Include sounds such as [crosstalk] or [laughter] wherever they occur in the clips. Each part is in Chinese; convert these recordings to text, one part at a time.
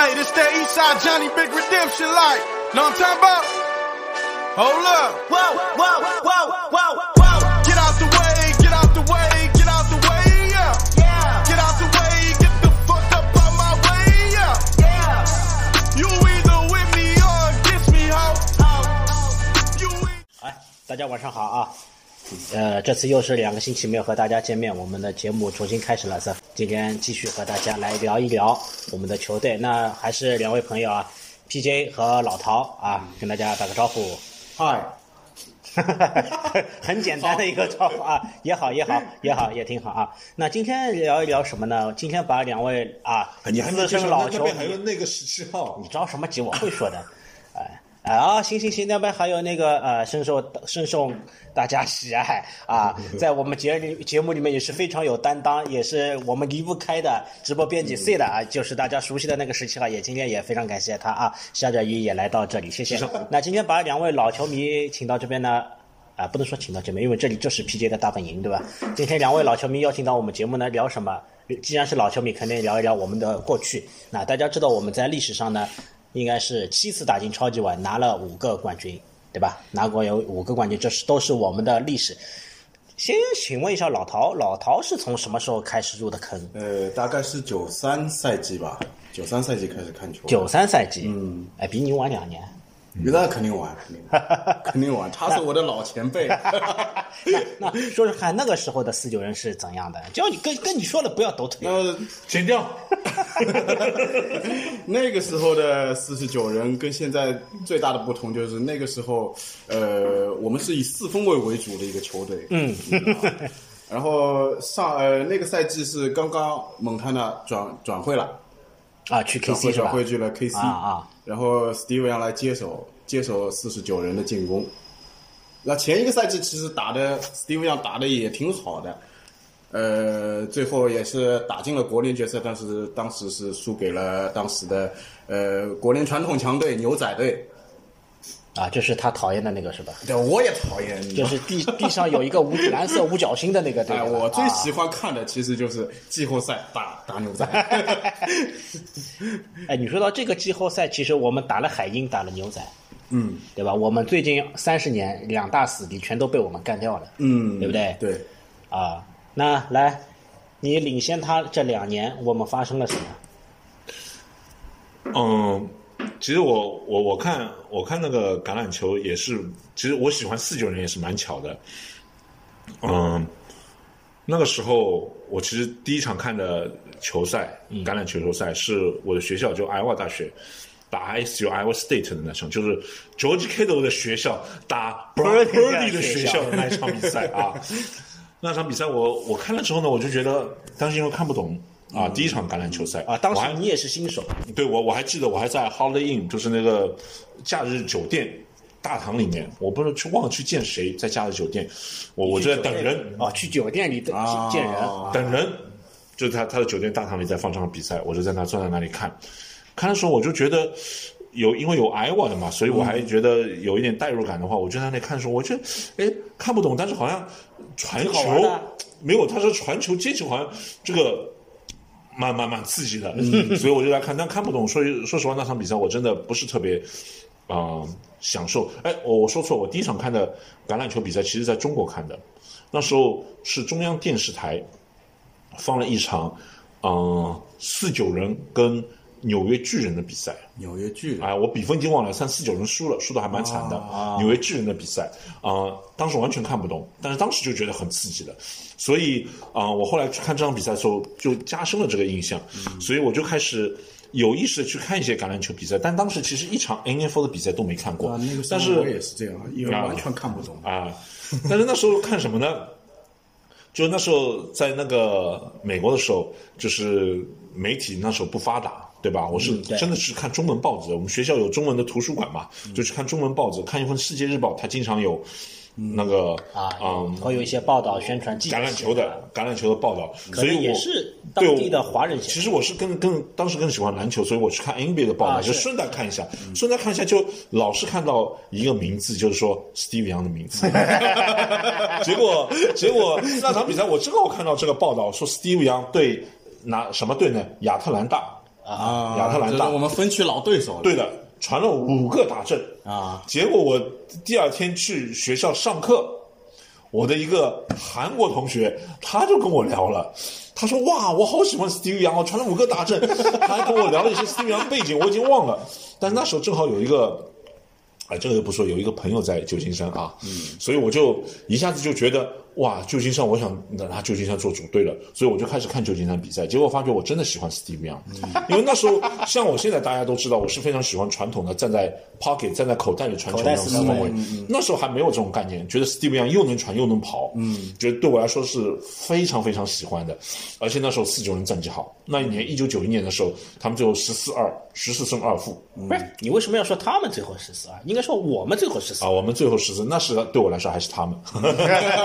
Hey, this that Eastside Johnny Big Redemption like. Know what I'm talking about? Hold up. Whoa, whoa, whoa, whoa, whoa. Get out the way, get out the way, get out the way, yeah. Yeah. Get out the way, get the fuck up out my way, yeah. Yeah. You either with me or against me, ho. You e- either. 哎，大家晚上好啊！呃，这次又是两个星期没有和大家见面，我们的节目重新开始了噻。今天继续和大家来聊一聊我们的球队。那还是两位朋友啊，PJ 和老陶啊，跟大家打个招呼。嗨， [laughs] 很简单的一个招呼啊，也好，也好，也好，也挺好啊。那今天聊一聊什么呢？今天把两位啊，哎你还没资介绍深老那那球边还迷有那个十七号你，着什么急？我会说的。哎哎啊，行行行，那边还有那个呃，深受深受大家喜爱啊，在我们节里节目里面也是非常有担当，也是我们离不开的直播编辑 C 的啊，就是大家熟悉的那个十七号，也今天也非常感谢他啊，下着雨也来到这里，谢谢。那今天把两位老球迷请到这边呢。啊，不能说请到这边，因为这里就是 PJ 的大本营，对吧？今天两位老球迷邀请到我们节目呢，聊什么？既然是老球迷，肯定聊一聊我们的过去。那大家知道我们在历史上呢，应该是七次打进超级碗，拿了五个冠军，对吧？拿过有五个冠军，这是都是我们的历史。先请问一下老陶，老陶是从什么时候开始入的坑？呃，大概是九三赛季吧，九三赛季开始看球，九三赛季，嗯，哎，比你晚两年。那肯定玩，肯定玩肯定玩，他是我的老前辈。那说说看那个时候的四九人是怎样的？只要你跟跟你说了，不要抖腿。那呃剪掉。 [laughs] 那个时候的四十九人跟现在最大的不同就是那个时候，呃，我们是以四分卫为主的一个球队，嗯，然后上呃那个赛季是刚刚蒙塔纳转转会了，啊，去转会 KC 是转吧？会去了 KC 啊啊，然后 Steve 要来接手接手四十九人的进攻。那前一个赛季其实打的 Steve 要打的也挺好的，呃，最后也是打进了国联决赛，但是当时是输给了当时的呃国联传统强队牛仔队。啊，就是他讨厌的那个是吧？对，我也讨厌你。就是地地上有一个五蓝色五角星的那个，对吧哎，我最喜啊欢看的其实就是季后赛打打牛仔。哎，你说到这个季后赛，其实我们打了海鹰，打了牛仔，嗯对吧？我们最近三十年两大死敌全都被我们干掉了，嗯，对不对？对。啊，那来，你领先他这两年，我们发生了什么？嗯，其实我我我看我看那个橄榄球也是，其实我喜欢四九人也是蛮巧的。嗯，那个时候我其实第一场看的球赛，嗯橄榄球球赛是我的学校，就 Iowa 大学。打 ISU Iowa State 的那场，就是 George Kittle 的学校打 Birdie 的 Birdie 的学学校校的那一场比赛啊，那场比赛我我看了之后呢，我就觉得当时因为看不懂啊，第一场橄榄球赛嗯啊，当我还时你也是新手，对我我还记得，我还在 Holiday Inn，就是那个假日酒店大堂里面，我不知道去忘了去见谁，在假日酒店，我我就在等人啊，去酒店里的啊见人啊，等人，就是他他的酒店大堂里在放这场比赛，我就在那坐在那里看，看的时候我就觉得有因为有 Iowa 的嘛，所以我还觉得有一点代入感的话，我就在那里看的时候，我觉得哎看不懂，但是好像传挺好玩球的没有，他说传球接球好像这个。蛮蛮蛮刺激的，嗯 [laughs] 所以我就来看，但看不懂。所以说实话，那场比赛我真的不是特别，啊、享受。哎，我我说错，我第一场看的橄榄球比赛，其实在中国看的，那时候是中央电视台放了一场，嗯、四九人跟纽约巨人的比赛。纽约巨人哎，我比分已经忘了，三四九人输了，输的还蛮惨的。啊纽约巨人的比赛，啊、当时完全看不懂，但是当时就觉得很刺激的，所以啊、我后来去看这场比赛的时候，就加深了这个印象，嗯所以我就开始。有意识的去看一些橄榄球比赛，但当时其实一场 N F L 的比赛都没看过。啊，那个时但候是我也是这样，因为啊完全看不懂。啊。但是那时候看什么呢？就那时候在那个美国的时候，就是媒体那时候不发达，对吧？我是真的是看中文报纸的，我们学校有中文的图书馆嘛，就去看中文报纸，看一份《世界日报》，它经常有那个啊，嗯会有一些报道宣传，橄榄球的橄榄球的报道，可所以能我也是当对我地的华人其写实我是更更当时更喜欢篮球，所以我去看 NBA 的报道，啊就是顺带看一下，顺带看一下就老是看到一个名字，就是说 Steve Young 的名 [laughs] 字。结果结果那场比赛我正好看到这个报道，说 Steve Young 对哪什么队呢？亚特兰大。啊，亚特兰大这是我们分区老对手，对的，传了五个大阵啊，结果我第二天去学校上课，我的一个韩国同学他就跟我聊了，他说：“哇，我好喜欢 Steve Young，哦传了五个大阵。”他还跟我聊了一些 Steve Young 背景，我已经忘了。但那时候正好有一个，哎，这个就不说，有一个朋友在旧金山啊，嗯所以我就一下子就觉得。哇，旧金山，我想拿旧金山做主队了，所以我就开始看旧金山比赛。结果发觉我真的喜欢 Steve Young，、嗯因为那时候像我现在大家都知道，我是非常喜欢传统的站在 pocket 站在口袋里传球口那袋种四三分分卫嗯卫。那时候还没有这种概念，觉得 Steve Young 又能传又能跑，嗯，觉得对我来说是非常非常喜欢的。而且那时候四九人战绩好，那一年一九九一年的时候，他们就十四二十四胜二负，不是你为什么要说他们最后十四啊？应该说我们最后十四啊，。我们最后十四，那是对我来说还是他们。 [laughs]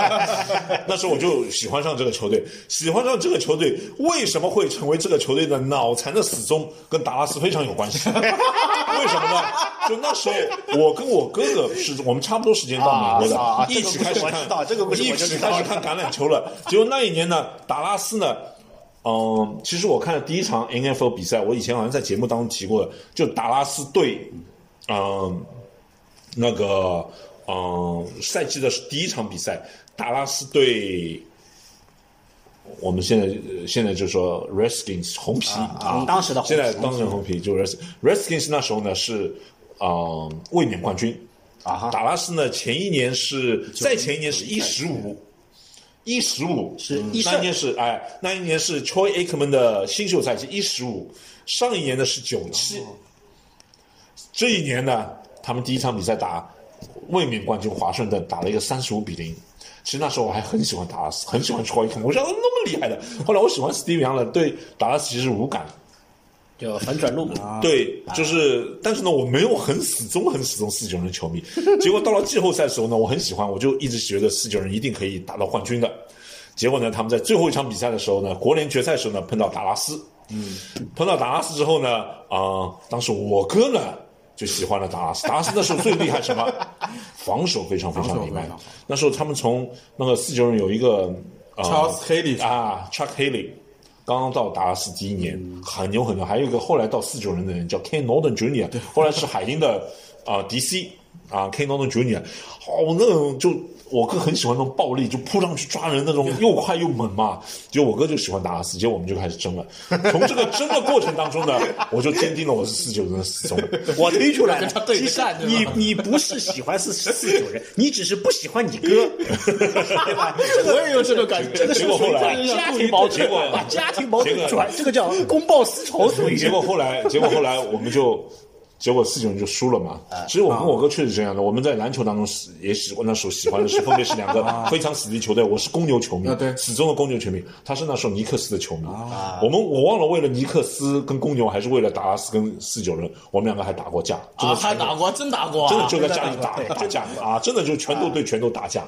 那时候我就喜欢上这个球队，喜欢上这个球队，为什么会成为这个球队的脑残的死忠？跟达拉斯非常有关系。 [laughs] 为什么呢？就那时候我跟我哥哥是我们差不多时间到美国的，啊啊一起开始看，这个故事我知道这个故事一我就起知开道始看橄榄球了。结果那一年呢，达拉斯呢。嗯，其实我看了第一场 N F L 比赛，我以前好像在节目当中提过的，就达拉斯对，嗯，那个嗯、呃赛季的第一场比赛，达拉斯对我们现在呃现在就说 Redskins 红皮啊当时的红皮现在当时的红皮就是 Redskins 那时候呢是嗯、呃卫冕冠军啊哈达拉斯呢前一年是再前一年是一十五。一十五是嗯一胜那一年是哎，那一年是 Troy Aikman 的新秀赛季一十五，上一年呢是九七，哦这一年呢，他们第一场比赛打卫冕冠军华盛顿，打了一个三十五比零。其实那时候我还很喜欢达拉斯，很喜欢 Troy Aikman，我觉得那么厉害的。后来我喜欢 Steve Young 了，对达拉斯其实无感。就反转路啊对，就是，但是呢，我没有很死忠、很死忠四九人 [laughs] 球迷。结果到了季后赛的时候呢，我很喜欢，我就一直觉得四九人一定可以打到冠军的。结果呢，他们在最后一场比赛的时候呢，国联决赛的时候呢，碰到达拉斯。嗯，碰到达拉斯之后呢，啊、当时我哥呢就喜欢了达拉斯。达拉斯那时候最厉 [laughs] 害什么？防守非常非常防厉守非害常好。那时候他们从那个四九人有一个、呃、 Charles Haley 啊，Chuck Haley，刚刚到达拉斯第一年，很牛很牛。还有一个后来到四九人的人叫 Ken Norton Jr.，后来是海鹰的啊、呃 DC 啊 Ken Norton Jr.，哦那种就我哥很喜欢那种暴力，就扑上去抓人那种，又快又猛嘛。结果我哥就喜欢达拉斯，结果我们就开始争了。从这个争的过程当中呢，我就坚定了我是四九人的死忠。我听出来了他，对着其实干你你不是喜欢四四九人，你只是不喜欢你哥，对吧？这个我也有这种感觉。结果后把来家庭矛结盾果，把家庭矛结盾果转，这个叫公报私仇，属于结果后来，结果后来我们就， [laughs] 结果四九人就输了嘛。啊其实我跟我哥确实这样的，我们在篮球当中是也喜欢那时候喜欢的是分别是两个啊非常死敌球队，我是公牛球迷啊，对始终的公牛球迷，他是那时候尼克斯的球迷。啊我们我忘了为了尼克斯跟公牛，还是为了达拉斯跟四九人，我们两个还打过架。这啊，个还打过，真打过啊，真的就在家里打真的打打架啊！真的就拳头对拳头打架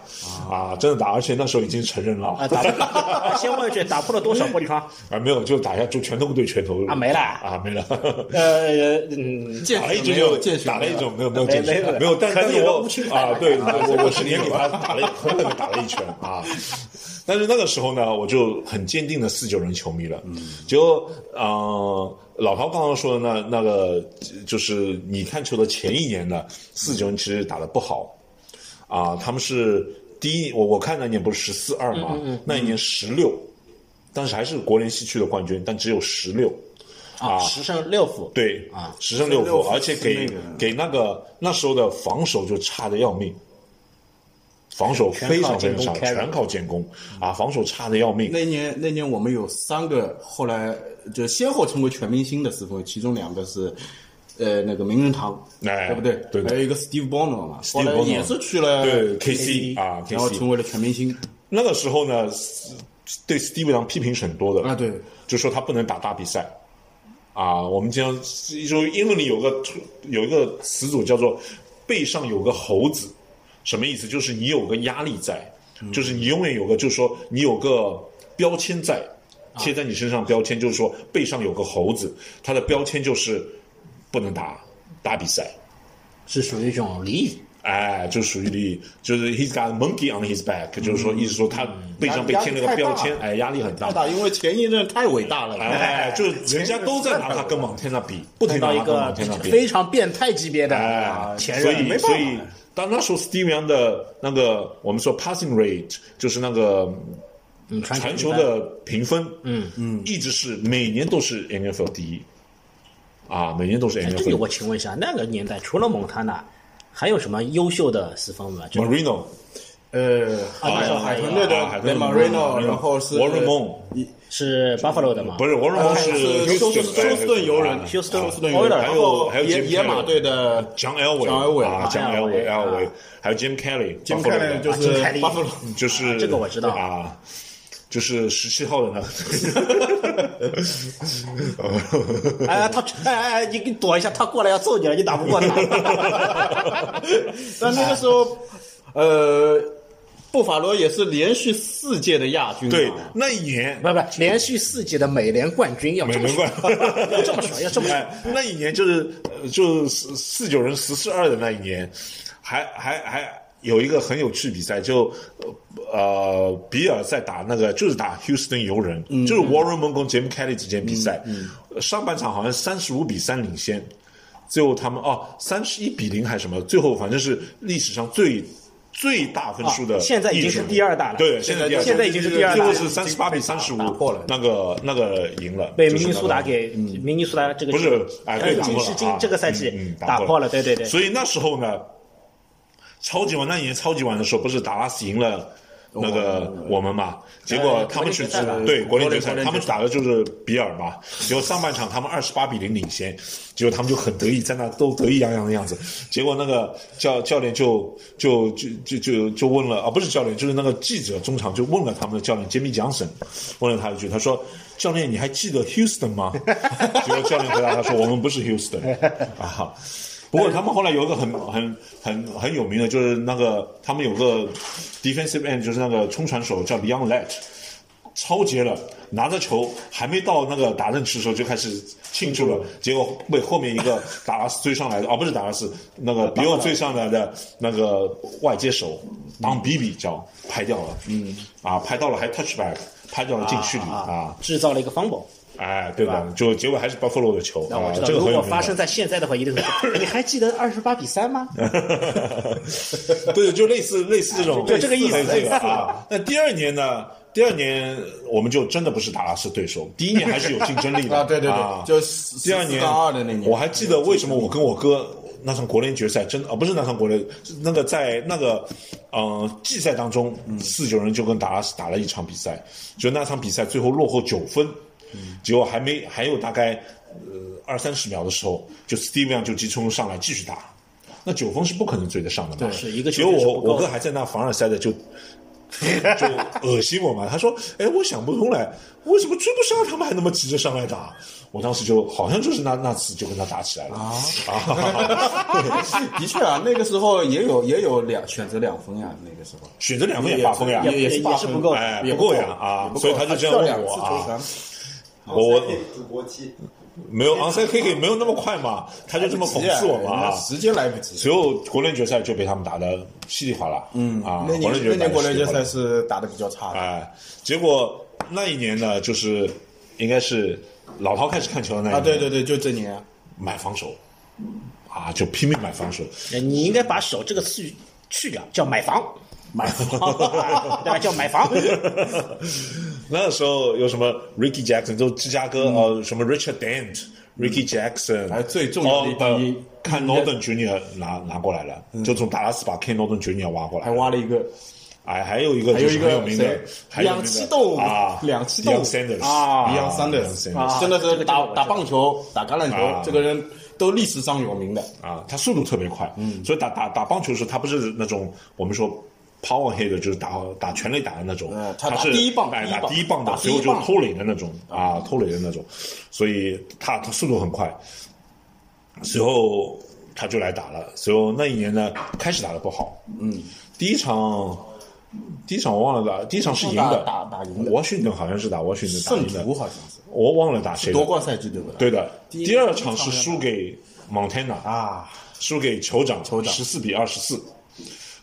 啊！真的打，而且那时候已经成人了啊，打破啊先问一句，打破了多少玻璃窗？ [laughs] 啊，没有就打一下，就拳头对拳头啊没了啊，没了。呃，嗯，见打了一血直没有就见血打了一种没有没有没见血没有没有，但可但能是有个我乌青牌啊，吧对， [laughs] 我我是连给他打了一 [laughs] 狠狠的打了一拳啊。 [laughs] 但是那个时候呢，我就很坚定的四九人球迷了。结果呃，老陶刚刚说的那那个就是你看球的前一年呢，四九人其实打得不好啊、他们是第一，我我看那年不是十四二嘛，那一年十六，当时还是国联西区的冠军，但只有十六。啊，十胜六负，对啊，十胜六六负，负而且给是那个给那个那时候的防守就差的要命，防守非常非常差，全靠进攻全靠进攻啊，防守差的要命。那年那年我们有三个后来就先后成为全明星的四分卫，其中两个是。呃，那个名人堂，哎对不对？对的还有一个 Steve Ballmer 嘛，后 Steve 来 Ballmer 也是去了对 KC KC 啊然后 KC 成为了全明星那个时候呢，对 Steve 上批评是很多的啊。对，就说他不能打大比赛啊。我们经常就英文里有个有一个词组叫做“背上有个猴子”，什么意思？就是你有个压力在，就是你永远有个，就是说你有个标签在，贴在你身上标签，就是说背上有个猴子，它的标签就是不能打打比赛。是属于一种离哎，就属于你，就是 he's got a monkey on his back，、就是说，意思说他背上被贴了个标签，哎，嗯压力很大太。大，因为前一任太伟大了。哎，就是人家都在拿他跟莽天那比，不停看地到一拿他跟个莽天那比，非常变态级别的啊哎，啊前所以任，所以当那时候 Steve Young 的那个我们说 passing rate 就是那个嗯传传球球的评分，嗯嗯，一直是每年都是 NFL 第一啊，每年都是哎这里 NFL 我请问一下，那个年代除了蒙塔纳，还有什么优秀的四分卫？就 Marino 呃，那时候海还有豚队啊海的豚队 Marino， Marino，然后是 Warren Moon 啊一是 Buffalo 的吗？不是，王荣宏哎是休斯休斯顿游人，休斯顿休斯顿游人， Oilers 然啊还有后还有野 Jim 野 Taylor 马队的蒋 Elway， John Elway，啊，蒋 John Elway Elway，啊 Elway，还有 Jim Jim Kelly，Jim Kelly 就啊是，Jim Kelly b u f 就是这个我知道啊，就是十七号的那个，哎，他哎哎哎，你你躲一下，他过来要揍你了，你打不过 [laughs] 他。但那个时候，呃，布法罗也是连续四届的亚军、啊，对，那一年不不，连续四届的美联冠军要美这么门说， [laughs] 冠。要这么说，要这么说。哎，那一年就是呃就四四九人十四二的那一年，还还还有一个很有趣比赛，就呃比尔在打那个就是打休斯顿游人，嗯就是 Warren Moon 跟 Jim Kelly 之间比赛，呃上半场好像三十五比三领先，最后他们哦三十一比零还是什么，最后反正是历史上最。最大分数的、啊现在已经是第二大了对，现在第二呃大，现在已经是第二大了最后是三十八比三十五，打破了那个那个赢了，被哎就是明尼那苏个达给明尼苏达这个不是哎对呃打破仅了是啊今这个赛季嗯嗯打打破破了了，对对对。所以那时候呢，超级碗那一年超级碗的时候，不是达拉斯赢了那个哦我们嘛？结果他们去国联决赛吧对国联决国赛，联他们打的就是比尔嘛。结果上半场他们二十八比零领先，结果他们就很得意，在那都得意洋洋的样子。结果那个教教练就就就就就就问了啊，不是教练，就是那个记者中场就问了他们的教练杰米·蒋森，问了他一句，他说。教练，你还记得 Houston 吗？ [laughs] 结果教练回答他说：“我们不是 Houston 啊。”不过他们后来有一个很很很很有名的，就是那个他们有个 defensive end，就是那个冲传手叫 Leon Lett，超截了，拿着球还没到那个打阵区的时候就开始庆祝了，结果被后面一个达拉斯追上来的，啊不是达拉斯，那个比尔追上来的那个外接手当比比叫拍掉了，嗯，啊拍到了还 touchback，拍到了禁区里啊，制造了一个 fumble，哎对吧？就结果还是 Buffalo 的球，那我啊知道，这个如很有果名发的生在现在的话，一定 [laughs] 会。你还记得二十八比三吗？嗯 [laughs] 对，就类似类似这种，就这个意思类似这类似个啊。那第二年呢？第二年我们就真的不是达拉斯对手，第一年还是有竞争力的 [laughs] 啊，对对对，啊就14第二年到二的那年，我还记得为什么我跟我哥那场国联决赛真啊不是那场国联，是那个在那个呃季赛当中，嗯四九人就跟达拉斯打了一场比赛，就那场比赛最后落后九分，嗯结果还没还有大概呃二三十秒的时候，就 Steve Young 就急冲上来继续打。那九分是不可能追得上的嘛？是一个结球果是我不够的我哥还在那凡尔赛的就 [laughs] 就恶心我嘛。他说：“哎，我想不通嘞，为什么追不上他们还那么急着上来打？”我当时就好像就是那那次就跟他打起来了 [laughs] 啊的确啊，那个时候也有也有两选择两分呀、那个时候选择两分也八分呀，也也也是是八不分够的哎也不够不呀够啊也，不所以够他就他这掉样问两我次球啊传，我我主播踢，没有 onside kick 没有那么快嘛，他就这么讽刺我嘛哎啊那。时间来不及。随后国联决赛就被他们打得稀里哗啦，嗯啊，那国年那联决赛年国联决稀里哗赛啦是打的比较差的，哎，结果那一年呢，就是应该是老陶开始看球的那一啊，年对对对，就这年啊，买防守，啊，就拼命买防守， [laughs] 哎你应该把手这个词语去掉，叫买房，买房， [laughs] 对吧？叫买 [laughs] 房。那时候有什么 Ricky Jackson，就芝加哥、呃什么 Richard Dent、Ricky Jackson，还嗯哎最重要的哦第一嗯呃、看 Norton Jr 拿拿过来了，就从达拉斯把 Ken Norton Jr 挖过来还，挖了一个哎，还有一个还有就是一个很有名的谁，还有两那个栖动物啊，两栖动物 Deion Sanders 啊 Beyond Deion Sanders， Sanders 真的这是个打我知道打棒球、打橄榄啊球，这个人都历史上有名的。啊，他速度特别快，嗯，所以打打打棒球的时候，他不是那种我们说 power hit 就是打打全垒打的那种，嗯他他打是第一棒哎第一打棒第一棒的，打第随一后棒嗯就是偷垒的那种啊，偷垒的那种，所以他他速度很快，随后他就来打了，随后那一年呢开始打的不好，嗯，第一场。第一场我忘了打，第一场是赢的，打打打赢的华盛顿好像是打华盛顿打圣赢的，徒好像是我忘了打谁了夺冠赛季对不对？对的，第二场是输给 Montana 啊，输给酋长，酋长十四比二十四。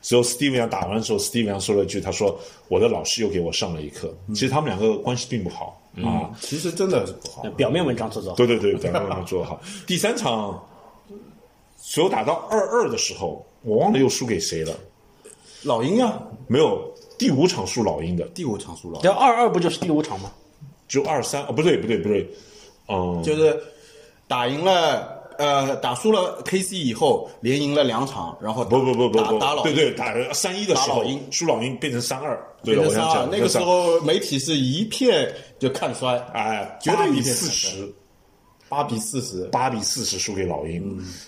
最后 Steven 要打完的时候，Steven 要说了一句，他说：“我的老师又给我上了一课。”嗯其实他们两个关系并不好啊。其实真的是不好。表面文章做做好。对对对，两个人都做得好。第三场，所有打到二二的时候，我忘了又输给谁了。老鹰啊，没有，第五场输老鹰的，第五场输老鹰，这二二不就是第五场吗？只有二三哦，不对不对不对，嗯，就是打赢了。呃，打输了 KC 以后，连赢了两场，然后打不不不不打不，打老对鹰对打三一的时打候老鹰，输老鹰变成三二，对变的，成我三想二讲，那个时候媒体是一片就看衰，哎，绝对8比一片四惨十，八比四十，八比四十输给老鹰、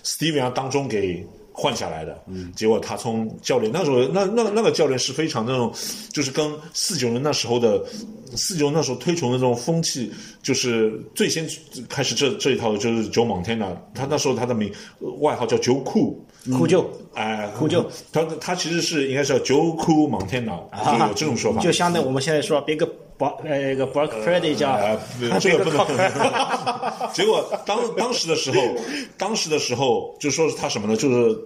s 嗯 t e v e n 当中给换下来的，结果他从教练那时候，那那那个教练是非常那种，就是跟四九人那时候的四九人那时候推崇的这种风气，就是最先开始这这一套的就是九蒙天的，他那时候他的名外号叫九库。酷舅哎，酷舅，他他其实是应该是叫九库蒙天脑， [laughs] 就有这种说啊法，就相当于我们现在说别个 b 呃那个 Brock Purdy 叫啊，这个不能。 [laughs] 结果当当时的时候，当时的时候就说是他什么呢？就是。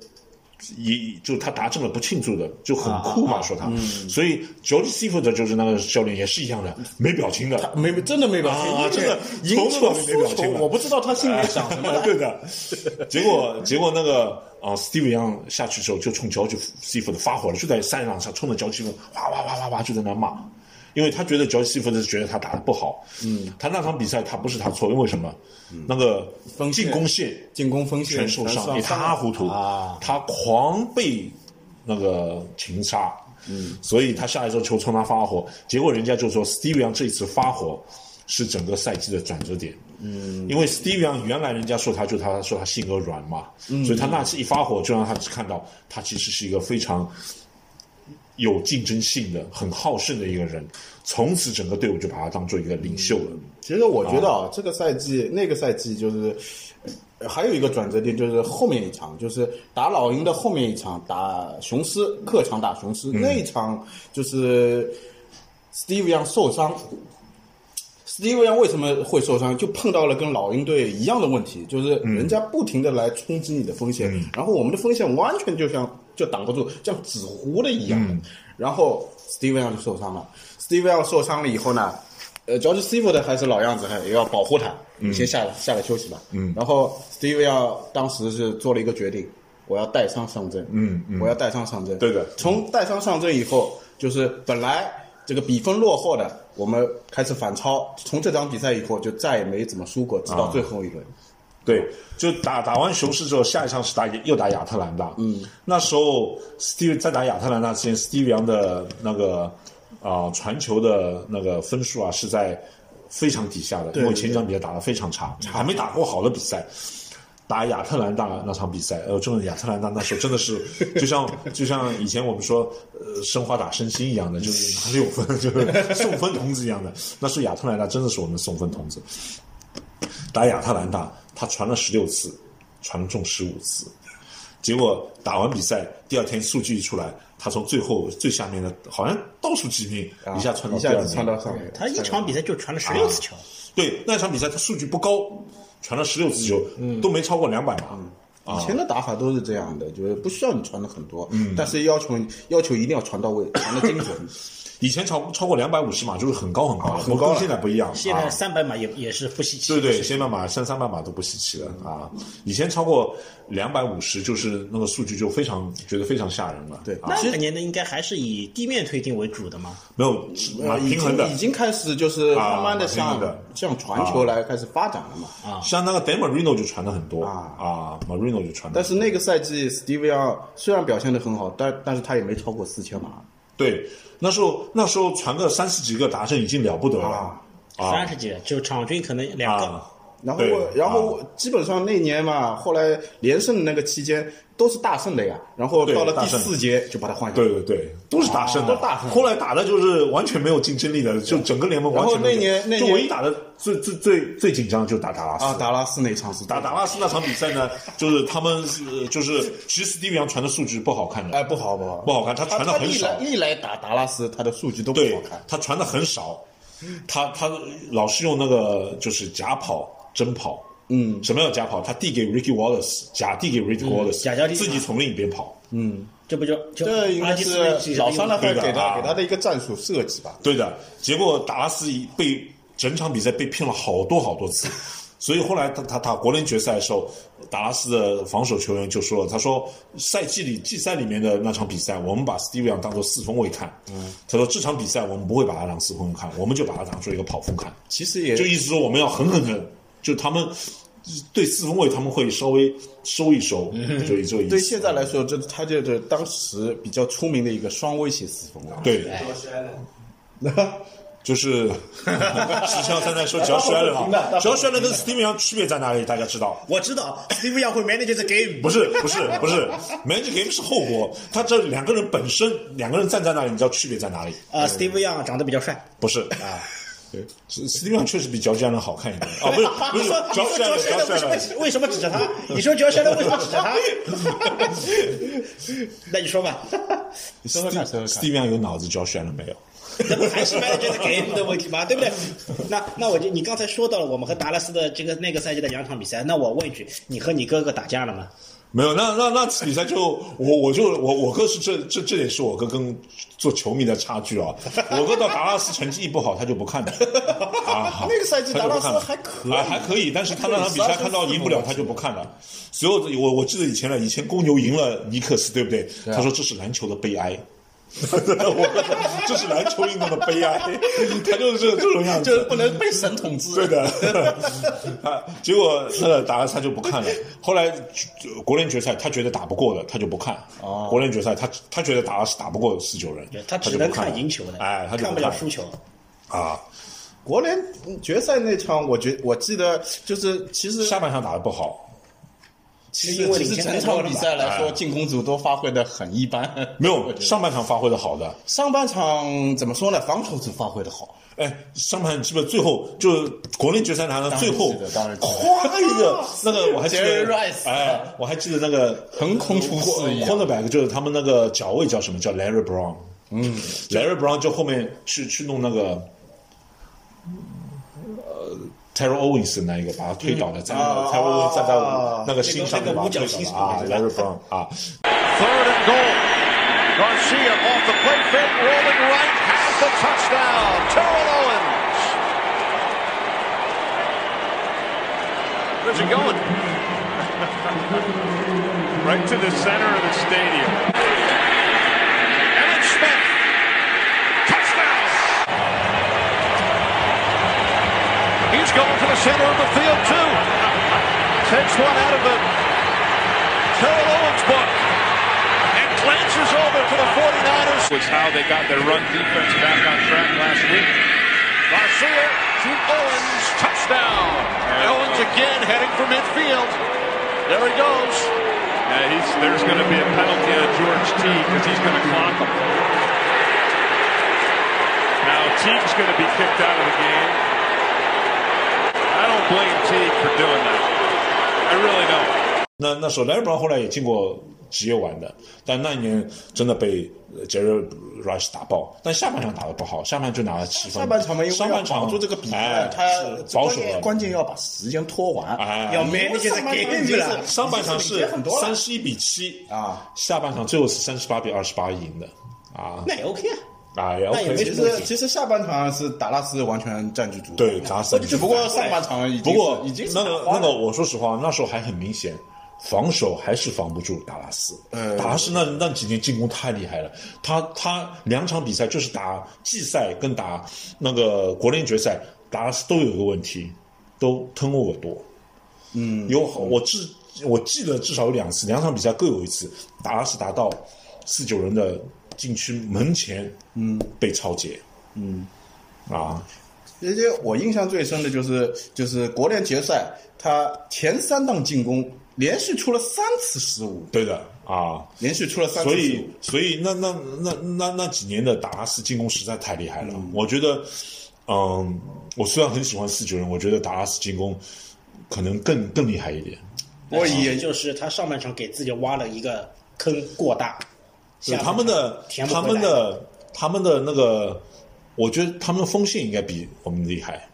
以就是他达成了不庆祝的，就很酷嘛，说他，所以 Jody Seaford 就是那个教练也是一样的，没表情的，没真的没表情，啊因为真的赢从球来没表输情球，了我不知道他心里想 [laughs] 什么。对的。结果结果那个啊、呃、，Steve Young 下去之后就冲 George Seaford 发火了，就在赛场上冲着 George Seaford 哇哇哇哇哇就在那骂，因为他觉得 George Seaford 觉得他打的不好。嗯，他那场比赛他不是他错，因为什么？嗯那个锋线进攻线进攻锋线全受伤，全一塌糊涂啊他狂被那个擒杀。嗯，所以他下一周球冲他发火，结果人家就说 Steve Young 这一次发火是整个赛季的转折点。嗯，因为 Steve Young 原来人家说他就他说他性格软嘛，所以他那次一发火就让他看到他其实是一个非常有竞争性的、很好胜的一个人。从此整个队伍就把他当做一个领袖了。其实我觉得啊，这个赛季那个赛季就是呃还有一个转折点，就是后面一场，就是打老鹰的后面一场，打雄狮客场打雄狮、那一场，就是 Steve Young 受伤。Steve Young 为什么会受伤？就碰到了跟老鹰队一样的问题，就是嗯人家不停的来冲击你的锋线，然后我们的锋线完全就像就挡不住，像纸糊的一样嗯的。然后 Steve Young 就受伤了。Steve Young 受伤了以后呢，呃，George Seaford 还是老样子，还也要保护他，嗯你先下来下来休息吧。嗯，然后 Steve Young 当时是做了一个决定，我要带伤上阵。嗯嗯我要带伤上阵。对的从带伤上阵以后，就是本来这个比分落后的，我们开始反超。从这场比赛以后，就再也没怎么输过，直到最后一轮。对，就打打完雄狮之后，下一场是打又打亚特兰大。嗯，那时候 Steve 在打亚特兰大之前，Steve Young 的那个啊、呃传球的那个分数啊是在非常底下的，因为前场比赛打得非常差，还没打过好的比赛。打亚特兰大那场比赛，呃，真的亚特兰大那时候真的是，就像就像以前我们说，呃，申花打申鑫一样的，就是拿六分， [laughs] 就是送分童子一样的。那时候亚特兰大真的是我们的送分童子，打亚特兰大，他传了十六次，传中十五次，结果打完比赛第二天数据一出来，他从最后最下面的，好像倒数几名，一下窜哦啊到一第下二子窜到名。上面。他一场比赛就传了十六次啊球，对，那场比赛他数据不高，传了十六次球，嗯都没超过两百码。以前的打法都是这样的，就是不需要你传的很多，但是要求要求一定要传到位，传的精准。以前超超过两百五十码就是很高很高了，很高了跟现在不一样。现在啊三百码也也是不稀奇。对对，千半码、三三半码都不稀奇了啊！以前超过两百五十，就是那个数据就非常觉得非常吓人了。对啊，那个年代应该还是以地面推进为主的嘛。没有蛮已平衡的啊经已。经开始就是啊慢慢的啊向、平衡的向传球来开始发展了嘛。像那个 Dan Marino 就传的很多啊啊，Marino 就传得很多。但是那个赛季，Steve Young 虽然表现的很好，但但是他也没超过四千码。对那时候那时候传个三十几个达阵已经了不得了啊三十几，就场均可能两个。啊！然后对啊我，然后我基本上那年嘛，后来连胜的那个期间都是大胜的呀。然后对到了大第胜四节就把他换下。对。对对，都是大胜的，啊都大胜后来打的就是完全没有竞争力的，就整个联盟完全没有竞争力。然后那年那年就唯一打的最最最最紧张的就是打达拉斯啊，达拉斯那一场是打达拉斯那场比赛呢，就是他们呃就是其实 Steve Young 传的数据不好看的，哎不好不好不好看，他传的他很历少，来历来打达拉斯，他的数据都不对好看。他传的很少，他他老是用那个就是假跑真跑，嗯，什么叫假跑？他递给 Ricky Wallace，假递给 Ricky Wallace，、假交替自己从另一边跑，这不就就这应阿该基是斯那几个老桑纳用赫户给对的他啊给他的一个战术设计吧。对的，结果达拉斯一被整场比赛被骗了好多好多 [laughs] 次，所以后来他他打国联决赛的时候，达拉斯的防守球员就说了，他说赛季里季赛里面的那场比赛，我们把 Steve Young 当做四分卫看，嗯，他说这场比赛我们不会把他当四分卫看，我们就把他当做一个跑锋看，其实也就意思说我们要狠狠狠，就他们对四分卫他们会稍微收一收，就就这个意思对现在来说，这他就是当时比较出名的一个双威胁四分卫。对， [laughs] [laughs] 就是，史上三在说只要摔了嘛，只要摔了跟 Steven 上区别在哪里？大家知道？我知道 Steve Young 会 manage the game，不是不是不是，Magic Game 是后果，他这两个人本身两个人站在那里，你知道区别在哪里？呃，Steve Young 长得比较帅，不是啊。对，Steven 上确实比乔治亚人好看一点啊，不是 [laughs] 不你是说，你乔说治亚 Josh Allen 为什人，乔治亚人，么为什么指着他？你说 Josh Allen 为什么 [laughs] 指着他？那你说吧，说说看，说说看。 Steven 有脑子，乔治亚人没有。那 [laughs] 不还是 manager 的 game 的问题吗？对不对？那那我就你刚才说到了我们和达拉斯的这个那个赛季的两场比赛，那我问一句，你和你哥哥打架了吗？没有，那那那次比赛就我我就我我哥是这这这也是我哥跟做球迷的差 [laughs] 距啊。我哥到达拉斯成绩一不好，他就不看的。啊，那个赛季达拉斯他就还可不看了以啊还可以，但是他那场比 [laughs] 赛看到赢不了，他就不看了。所有的我我记得以前了，以前公牛赢了尼克斯，对不对？他说这是篮球的悲哀。 [laughs] 我哥说这是篮球运动的悲 [laughs] 哀，他就是这这种样子，就是不能被神统治。对的， [laughs] 啊，结果那个打了他就不看了。后来就国联决赛，他觉得打不过了，他就不看。哦国联决赛他他觉得打了是打不过四九人，他只就能不看了赢球的，哎，他就看不了输球。啊。国联决赛那场，我觉我记得就是其实下半场打的不好，其因实为其领实先整太多场了比吧赛来说，哎进攻组都发挥的很一般。没我有觉得上半场发挥的好的，上半场怎么说呢？防守组发挥的好，哎，上半场基本最后就是国联决赛拿到最后当然记得当然，记咵一个那个我还记 Jerry 得 Rice，哎，我还记得那个横空出世一样 cornerback 就是他们那个脚位叫什么叫 Larry Brown，嗯，Larry Brown 就后面去去弄那个。呃 Terrell Owens 的那一个把他推倒了，在那个啊 Terrell Owens 站在我那个心上那个面把他五角推星倒了啊是吧，Larry Brown 啊， Third and goal. Garcia off the play fake, rolling right, has the touchdown. Terrell Owens. Where's it going? [laughs] right to the center of the stadium. Emmett Smith. Touchdown. He's going for the center of the field, too. [laughs] Takes one out of the Terrell Owens book and glances over to the 49ers. was how they got their run defense back on track last week. Garcia to Owens, touchdown. Owens again heading for midfield. There he goes. Yeah, Uh, he's, there's going to be a penalty on George T because he's going to clock him. Now Teague's going to be kicked out of the game. I don't blame Teague for doing that. I really don't. 那那时候 Larry Brown 后来也进过职业玩的，但那一年真的被呃 Jerry Rice 打爆，但下半场打得不好，下半就拿了七分。上半场嘛，因为上半场做这个比赛哎，他是保关守键了。关键要把时间拖完哎，要要 manage the 上半场 game 已经了是上半场已经是很多三了，十一比七啊，下半场最后是三十八比二十八赢的啊那也 OK 啊。啊，也那也没其 OK。实其实下半场是达拉斯完全占据主导，对达斯只不过上半场已经不过已经是那个打花那了个，我说实话，那时候还很明显，防守还是防不住达拉斯。嗯达拉斯那那几年进攻太厉害了，他他两场比赛就是打季赛跟打那个国联决赛，达拉斯都有一个问题，都 turnover 多。嗯，有好我至我记得至少有两次，两场比赛各有一次，达拉斯达到四九人的禁区门前，嗯，被超截，嗯，啊，其实我印象最深的就是就是国联决赛，他前三档进攻连续出了三次失误，对的啊，连续出了三次所失以误。，所以那那那那那几年的达拉斯进攻实在太厉害了。我觉得，嗯，我虽然很喜欢四九人，我觉得达拉斯进攻可能更更厉害一点。我其实也就是他上半场给自己挖了一个坑过大，对下半他场们的填不他回们来的他们的那个，我觉得他们锋线应该比我们厉害。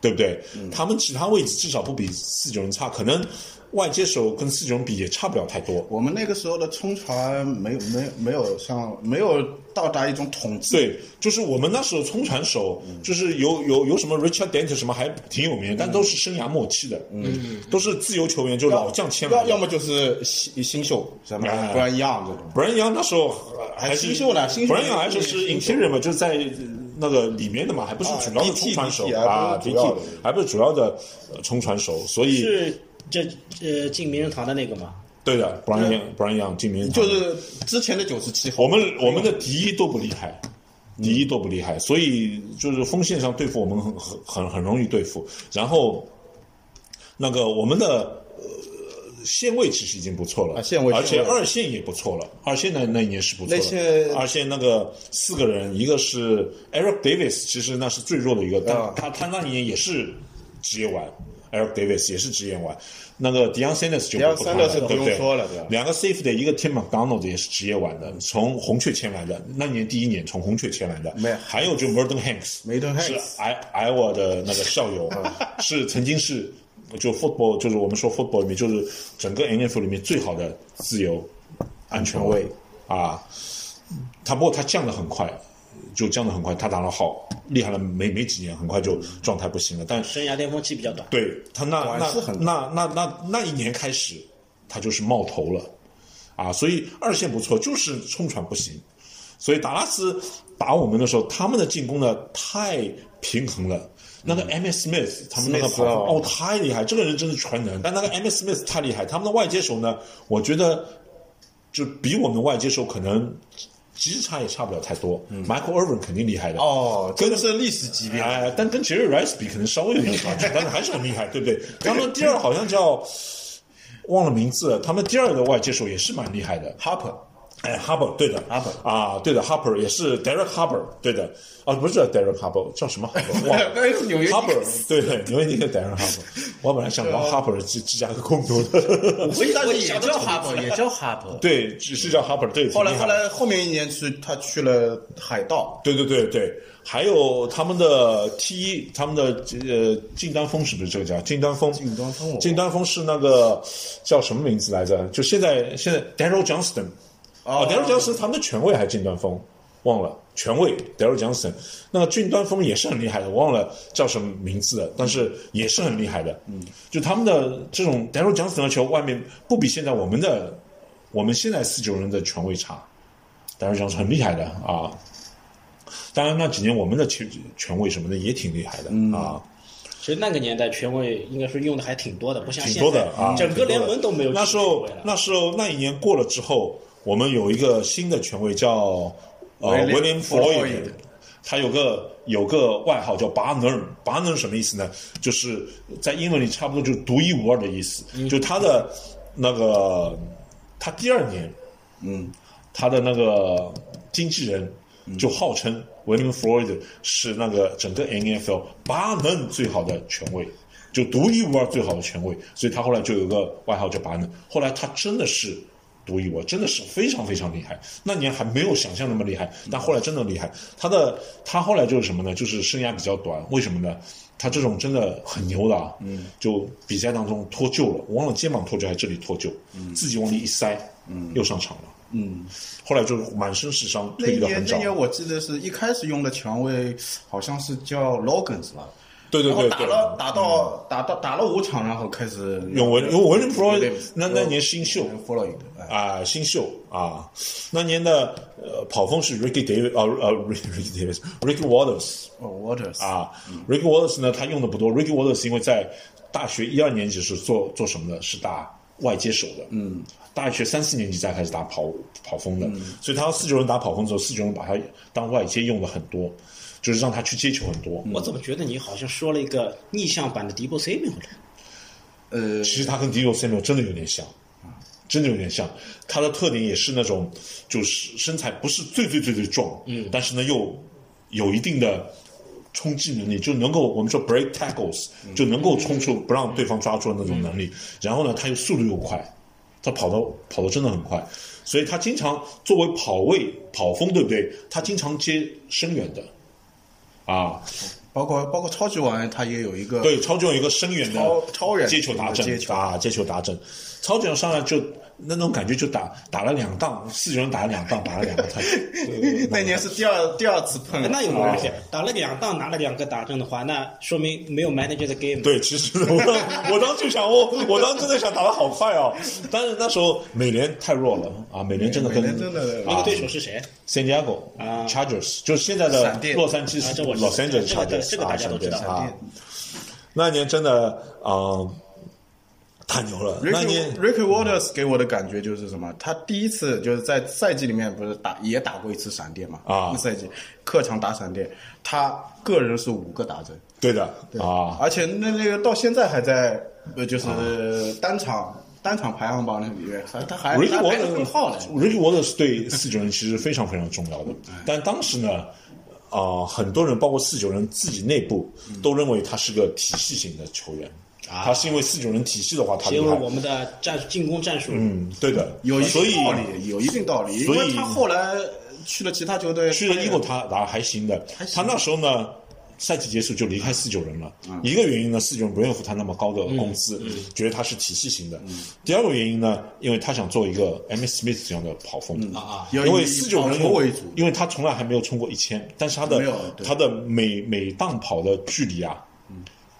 对不对？嗯他们其他位置至少不比四九人差，可能外接手跟四九人比也差不了太多。我们那个时候的冲传没有没有没有像没有到达一种统治，对，就是我们那时候冲传手，嗯就是有有有什么 Richard Dent 什么还挺有名，但都是生涯末期的，嗯，都是自由球员，就老将签来要的。要么就是新新秀什么哎 Brian Young 这种， b r a n Young 那时候呃还是新秀呢新秀 b r a n Young 还是是新秀 interior 嘛，就是在那个里面的嘛，还不是啊主要的 BT 冲传手 BT 啊还不是主要，BT 的还不是主要的呃冲传手，所以是这呃进名人堂的那个嘛？对的 b r a n Young b r a n Young 进名就是之前的九十七我号，们我们的敌一都不厉害，敌一都不厉害，所以就是锋线上对付我们很很很很容易对付。然后那个我们的呃线位其实已经不错了，啊线位而且线位二线也不错了，二线那那一年是不错那些的。二线那个四个人，一个是 Eric Davis，其实那是最弱的一个，但啊他他那一年也是职业玩。Eric Davis 也是职业玩，那个 Deion Sanders 就 Deion 不谈了 Sanders 不对用对说了对吧两个 safety，一个 Tim McDonald 也是职业玩的，从红雀签来的，那年第一年从红雀签来的。没有还有就 Merton Hanks， Merton 是 Hanks 嗯艾艾瓦的那个校友，是曾经是就 football，就是我们说 football 里面就是整个 NFL 里面最好的自由安全卫啊。他不过他降的很快，就降的很快，他打了好厉害了，没没几年，很快就状态不行了。但是生涯巅峰期比较短。对他那短那视很那那那那一年开始，他就是冒头了，啊，所以二线不错，就是冲传不行。所以达拉斯打我们的时候，他们的进攻呢太平衡了。那个 M. S. Smith，他们那个嗯 Smith 跑哦哦太厉害，这个人真是全能。但那个 M. S. Smith 太厉害，他们的外接手呢，我觉得就比我们的外接手可能其实差也差不了太多。Michael Irvin 肯定厉害的嗯哦，真的是历史级别，哎，但跟 Jerry Rice 比，可能稍微有点差距，但是还是很厉害，[laughs] 对不对？他们第二好像叫忘了名字了，他们第二的外接手也是蛮厉害的，Harper。哎，Harper 对的 Harper 啊，对的，Harper 也是 Derek Harper 对的啊，不是叫 Derek Harper 叫什么 Harper？忘了 [laughs] 那是纽约 Harper 对的，因为那个 Derek Harper，我本来想啊到 Harper 是芝芝加哥公牛的，所以他也叫哈勃，也叫哈 [laughs] 勃。对，只是叫 Harper 对，挺后来厉害后的来后面一年去他去了海盗，对对对对，还有他们的 T 他们的呃晋丹峰是不是这个叫晋丹峰？晋丹峰我晋丹峰是那个叫什么名字来着？就现在现在 Daryl Johnston 啊、哦 d a r y l Johnston 他们的权位还是晋丹峰？忘了权位 Daryl Johnston，那个晋丹峰也是很厉害的，忘了叫什么名字了，但是也是很厉害的。嗯，就他们的这种 Daryl Johnston 的球外面不比现在我们的我们现在四九人的权位差，Daryl Johnston 很厉害的啊。当然那几年我们的权权位什么的也挺厉害的、啊，其实那个年代权位应该是用的还挺多的，不像挺现多在的啊，整个挺多的联盟都没有那时候权威了那时候那一年过了之后，我们有一个新的权威叫呃威廉威廉弗 Floyd 洛伊德，他有个有个外号叫 Barnum，Barnum 什么意思呢？就是在英文里差不多就独一无二的意思，就他的那个他第二年，嗯，他的那个经纪人就号称威廉弗洛伊德是那个整个 NFL 巴嫩最好的权威，就独一无二最好的权威，所以他后来就有个外号叫巴嫩。后来他真的是独一无二，真的是非常非常厉害。那年还没有想象那么厉害，但后来真的厉害。他的他后来就是什么呢？就是生涯比较短，为什么呢？他这种真的很牛的啊，嗯，就比赛当中脱臼了，我忘了肩膀脱臼还是这里脱臼，自己往里一塞，嗯，又上场了，嗯，后来就满身是伤，那退役一的年很那早，年我记得是一开始用的蔷薇好像是叫 Logan 是吧？对对然后对打对，了打到打到打了五场，然后开始永文永文 Pro 对那那年新秀 follow 一个，哎啊、新秀啊，那年的呃跑锋是 Ricky Davis 啊呃 Ricky Davis，Ricky Waters 哦 Waters 啊、r i c k y Waters 呢他用的不多，Ricky Waters 因为在大学一二年级是做做什么的，是打外接手的，嗯，大学三四年级才开始打跑跑嗯锋的，所以他四九人打跑锋之后，四九人把他当外接用的很多，就是让他去接球很多，嗯我怎么觉得你好像说了一个逆向版的迪布 C 呢？呃其实他跟 Diego Samuel 真的有点像，真的有点像。他的特点也是那种，就是身材不是最最最最壮，嗯，但是呢又有一定的冲击能力，就能够我们说 break tackles，、就能够冲出不让对方抓住的那种能力。然后呢，他又速度又快，他跑到跑得真的很快，所以他经常作为跑位跑锋，对不对？他经常接深远的，啊，包括包括超级碗他也有一个对，超级有一个深远的超超远接球达阵接球啊，接球达阵，超级上来就那种感觉就打打了两档，四人打了两档，打了两个他。对 [laughs] 对 [laughs] 那年是第二第二次碰了，哎那有啊关系，打了两档拿了两个打正的话，那说明没有 manager 的 game。，对，其实我我当时就想，我我当时真的想打得好快哦，但是那时候美联太弱了啊，美联真的跟美联真的那个啊对手是谁？ San Diego 啊 Chargers，就是现在的闪电洛杉矶啊这我知道洛杉矶这个 Chargers，这个大家都知道啊闪电啊。那年真的啊，太牛了！那 Ricky 年 Ricky Waters 给我的感觉就是什么？他第一次就是在赛季里面不是打也打过一次闪电嘛？啊那赛季客场打闪电，他个人是五个打针对的啊，而且那那个到现在还在呃，就是单场、单场排行榜里面，还他哎还 Ricky 他还是 Waters 很好的。 Ricky Waters 对四九人其实非常非常重要的，但当时呢，啊、很多人包括四九人自己内部都认为他是个体系型的球员，他是因为四九人体系的话，他因厉为害。我们的战术进攻战术，嗯，对的，有一所以定道理，有一定道理，因所以为他后来去了其他球队，去了英国他打还行的，他那时候呢。赛季结束就离开四九人了，一个原因呢，四九人不愿意付他那么高的工资，觉得他是体系型的。第二个原因呢，因为他想做一个 M. Smith 这样的跑锋，啊有因为以四九人跑球为主因为他从来还没有冲过一千，但是他的没有对嗯他的每每档跑的距离啊，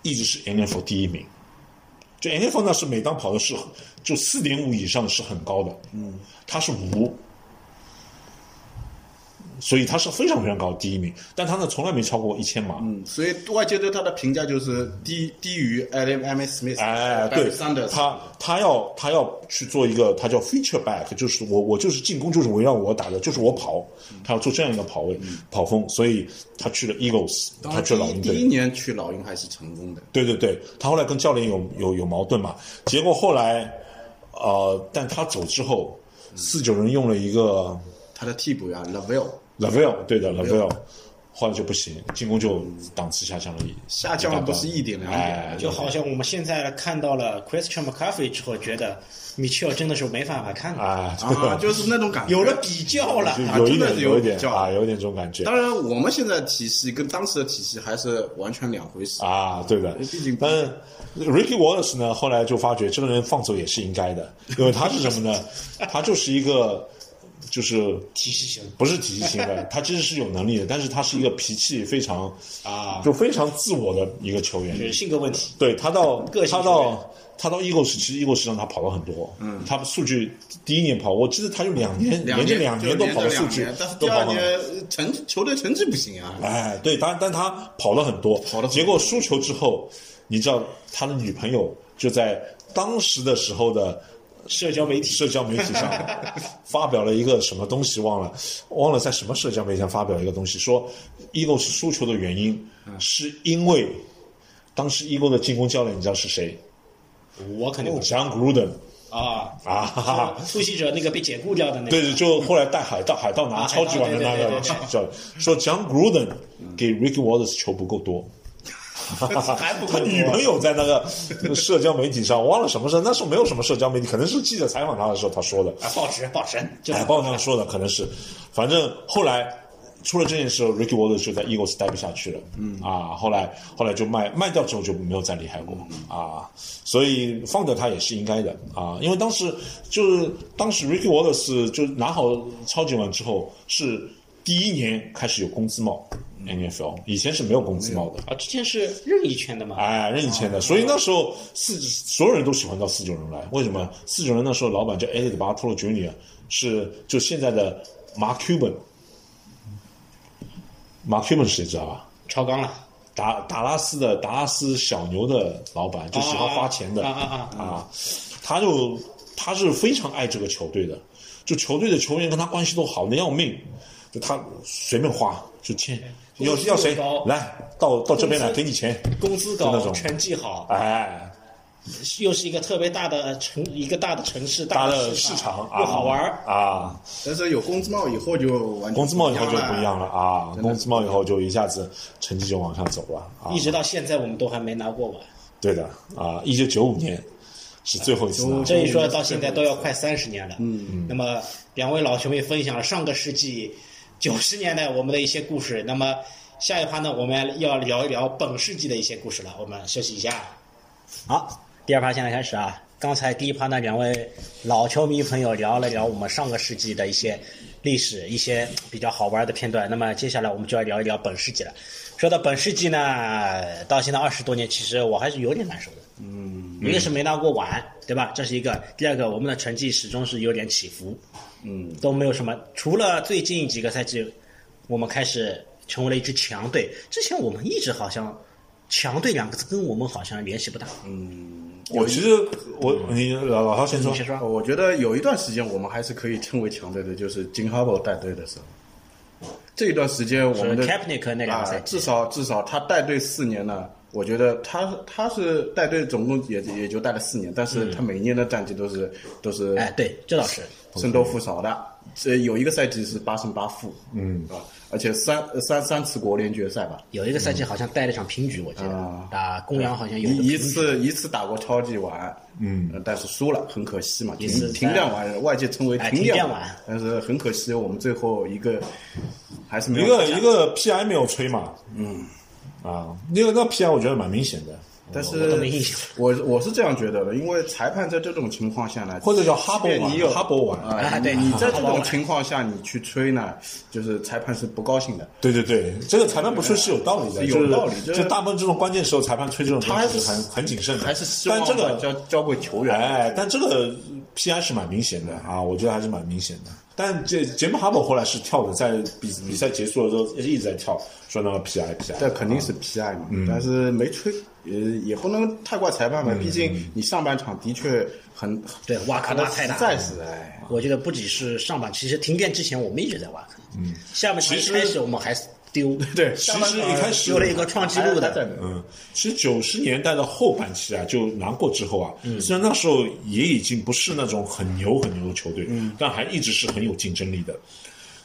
一直是 NFL 第一名。就 NFL 呢是每档跑的是就四点五以上是很高的，嗯，他是五，所以他是非常非常高的第一名，但他呢从来没超过一千码，嗯，所以外界对他的评价就是低低于 Adam M. Smith，呃哎，对 s a n d，他他要他要去做一个，他叫 feature back，就是我我就是进攻就是围绕我打的，就是我跑，他要做这样一个跑位、跑锋，所以他去了 Eagles，他去了老鹰嗯第一队，年去老鹰还是成功的。对对对，他后来跟教练有有有矛盾嘛，结果后来，呃，但他走之后，嗯四九人用了一个他的替补呀 l a v e l Lavelle，对的 Lavelle，后来就不行，进攻就档次下降了一，下降了不是一点两哎点，就好像我们现在看到了 Christian McCaffrey 之后，觉得米切尔真的是没办法看的，啊， [laughs] 啊，就是那种感觉。有了比较了。就啊有一真的点是有一有点比较啊，有一点这种感觉。当然，我们现在体系跟当时的体系还是完全两回事。啊，对的呃毕竟。但 Ricky Wallace 呢，后来就发觉这个人放走也是应该 [laughs] 的，因为他是什么呢？他就是一个就是体系型不是体系型 [laughs] 的，他其实是有能力的，但是他是一个脾气非常啊就非常自我的一个球员，就是性格问题，对他到个性他球员到他到 Eagles，其实 Eagles 让他跑了很多，嗯，他数据第一年跑，我记得他有两年，连着两年都就连跑着了数两据年但是，都第跑二了年呃成球队成绩不行啊，哎，对，但但他跑了很多，了很多结果输球之后，你知道他的女朋友就在当时的时候的社交媒体社交媒体上发表了一个什么东西，忘了忘了在什么社交媒体上发表一个东西，说 Eagles 输球的原因是因为当时 Eagles 的进攻教练你知道是谁我肯定不知？John Gruden 道啊。啊，哈哈。复习者那个被解雇掉的那个，对，就后来带海盗海盗拿啊超级碗的那海个盗对对对教练说，John Gruden 给 Ricky Waters 球不够多，还不够他多女朋友在那个社交媒体上忘了什么事，那时候没有什么社交媒体，可能是记者采访他的时候他说的，啊，报纸报纸就海报上说的可能是，反正后来。出了这件事后，Ricky Waters 就在 Eagles 待不下去了。嗯啊，后来后来就卖卖掉之后就没有再离开过、啊，所以放掉他也是应该的啊，因为当时就是当时 Ricky Waters 就拿好超级碗之后，是第一年开始有工资帽 NFL，以前是没有工资帽的。啊，之前是任意圈的嘛，哎，任意签哦的，所以那时候四所有人都喜欢到四九人来，为什么？四九人那时候老板叫 Eddie Bartolo Jr.，是就现在的 Mark Cuban，Mark Cuban 是谁知道吧？超纲了。达达拉斯的达拉斯小牛的老板，就喜欢花钱的啊啊啊他就他是非常爱这个球队的，就球队的球员跟他关系都好的要命，就他随便花就签，要要谁工资高来到到这边来工资给你钱，工资就那高，种成绩好，哎。又是一个特别大的呃城，一个大的城市，大大的市市场啊，又好玩儿。啊，但是有工资帽以后就完全工资帽以后就了不一样了啊，工资帽以后就一下子成绩就往上走了啊，一直到现在，我们都还没拿过碗。对的啊，一九九五年是最后一次拿啊这一嗯说到现在都要快三十年了。嗯，那么两位老兄也分享了上个世纪九十年代我们的一些故事。那么下一趴呢，我们要聊一聊本世纪的一些故事了。我们休息一下。好，第二趴现在开始啊。刚才第一趴呢，两位老球迷朋友聊了聊我们上个世纪的一些历史，一些比较好玩的片段。那么接下来我们就要聊一聊本世纪了。说到本世纪呢，到现在二十多年，其实我还是有点难受的。嗯，一个是没拿过碗，对吧？这是一个。第二个，我们的成绩始终是有点起伏。嗯，都没有什么，除了最近几个赛季，我们开始成为了一支强队。之前我们一直好像“强队”两个字跟我们好像联系不大。嗯我其实我你老老涛先说你，先说。呃我觉得有一段时间我们还是可以称为强队的，就是金哈勃带队的时候。这一段时间我们的是 Kapnik 那两个赛啊季至少至少他带队四年呢，我觉得他他是带队总共也也就带了四年，但是他每年的战绩都是都是嗯哎，对，这倒是。胜多负少的。这有一个赛季是八胜八负，嗯啊，而且三呃三三次国联决赛吧，有一个赛季好像带了场平局，我记得、嗯啊打公羊好像有个一一平局次一次打过超级碗，嗯，但是输了，很可惜嘛。一停次停电碗，外界称为哎电停电碗但是很可惜，我们最后一个还是没一有个拿下一个 PI 没有吹嘛，嗯啊，那个那 PI 我觉得蛮明显的，但我都是没印象我我是这样觉得的，因为裁判在这种情况下呢，或者叫哈勃碗即便你有哈勃碗啊啊，对你哈勃在这种碗情况下你去吹呢，就是裁判是不高兴的。对对对，这个裁判不吹是有道理的，是有就是道理这就大部分这种关键时候，裁判吹这种东西是很很谨慎的，还是希望但这个交交给球员。哎，但这个 PI 是蛮明显的啊，我觉得还是蛮明显的。但杰杰姆哈勃后来是跳的，在比比赛结束了之后一直在跳，说那个 PI PI。这肯定是 PI 嘛，嗯但是没吹，呃，也不能太怪裁判吧，毕竟嗯你上半场的确很对哇卡纳太大实在是哎，我觉得不只是上半，其实停电之前我们一直在挖坑。嗯，下半场一其实开始我们还丢，对，其实一开始丢了一个创纪录还在的。呢嗯，其实九十年代的后半期啊，就拿过之后啊，虽然那时候也已经不是那种很牛很牛的球队，但还一直是很有竞争力的。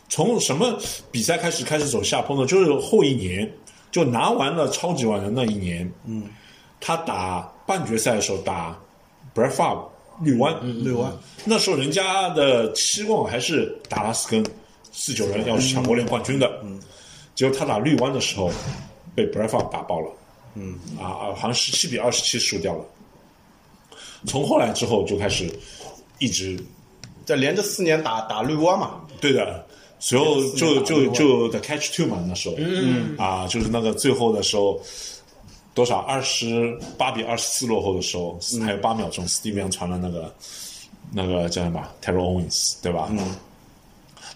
从什么比赛开始开始走下坡呢？就是后一年，就拿完了超级碗的那一年，嗯，他打半决赛的时候打 b r e f a 绿湾，绿湾，那时候人家的期望还是达拉斯跟四九人要抢国联冠军的，嗯，结果他打绿湾的时候被 b r e f a 打爆了，嗯，啊，好像十七比二十七输掉了。从后来之后就开始一直这连着四年打打绿湾嘛，对的，随后就就就 The Catch Two 嘛，那时候，嗯啊，就是那个最后的时候，多少二十八比二十四落后的时候，还有八秒钟，Steve Young 传了那个那个叫什么 t e r r e Owens 对吧？嗯，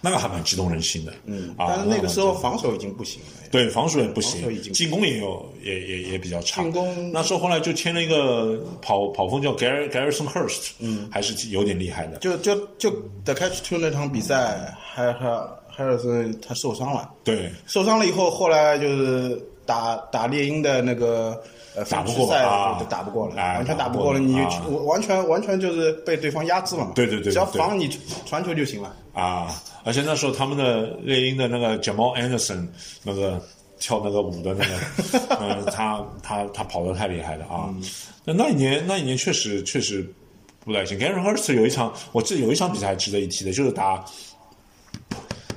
那个还蛮激动人心的，嗯啊，但是那个个时候防守已经不行了，对，防守也不行防守已，经进攻也有也也也比较差。进攻那时候后来就签了一个跑跑锋叫 Gar Garrison Hurst，嗯，还是有点厉害的。就就就 The Catch Two 那场比赛，还还还尔森他受伤了，对，受伤了以后，后来就是打打猎鹰的那个呃打不分过区赛啊就打不过了，哎完全打打不不过过了了，你啊我完全完全就是被对方压制了嘛。对对对只要对防你传球就行了。啊，而且那时候他们的猎鹰的那个 Jamal Anderson 那个跳那个舞的那 [laughs] 个，嗯，他他他跑得太厉害了啊！嗯那、那一年那一年确实确实不太行。Gary Hurst 有一场，我记得有一场比赛还值得一提的，就是打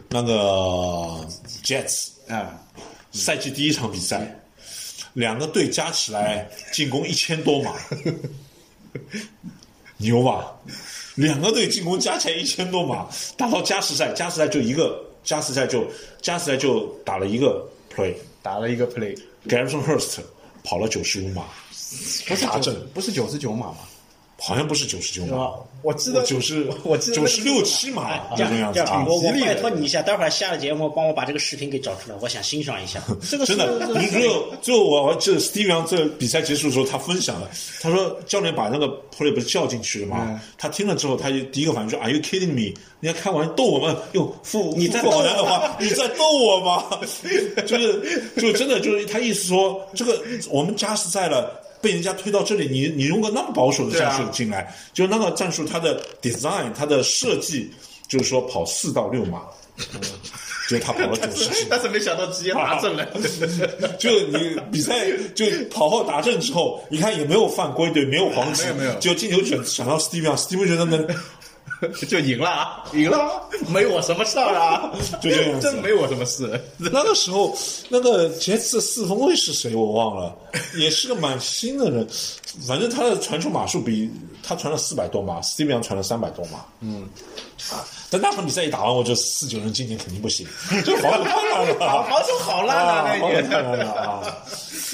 那个 Jets 啊，赛季第一场比赛，两个队加起来进攻一千多码， [laughs] 牛吧？两个队进攻加起来一千多码，打到加时赛，加时赛就一个，加时赛就加时赛就打了一个 play，Garrison 打了一个 play， Hurst 跑了九十五码，不是打正九不是九十九码嘛？好像不是九十九对码吧，？啊我记得九十，我记得九十六七码这这个样样这子样啊啊，！我我激励拜人托你一下，待会儿下了节目帮我把这个视频给找出来，我想欣赏一 [laughs] 下。这个真的，是你最后最后我我记得 Steve Young 这比赛结束的时候，他分享了，他说教练把那个 play 不是叫进去了吗？他听了之后，他就第一个反应说 Are you kidding me？你在开玩笑逗我吗？用复你在复古逗南的我话，你在逗我吗？就是就真的就是他意思说，这个我们加时赛了。被人家推到这里，你你用个那么保守的对战啊术进来，就那个战术它的 design 它的设计，就是说跑四到六码，就是他跑了九十几码但是没想到直接打正了。 [laughs] 就你比赛就跑后打正之后，你看也没有犯规，对，没有黄旗，没有没有 [laughs] 就进球选想到 Steve Young，Steve 觉得能就赢了啊，赢了啊，没我什么事儿啊，就这样子真没我什么事。那个时候，那个杰次四分卫是谁我忘了，也是个蛮新的人，反正他的传球码数比他传了四百多码 s t e v e n 传了三百多码。嗯，啊，但那场比赛一打完，我就四九人今年肯定不行， [laughs] 这防 [laughs] 守太烂了，防防守好烂啊那一防守年太烂了啊。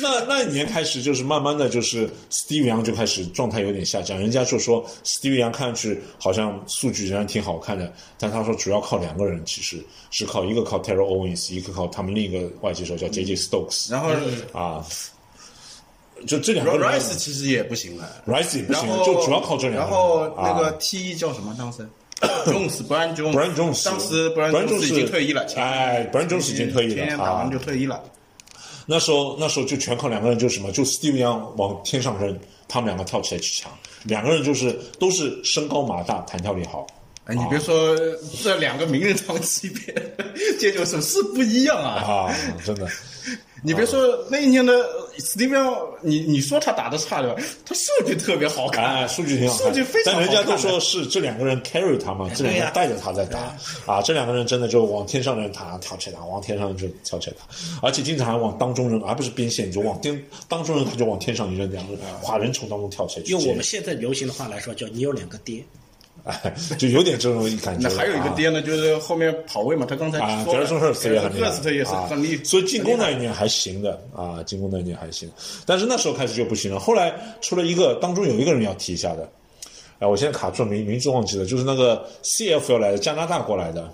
那那一年开始，就是慢慢的就是 Steve Young 就开始状态有点下降，人家就说 Steve Young 看上去好像数据仍然挺好看的，但他说主要靠两个人，其实是靠一个靠 Terrell Owens，一个靠他们另一个外接手叫 JJ Stokes，然后啊，就这两个人 Rice 其实也不行了。 Rice 也不然行，后就主要靠这两个然人。后那个啊 T 一叫什么？当 [coughs] 时 Jones Brian Jones Brian Jones，当时 Brian Jones 已经退役了，前哎，Brian Jones 已经退役了前年打啊完就退役了。那时候那时候就全靠两个人，就是什么，就 Steve Young 往天上扔，他们两个跳起来去抢，两个人就是都是身高马大，弹跳力好。啊哎，你别说这两个名人堂级别接球手是不一样啊！啊，真的，你别说那一年的 Steve Young，你你说他打的差对吧？他数据特别好看，哎，数据挺好看，数据非常好但看人的。家都说是这两个人 carry 他嘛，这两个人带着他在打啊，这两个人真的就往天上人打，跳起来打，往天上就跳起来打，而且经常还往当中扔，而不是边线，就往天当中扔，他就往天上一扔，两个人啊哇，人从当中跳起来去接，用我们现在流行的话来说，叫你有两个爹。哎，就有点这种感觉。那还有一个啊爹呢，就是后面跑位嘛，他刚才啊，说德了莱松赫斯也很厉害，赫斯特也很很厉害，啊所以进攻那一年还行的啊，进攻那一年还行，但是那时候开始就不行了。后来除了一个，当中有一个人要提一下的，哎，我现在卡住了名名字忘记了，就是那个 CFL 来的加拿大过来的，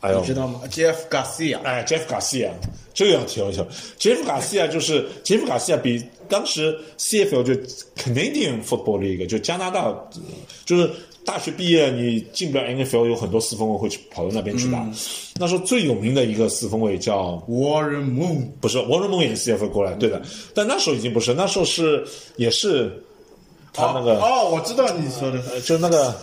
哎呦，你知道吗？ Jeff Garcia，哎，Jeff Garcia，这个要提一下。Jeff Garcia 就是 Jeff Garcia 比当时 CFL 就 Canadian Football League 就加拿大，呃就是大学毕业你进不了 NFL，有很多四分卫会去跑到那边去打。嗯那时候最有名的一个四分卫叫 Warren Moon，不是王仁梦也是 CFL 过来，对的，但那时候已经不是，那时候是也是他那个。哦，我知道你说的，呃就那个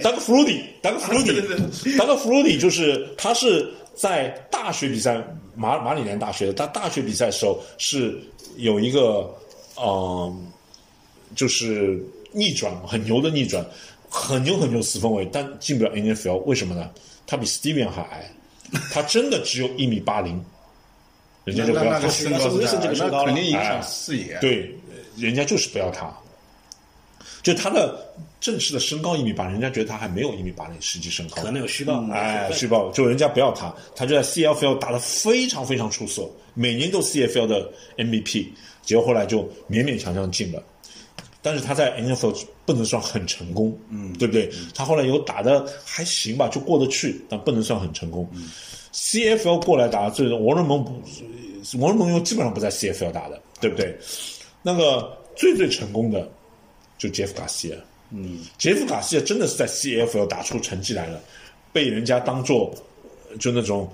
Doug Flutie，Doug [laughs] 对对 Flutie，Doug Flutie 就是他是在大学比赛马马里兰大学，他大学比赛的时候是有一个嗯、呃就是逆转很牛的逆转，很牛很牛四分卫，但进不了 NFL，为什么呢？他比 Steven 还矮，他真的只有一米八零，人家那就不要那看个身高是那是 Wilson 这个身高那了肯定影哎响视野。，对，人家就是不要他，就他的正式的身高一米八，人家觉得他还没有一米八零实际身高，可能有虚报哎，虚报，就人家不要他，他就在 CFL 打得非常非常出色，每年都 CFL 的 MVP，结果后来就勉勉强强进了。但是他在 NFL 不能算很成功，嗯，对不对？他后来有打的还行吧，就过得去，但不能算很成功。CFL 过来打，这王仁蒙不，王仁蒙又基本上不在 CFL 打的，对不对？那个最最成功的就杰夫·卡西尔，嗯，杰夫·卡西尔真的是在 CFL 打出成绩来了，被人家当做就那种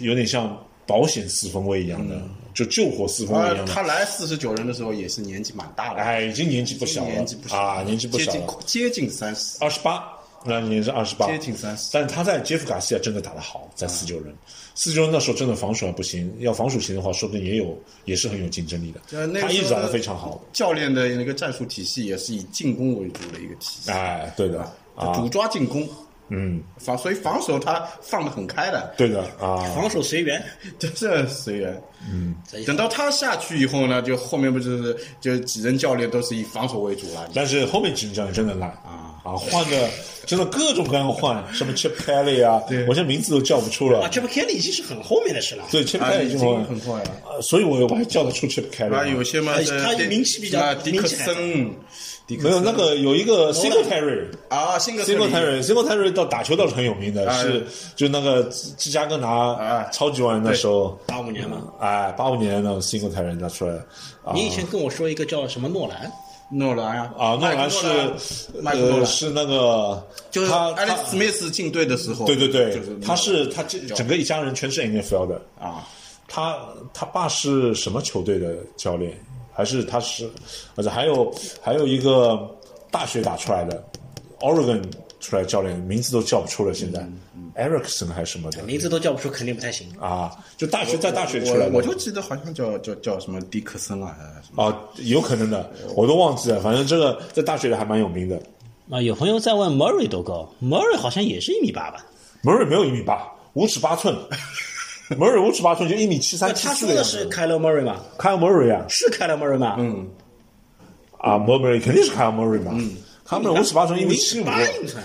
有点像保险四分卫一样的，就救火四分卫一呃样，的。嗯他来四十九人的时候也是年纪蛮大的，哎，已经年纪不小了，年纪不小啊，年纪不接小近了，接近三十。二十八，那年是二十八，接近30嗯但是他在杰夫卡西亚真的打得好，在四九人，四九人那时候真的防守还不行，要防守行的话，说不定也有也是很有竞争力的。呃那个他一直时候打得非常好，教练的那个战术体系也是以进攻为主的一个体系，哎，对的就啊主，抓进攻，嗯，防所以防守他放得很开的，对的啊，防守随缘，这随缘。嗯，等到他下去以后呢，就后面不就是就几任教练都是以防守为主了。但是后面几名教练真的烂啊啊，换的真的各种各样换，什么 Chip Kelly 啊，我现在名字都叫不出啊了。 ，Jeff Kelly 已经是很后面的事了。对，Chip 啊 Kelly 已已经经很快了呃所以我我还叫得出 Chip Kelly 啊，吗。有些嘛，哎是他迪名气比较啊迪克森，迪克没有那个有一个 Nolan Singletary 啊，辛格特里 Singletary，Singletary 到打球倒是很有名的，啊是就那个芝加哥拿啊超级碗那时候，八五年嘛，哎，八五年那 Singletary 拿出来，啊你以前跟我说一个叫什么诺兰，诺兰啊，啊，诺麦克兰是麦克诺呃兰，是那个就是他艾利他斯史密斯进队的时候，对对对就是，他是他这整个一家人全是 NFL 的，啊，他他爸是什么球队的教练？还是他是，而且还有还有一个大学打出来的 Oregon 出来的教练，名字都叫不出了，现在、Erickson 嗯还是什么的名字都叫不出，肯定不太行。啊？就大学在大学出来哎我的，我就记得好像叫叫叫什么迪克森啊，还是什么啊，有可能的，我都忘记了，反正这个在大学里还蛮有名的。啊，有朋友在问 Murray 多高，Murray 好像也是一米八吧？门瑞没有一米八，五尺八寸。门瑞五尺八寸就一米七 [laughs] 那三，他74说的的样是子。凯 y 莫瑞吗？凯尔莫瑞啊，是凯 y 莫瑞吗？嗯，啊，莫瑞肯定是凯尔莫瑞嘛。凯尔莫瑞五尺八寸，一米七五八英寸，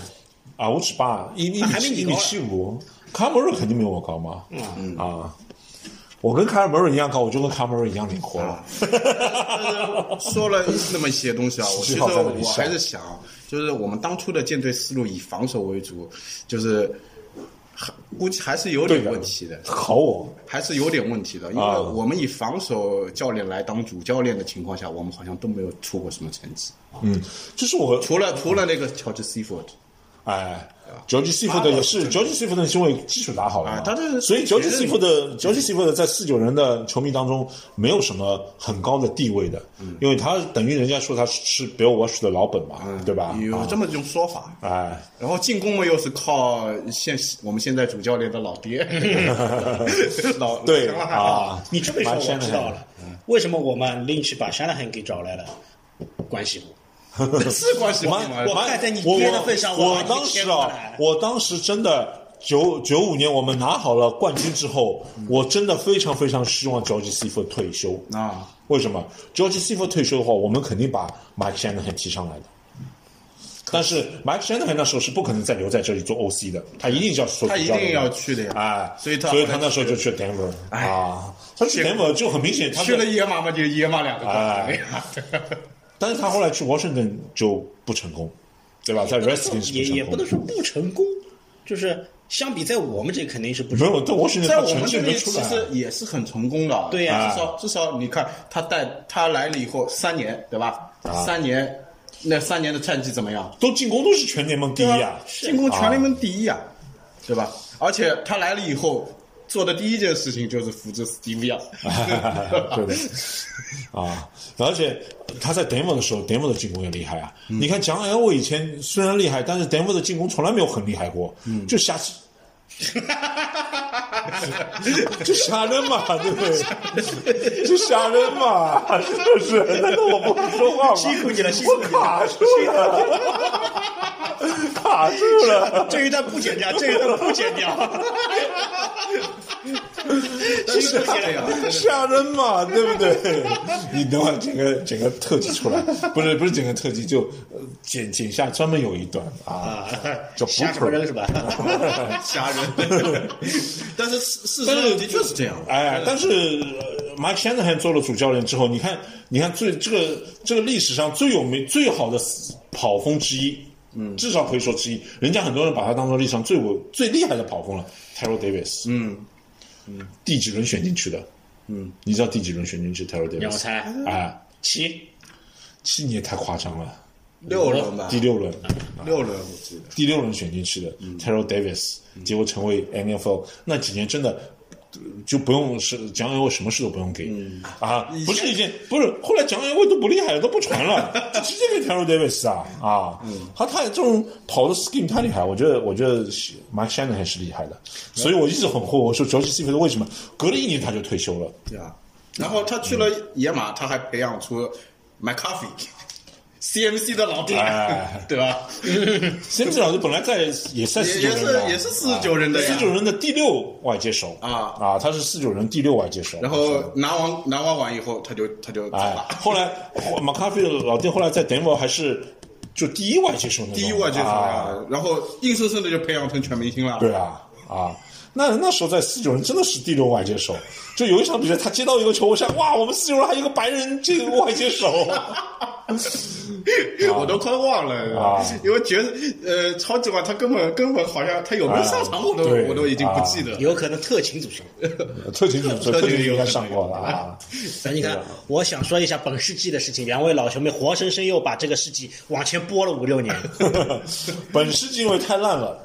啊，五尺八，一一米还没七你一高米啊七五。凯尔莫瑞肯定没有我高嘛。嗯啊，我跟凯尔莫瑞一样高，我就跟凯尔莫瑞一样灵活了。嗯 [laughs] 说了那么一些东西啊，我其十实七号在那里我笑还是想，就是我们当初的建队思路以防守为主，就是还估计还是有对点的问题的，考我还是有点问题的，因为啊我们以防守教练来当主教练的情况下，我们好像都没有出过什么成绩，嗯就是我除了除了那个乔治 C 弗 d 哎。乔治·西弗的也是，乔治·西弗的是因为基础打好了嘛啊，但是所以乔觉治·得西弗的乔治·西弗的在四九人的球迷当中没有什么很高的地位的，嗯因为他等于人家说他是吃 Bill Walsh 的老本嘛，对吧？嗯啊有这么一种说法。哎，然后进攻嘛，又是靠现我们现在主教练的老 [laughs] 爹，老对老乡了啊，你这么一说，我 Mike 知 Shanahan 嗯道了，为什么我们 Lynch 把 Shanahan 给找来了，关系户。是关系吗？蛮我蛮看在你我爹的份上我我把你当时牵过啊来，我当时真的九九五年我们拿好了冠军之后，我真的非常非常希望 George s e f o r 退休。啊，为什么 George s e f o r 退休的话，我们肯定把 Mike Shanahan 提上来的。但是 Mike Shanahan 那时候是不可能再留在这里做 OC 的，他一定要做主教他练一定的，要去的呀哎，所以他所以他那时候就去 Denver 啊，他去 Denver 就很明显，他去的了野马嘛，就野马两个啊冠军但是他后来去 Washington 就不成功，对吧？在 Redskins 也也不不成功能说不成功，就是相比在我们这肯定是不没成有，功。但我选择 [laughs] 在他我成们绩这没里出其来啊。实也是很成功的，对呀至少至少你看他带他来了以后三年，对吧？啊三年，那三年的战绩怎么样？都进攻都是全联盟第一啊！进攻全联盟第一啊，对吧？而且他来了以后做的第一件事情就是扶持 Steve Young， [laughs] 对的，啊，而且他在 Denver 的时候，Denver 的进攻也厉害啊。嗯你看蒋 L 我以前虽然厉害，但是 Denver 的进攻从来没有很厉害过，嗯就瞎 [laughs] 吃。就瞎扔嘛，对不对？就瞎扔嘛，是不是？难道我不说话吗？辛苦你了辛苦我你了卡住了，卡住了。这一段不剪掉，这一段不剪掉。是这样。吓人嘛，对不对？你等会儿整个整个特辑 [laughs] 出来，不是不是整个特辑，就呃剪剪下专门有一段啊，叫瞎什 b 么 o 扔是吧？吓人，但是事事实但是上的确是这样。哎，但是呃 Mike Shanahan 做了主教练之后，你看，你看最这个这个历史上最有名、最好的跑锋之一，嗯，至少可以说之一。人家很多人把他当做历史上最伟最厉害的跑锋了，Terrell Davis，嗯嗯，第几轮选进去的？嗯，你知道第几轮选进去 Terrell Davis？让我猜哎，七，七年太夸张了，六轮吧，第六轮，六轮我记得。第六轮选进去的嗯 Terrell Davis，结果成为 NFL 那几年真的。呃就不用是蒋伟，我什么事都不用给、嗯啊！不是以前不是，后来蒋伟都不厉害了，都不传了， [laughs] 就直接给 Terrell Davis 啊啊！嗯他太这种跑的 scheme 太厉害，我觉得我觉得 Mike Shannon 还是厉害的，所以我一直很惑，我说 George s t e p h e 为什么隔了一年他就退休了？对啊，然后他去了野马，他还培养出 McCaffrey。CMC 的老爹，哎对 [laughs] 吧？ Sims 老师本来在也在也四九也人是的也是四十九人的呀四九人的第六外接手啊啊，他是四九人第六外接手，然后拿完拿完完以后，他就他就走哎了，。后来后马咖啡的老爹后来在 Denver 还是就第一外接手那种，第一外接手啊，呀，然后硬生生的就培养成全明星了。对啊啊。那那时候在四九人真的是第六外接手，就有一场比赛他接到一个球，我想哇，我们四九人还有一个白人这个外接手， [laughs] 我都快忘了，啊因为觉得呃，超级碗他根本根本好像他有没有上场我都、哎对我都已经不记得了。有可能特勤组成。特勤组特特勤勤有应该上过了啊。咱你看，我想说一下本世纪的事情。两位老兄妹活生生又把这个世纪往前拨了五六年。本世纪因为太烂了，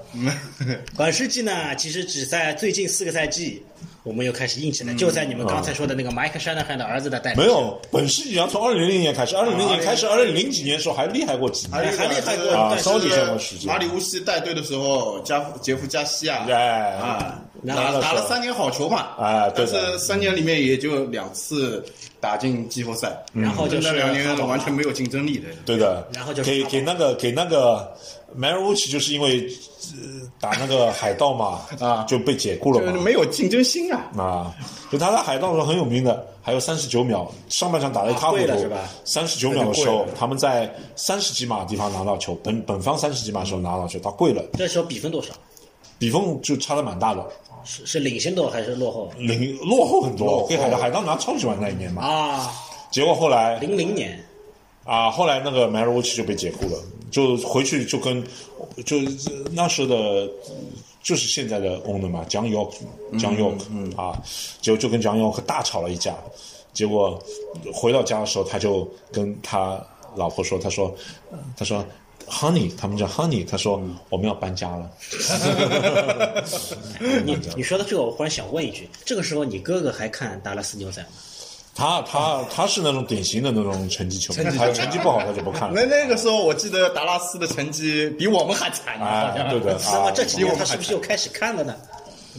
本世纪呢，其实只在最近四个赛季，我们又开始硬起来，就在你们刚才说的那个 Mike Shanahan 的儿子的带领没，有本世纪要从二零零年开始，二零零年开始，二零零几年的时候还厉害过几还年，还厉害过啊但是稍微有点时间马里乌西带队的时候，加夫杰夫加西亚，哎啊，然打后打了三年好球嘛，啊对但的是三年里面也就两次打进季后赛，嗯然后就是那两哈年登完全没有竞争 [laughs] 力的。对的，然后就是给他给那个给那个 m a r u c h 就是因为、呃打那个海盗嘛，啊就被解雇了就是嘛，没有竞争心啊！啊，就他在海盗的时候很有名的，还有三十九秒，上半场打得一塌糊啊跪了涂是吧，三十九秒的时那就候跪了，他们在三十几码的地方拿到球，本本方三十几码的时候拿到球，他跪了，这时候比分多少？比分就差的蛮大的，是是领先多还是落后？领落后很落多，后给海盗海盗拿超级碗那一年嘛，啊，结果后来零零年啊，后来那个 m a r u c h 就被解雇了，就回去就跟就那时的，就是现在的 owner 嘛，江 York，江 York，啊，结果就跟江 York 大吵了一架，结果回到家的时候，他就跟他老婆说，他说，他说。Honey，他们叫 Honey，他说、我们要搬家了。你你说到这个，我忽然想问一句：这个时候你哥哥还看达拉斯牛仔吗？他他他是那种典型的那种成绩球迷，成绩球他迷成绩不好他就不看了。那那个时候，我记得达拉斯的成绩比我们还惨呢，好啊，像对的。那么啊这几年他是不是又开始看了呢？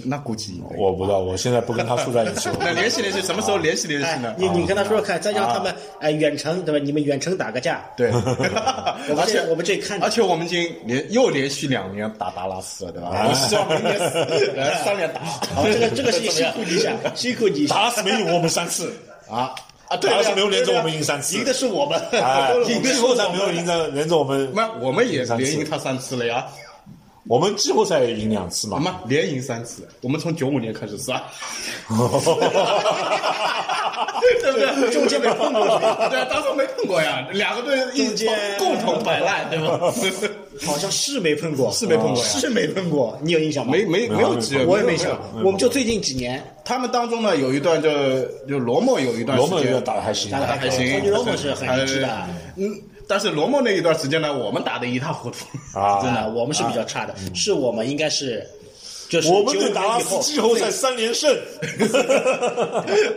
那估计我不知道，我现在不跟他住在一起。我那联系联系，什么时候联系联系哎呢，？你你跟他说说看，再让他们哎远程对吧？你们远程打个架， [laughs] 对，我们而这且我们这看着而且我们已经连又连续两年打达拉斯了，对吧？啊我希望明年四来三连打。好，这个这个事情辛苦你一下，辛苦你一 [laughs] 达下。拉斯没赢我们三次， [laughs] 啊啊！对达啊，拉斯没有连着我们赢三次，赢的是我们， [laughs] 哎， [laughs] 赢的季是后我赛没有们。赢着连着我们，那我们也三次连赢他三次了呀，我们季后赛也赢两次我嘛们。连赢三次，我们从九五年开始 [laughs] 算，对不对？中间没碰过谁对啊，当时没碰过呀，两个队一中间共同摆烂，对吧？好像是没碰过，是没碰过呀是没碰过，你有印象吗？没没没有机会，我也没有想有。，我们就最近几年他们当中呢，有一段就就罗默有一段罗时默间也打的还行，打得还托行，尼罗默是很理智的呃嗯，但是罗默那一段时间呢，我们打得一塌糊涂。 [laughs] 啊 [laughs] 真的，我们是比较差的，是我们应该是，就是我们95对达拉年以斯后季后赛三连胜，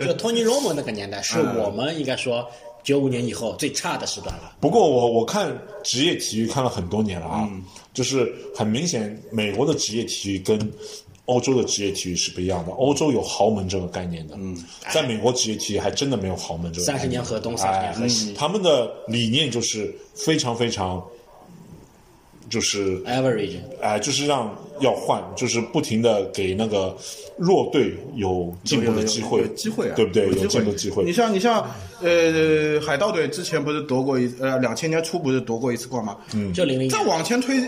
就托尼罗姆那个年代，是我们应该说九五年以后最差的时段了。不过我我看职业体育看了很多年了嗯啊，就是很明显，美国的职业体育跟欧洲的职业体育是不一样的。欧洲有豪门这个概念的，嗯，在美国职业体育还真的没有豪门这个概30念。年河东30年河西哎他们的理念就是非常非常，就是 Average，哎、就是让要换，就是不停的给那个弱队有进步的机会，有机会啊，对不对？有进步的机你会。像你像呃，海盗队之前不是夺过一呃，两千年初不是夺过一次冠吗？嗯，就零零再往前推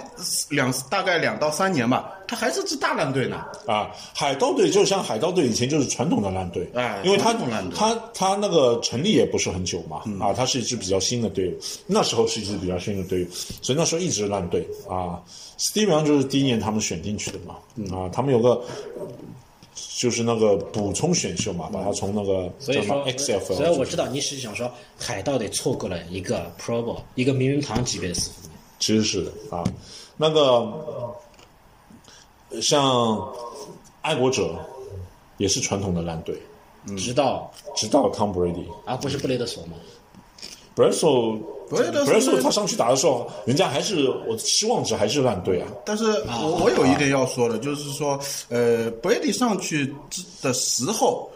两大概两到三年吧，他还是支大烂队呢。啊，海盗队就像海盗队以前就是传统的烂队，哎因为他传统烂队他他那个成立也不是很久嘛，嗯啊，他是一支比较新的队伍，那时候是一支比较新的队伍，所以那时候一直烂队啊。Steve Young 就是第一年他们选进去的嘛，嗯啊，他们有个就是那个补充选秀嘛，把他从那个嗯所叫以什么说， XFL，所以我知道你是想说，海盗得错过了一个 Pro Bowl，一个名人堂级别的四分卫其实是的啊，那个像爱国者也是传统的烂队，直到直到 Tom Brady。啊，不是布雷德索吗？ b r e s s o b Bledsoe r e s s o 他上去打的时候，人家还是我期望值还是烂队啊。但是我我有一点要说的，就是说，呃，b r a d y 上去之的时候，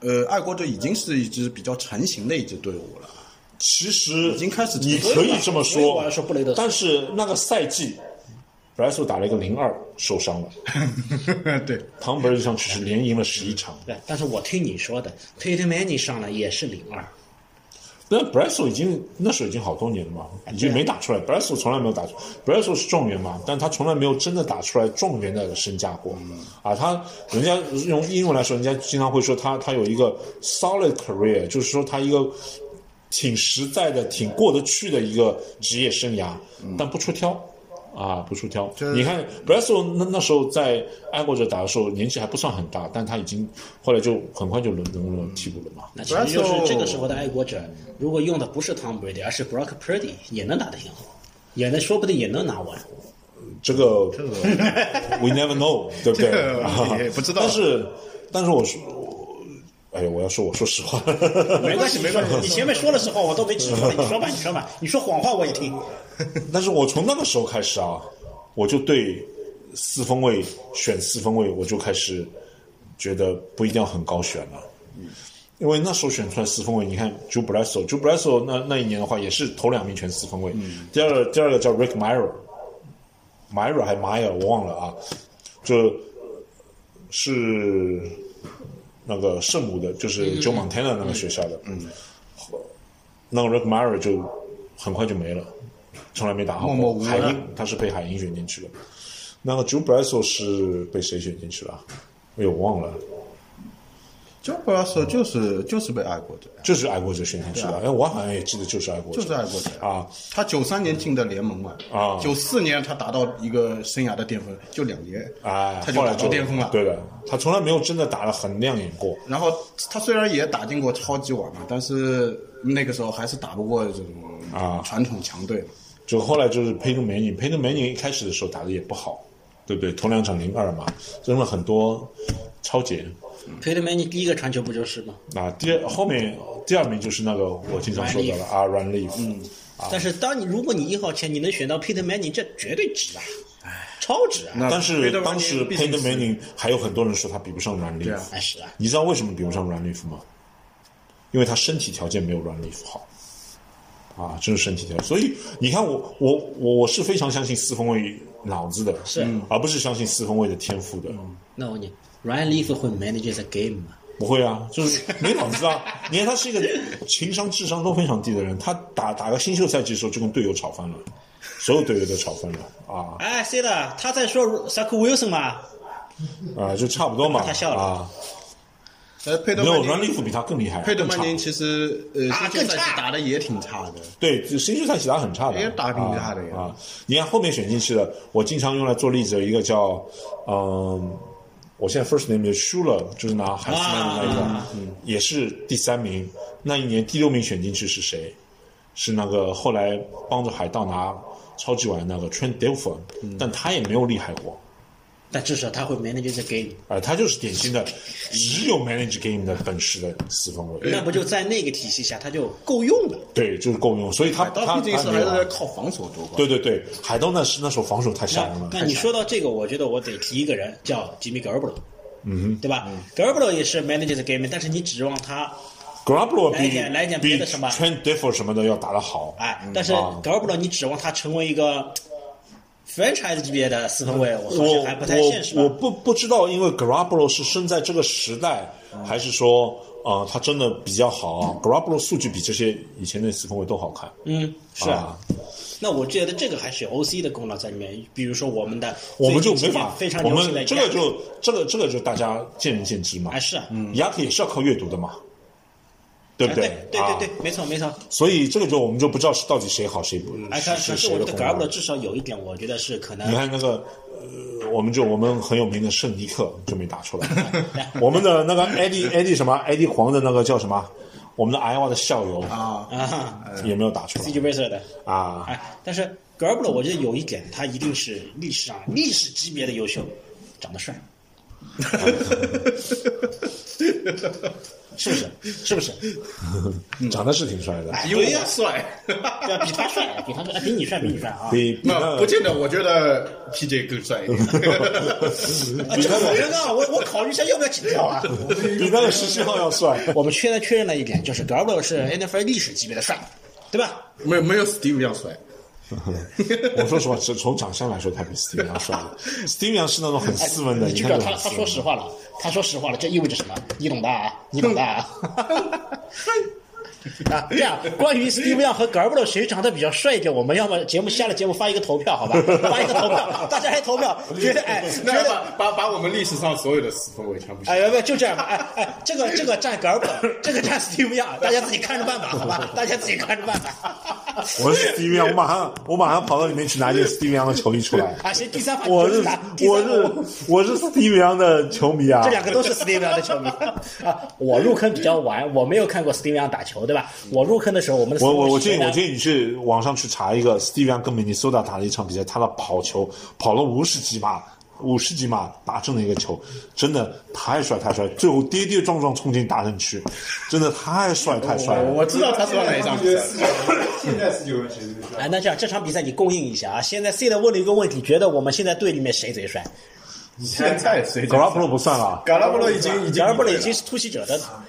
呃，爱国者已经是一支比较成型的一支队伍了。其实已经开始你可以这么所以我说要说布雷德，但是那个赛季 b r e s s o 打了一个零二受伤了 [laughs] 对， ，Tom Brady 上去是连赢了十一场。对，但是我听你说的 t a t u m a n y 上来也是零二，那 b r e s s o 已经那时候已经好多年了嘛，已经没打出来。b r e s s o 从来没有打出 b r e s s o 是状元嘛，但他从来没有真的打出来状元的身价过。啊，他人家用英文来说，人家经常会说他他有一个 solid career，就是说他一个挺实在的、挺过得去的一个职业生涯，但不出挑。啊，不出挑。你看 b r e s s o 那那时候在爱国者打的时候，年纪还不算很大，但他已经后来就很快就沦沦落替补了嘛。那其实就是这个时候的爱国者，如果用的不是 Tom Brady，而是 Brock Purdy，也能打得挺好，也能说不定也能拿完。这个 we [laughs] never know，对不这对个我们也？不知道但是，但是我说，我哎呀，我要说，我说实话，没关系，没关系。你前面说了实话，我都没直说，你说吧，你说吧，你说谎话我也听。但是我从那个时候开始啊，我就对四分卫选四分卫，我就开始觉得不一定要很高选了。因为那时候选出来四分卫，你看 Joe Brasso，Joe Brasso 那那一年的话也是头两名全四分卫，嗯第二个第二个叫 Rick Myra，Myra 还 Myra 我忘了啊，就是那个圣母的，就是嗯 Joe Montana 那个学校的，嗯，那个 Rick Myra 就很快就没了，从来没打好过，默默无闻海鹰他是被海鹰选进去的，那个 Joe Brasso 是被谁选进去了啊？哎呦，我忘了。就不要嗯说就是就是被爱国者，就是爱国者选上去的，哎、我好像也记得就是爱国者，啊就是爱国者啊。他九三年进的联盟嘛，啊九四年他达到一个生涯的巅峰，就两年，哎，他就后来达就到巅峰了。对的，他从来没有真的打得很亮眼过。然后他虽然也打进过超级碗嘛，但是那个时候还是打不过这种啊传统强队嘛。就后来就是佩顿梅尼，佩顿梅尼一开始的时候打得也不好，对不对？头两场零二嘛，扔了很多超节。佩德梅尼第一个传球不就是吗？那第二后面第二名就是那个我经常说到的啊，Run Leaf，嗯但是当你如果你一号签，你能选到 Peter Manning，这绝对值啊，超值啊！但是 Peyton Manning 当时毕佩竟顿是梅尼还有很多人说他比不上 Run 对 Leaf，啊哎是啊，你知道为什么比不上阮利夫吗？因为他身体条件没有阮利夫好，啊，这是身体条件。所以你看我，我我我是非常相信四分卫脑子的，是嗯而不是相信四分卫的天赋的。那我问你，Ryan Leaf 会 manage the game 吗？不会啊，就是没脑 [laughs] 子啊！你看他是一个情商、智商都非常低的人，他打打个新秀赛季的时候就跟队友吵翻了，所有队友都吵翻了啊哎，C 的，他在说 Zach Wilson 嘛？啊，就差不多嘛。他笑了啊，呃，佩德没曼有宁阮利夫比他更厉害，佩德更曼差宁其实呃，啊新秀赛更差季打的也挺差的。对，就新秀赛其他很差的，也打挺差哎的呀啊啊。你看后面选进去的，我经常用来做例子，有一个叫嗯，我现在 first name 就 Schuler，就是啊拿海斯曼的那一个，啊嗯，也是第三名。那一年第六名选进去是谁？是那个后来帮着海盗拿超级碗的那个 Trent d e l f o 嗯 n 但他也没有厉害过。但至少他会 manage the game，啊、他就是典型的只有 manage game 的本事的四分卫，哎那不就在那个体系下他就够用了？对，就是够用，所以他他他毕竟是他还没有啊是靠防守夺冠。对对对，海盗那是那时候防守太吓人了那，那你说到这个，我觉得我得提一个人，叫吉米· g a r b 嗯，对吧 g a r b 也是 manage the game，但是你指望他 g r a b l o 来一比点来一点别比的什么 Trent d i f f e 什么的要打得好，哎，但是啊 g a r b l 你指望他成为一个 franchise 级别的四分卫，我好像还不太现实我吧我不不知道，因为 g r a b l o 是生在这个时代，嗯还是说呃他真的比较好啊 g r a b l o 数据比这些以前的四分卫都好看，嗯，是啊，那我觉得这个还是有 OC 的功劳在里面，比如说我们的我们最就近没几年法，非常我流行的们这个 Yak 就这个这个就大家见仁见智嘛，哎是啊嗯，雅克也是要靠阅读的嘛，对哎不对对啊对对，没错没错。所以这个就我们就不知道是到底谁好谁不，哎，可是可是是谁我的觉得功 g a r b 劳 l 至少有一点，我觉得是可能你看那个，呃，我们就我们很有名的圣尼克就没打出来， [laughs] 我们的那个艾迪艾迪什么艾迪黄的那个叫什么，我们的 Iowa 的校友啊，啊也没有打出，CJ 来 Racer 的。啊。哎，但是 g a r b l 我觉得有一点，他一定是历史上历史级别的优秀，长得 [laughs] 帅，是不是？是不是？长得是挺帅哎的，比我哎帅。对啊，比 [laughs] 他帅，比他帅，比你帅，比你帅啊！比比那那不见得，我觉得 PJ 更帅一 [laughs] 点。比那我个觉得啊我我考虑一下要不要请教 [laughs] 啊。比那个十七号要帅。 [laughs] 我们确认确认了一点，就是 g a r b l 是 NFL 历史级别的帅，对吧？没有没有 Steve 要帅。我说实话，只从长相来说，他比 Steve 要帅的。Steve 要是那种很斯文的，哎你知一看道就他很斯他文说实话了，他说实话了，这意味着什么？你懂的啊，你懂的 [laughs] 啊。啊，这样，关于 Steve Young 和 g a r b l 谁长得比较帅一点，我们要么节目下了节目发一个投票，好吧？发一个投票，大家来投票，觉得哎，觉那得把把把我们历史上所有的四分卫全部。哎呀，不就这样吧，哎哎，这个这个占格尔本，这个占 Steve Young，大家自己看着办吧，好吧，大家自己看着办吧。我是 Steve，Young，我马上我马上跑到里面去拿一件 Steve Young 的球衣出 [laughs] 来。啊，谁第三发我就是他，第我三发是我是 Steve Young 的球迷啊这，两个都是 Steve Young 的球 [laughs] 迷啊。我入坑比较晚，我没有看过 Steve Young 打球，对吧？我入坑的时候，我们的嗯我我我建议呢我建议你去网上去查一个 Steve Young 跟 Minnesota 打了一场比赛，他的跑球跑了五十几码，五十几码打正的一个球，真的太帅太帅！最后跌跌撞撞冲进达阵区，真的太帅太帅了！我知道他说哪一场比赛。现在四九人谁最帅？哎，那这样这场比赛你供应一下啊！现在 C 的问了一个问题，觉得我们现在队里面谁最帅？现在谁？格拉布罗不算了，嘎拉布罗已经已经加尔布雷已经是突袭者的，啊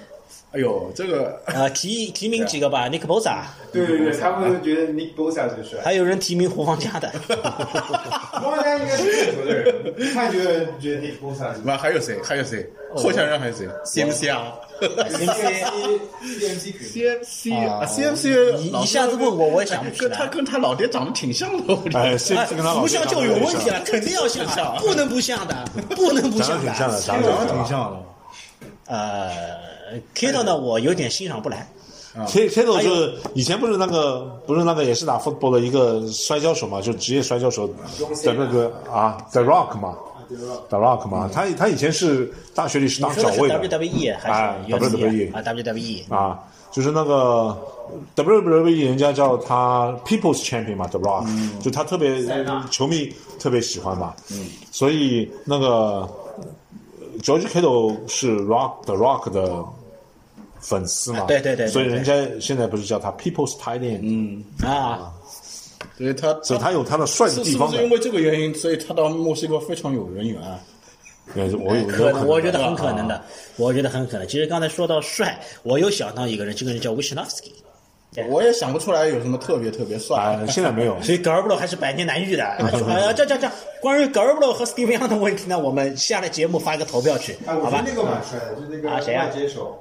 哎呦，这个呃，提提名几个吧，尼克波萨，对对对，他们都觉得 Nick Bosa 最帅。还有人提名胡 [laughs] 方家的，波山应该是最球的人，一看就觉得 Nick Bosa 最帅。完还有谁？还有谁？候选人还有谁？CMC 啊 CMC CMC 可以， ，CMC 啊你，CMC 一下子问我，我也想不起跟 [laughs] 他来。跟他老爹长得挺像的，我觉哎，得。现在跟他老不师像就有问 [laughs] 题了，肯定要像啊，不能不像的，不能不长得像挺像的，的。长得挺像的。像的。呃 k i d o 呢，我有点欣赏不来。 K K 斗就是以前不是那个不是那个也是打 football 的一个摔跤手嘛，就职业摔跤手，在那个啊，The Rock 嘛，The Rock 嘛，他他以前是大学里是打说脚的是位 WWE 还哎是 UFC WWE 啊？WWE 啊，就是那个 WWE 人家叫他 People's Champion 嘛，The Rock，、就嗯他特别球迷特别喜欢嘛，所以那个 George Kittle 是 Rock The Rock 的粉丝嘛，啊对对对对所以人家现在不是叫他 People's Tight End，嗯，啊，所以他所以他有他的帅的是地是不方是的，因为这个原因，所以他到墨西哥非常有人缘啊？也是我有可有能我觉得很可能的，我觉得很可能。其实刚才说到帅，我又想到一个人，这个人叫 Wishnowski，我也想不出来有什么特别特别帅啊，。现 [laughs] 在没有，所以 Garblo 还是百年难遇的。呃，这这这，关于 Garblo 和 Steve Young 的问题呢，我们下了节目发一个投票去，哎，我觉得好吧那？个蛮帅的，就那个啊谁啊外接手，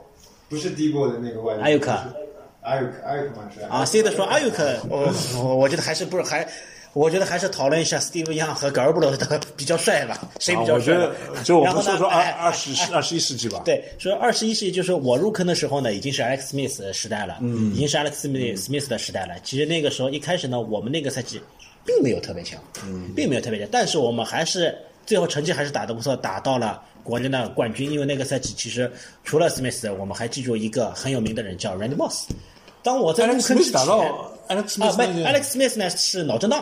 不是 d 波的那个外接手。艾尤克艾尤克，艾尤克蛮帅。啊，C 的说 Ayuk，我我我觉得还是不是还。我觉得还是讨论一下 Steve Young 和 Garblo 的比较帅吧，谁啊比较我帅觉吧？得就我然后们呢说啊说二哎二十二十一世纪吧，对，说二十一世纪就是我入坑的时候呢，已经是 Alex Smith 时代了，嗯，已经是 Alex Smith Smith 的时代了。其实那个时候一开始呢，我们那个赛季并没有特别强，嗯，并没有特别强，但是我们还是最后成绩还是打得不错，打到了国内的冠军。因为那个赛季其实除了 Smith，我们还记住一个很有名的人叫 Randy Moss。当我在入 Alex 坑之 Smith 前，打到 Alex 啊， Smith 没那个 Alex Smith 呢是脑震荡，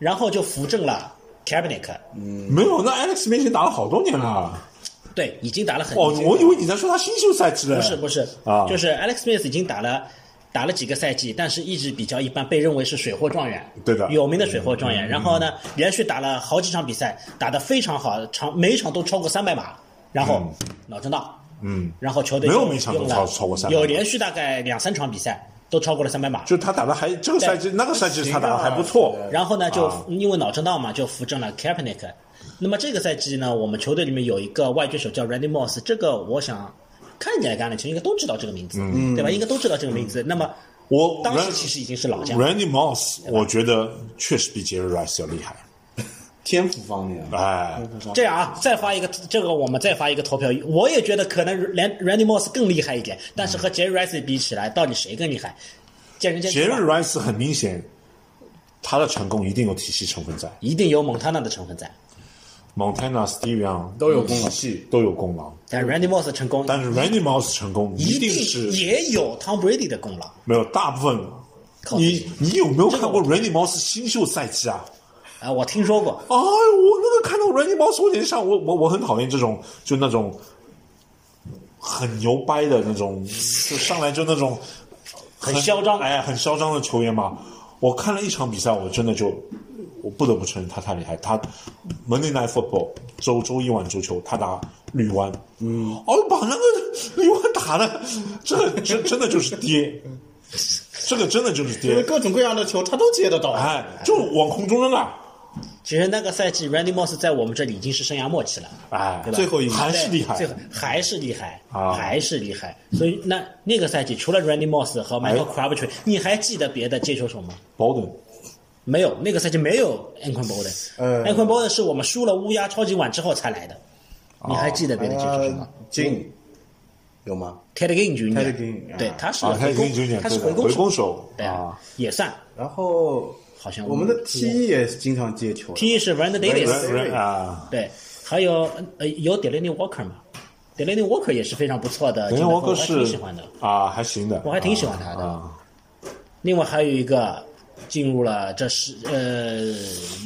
然后就扶正了 k a b i n e t 没有，那 Alex 面前打了好多年了。对，已经打了很哦已，经我以为你在说他新秀赛季呢。不是不是啊就是 Alex Smith 已经打了打了几个赛季，但是一直比较一般，被认为是水货状元，对的嗯有名的水货状元。然后呢，连续打了好几场比赛，打得非常好，场每一场都超过三百码，然后脑震荡，嗯，然后球队没有用每场都用了超超过300码有连续大概两三场比赛都超过了三百码，就他打的还这个赛季那个赛季他打的还不错。然后呢，就啊因为脑震荡嘛，就扶正了 Kaepernick。那么这个赛季呢，我们球队里面有一个外接手叫 Randy Moss，这个我想看起来橄榄球应该都知道这个名字，对吧？应该都知道这个名字。那么嗯我当时其实已经是老将， Randy Moss，我觉得确实比杰瑞 Rice 要厉害。天赋方面，哎，这样啊，再发一个这个，我们再发一个投票。我也觉得可能连 Randy Moss 更厉害一点，但嗯是和 Jerry Rice 比起来，到底谁更厉害？见仁见杰智瑞吧。 Rice 很明显，他的成功一定有体系成分在一定有蒙塔纳的成分在， ，Montana、Steve Young 都有功劳体系都有功劳。但 Randy Moss 成功，嗯但是 Randy Moss 成功一定定是也有 Tom Brady 的功劳。没有大部分。靠自己你你有没有看过这个 Randy Moss 新秀赛季啊？啊，我听说过，哎呦，我那个看到 Randy Moss，我脸上，我我我很讨厌这种，就那种很牛掰的那种，就上来就那种很嚣张哎，很嚣张的球员嘛。我看了一场比赛，我真的就，我不得不承认他太厉害。他 Monday Night Football 周周一晚足球，他打绿湾，嗯，哦，把那个绿湾打的，这个真真的就是爹，这个真的就是因为爹， [laughs] 各种各样的球他都接得到。哎，就往空中扔啊，其实那个赛季 Randy Moss 在我们这里已经是生涯末期了，哎对，吧？最后一名还是厉害，最后还是厉害，啊还是厉害。所以那那个赛季除了 Randy Moss 和 Michael Crabtree，、你还记得别的接球手吗？保等。没有，那个赛季没有 a n q u a n Bolden。呃 a n q u a n Bolden 是我们输了乌鸦超级碗之后才来的。你还记得别的接球手吗啊进有吗？ ？Ted Ginn Jr. Ted Ginn，啊对，他是啊，他回已攻经九，年他是对的攻回攻手，对啊啊，，也算。然后好像我们的 T E 也经常接球。 T E 是 Randy Davis，人人啊，对，还有呃有 Delaney Walker 嘛，Delaney Walker 也是非常不错的等进于攻锋，沃克我还挺喜是欢的。啊，还行的，我还挺喜欢他的啊，另外还有一个进入了这是呃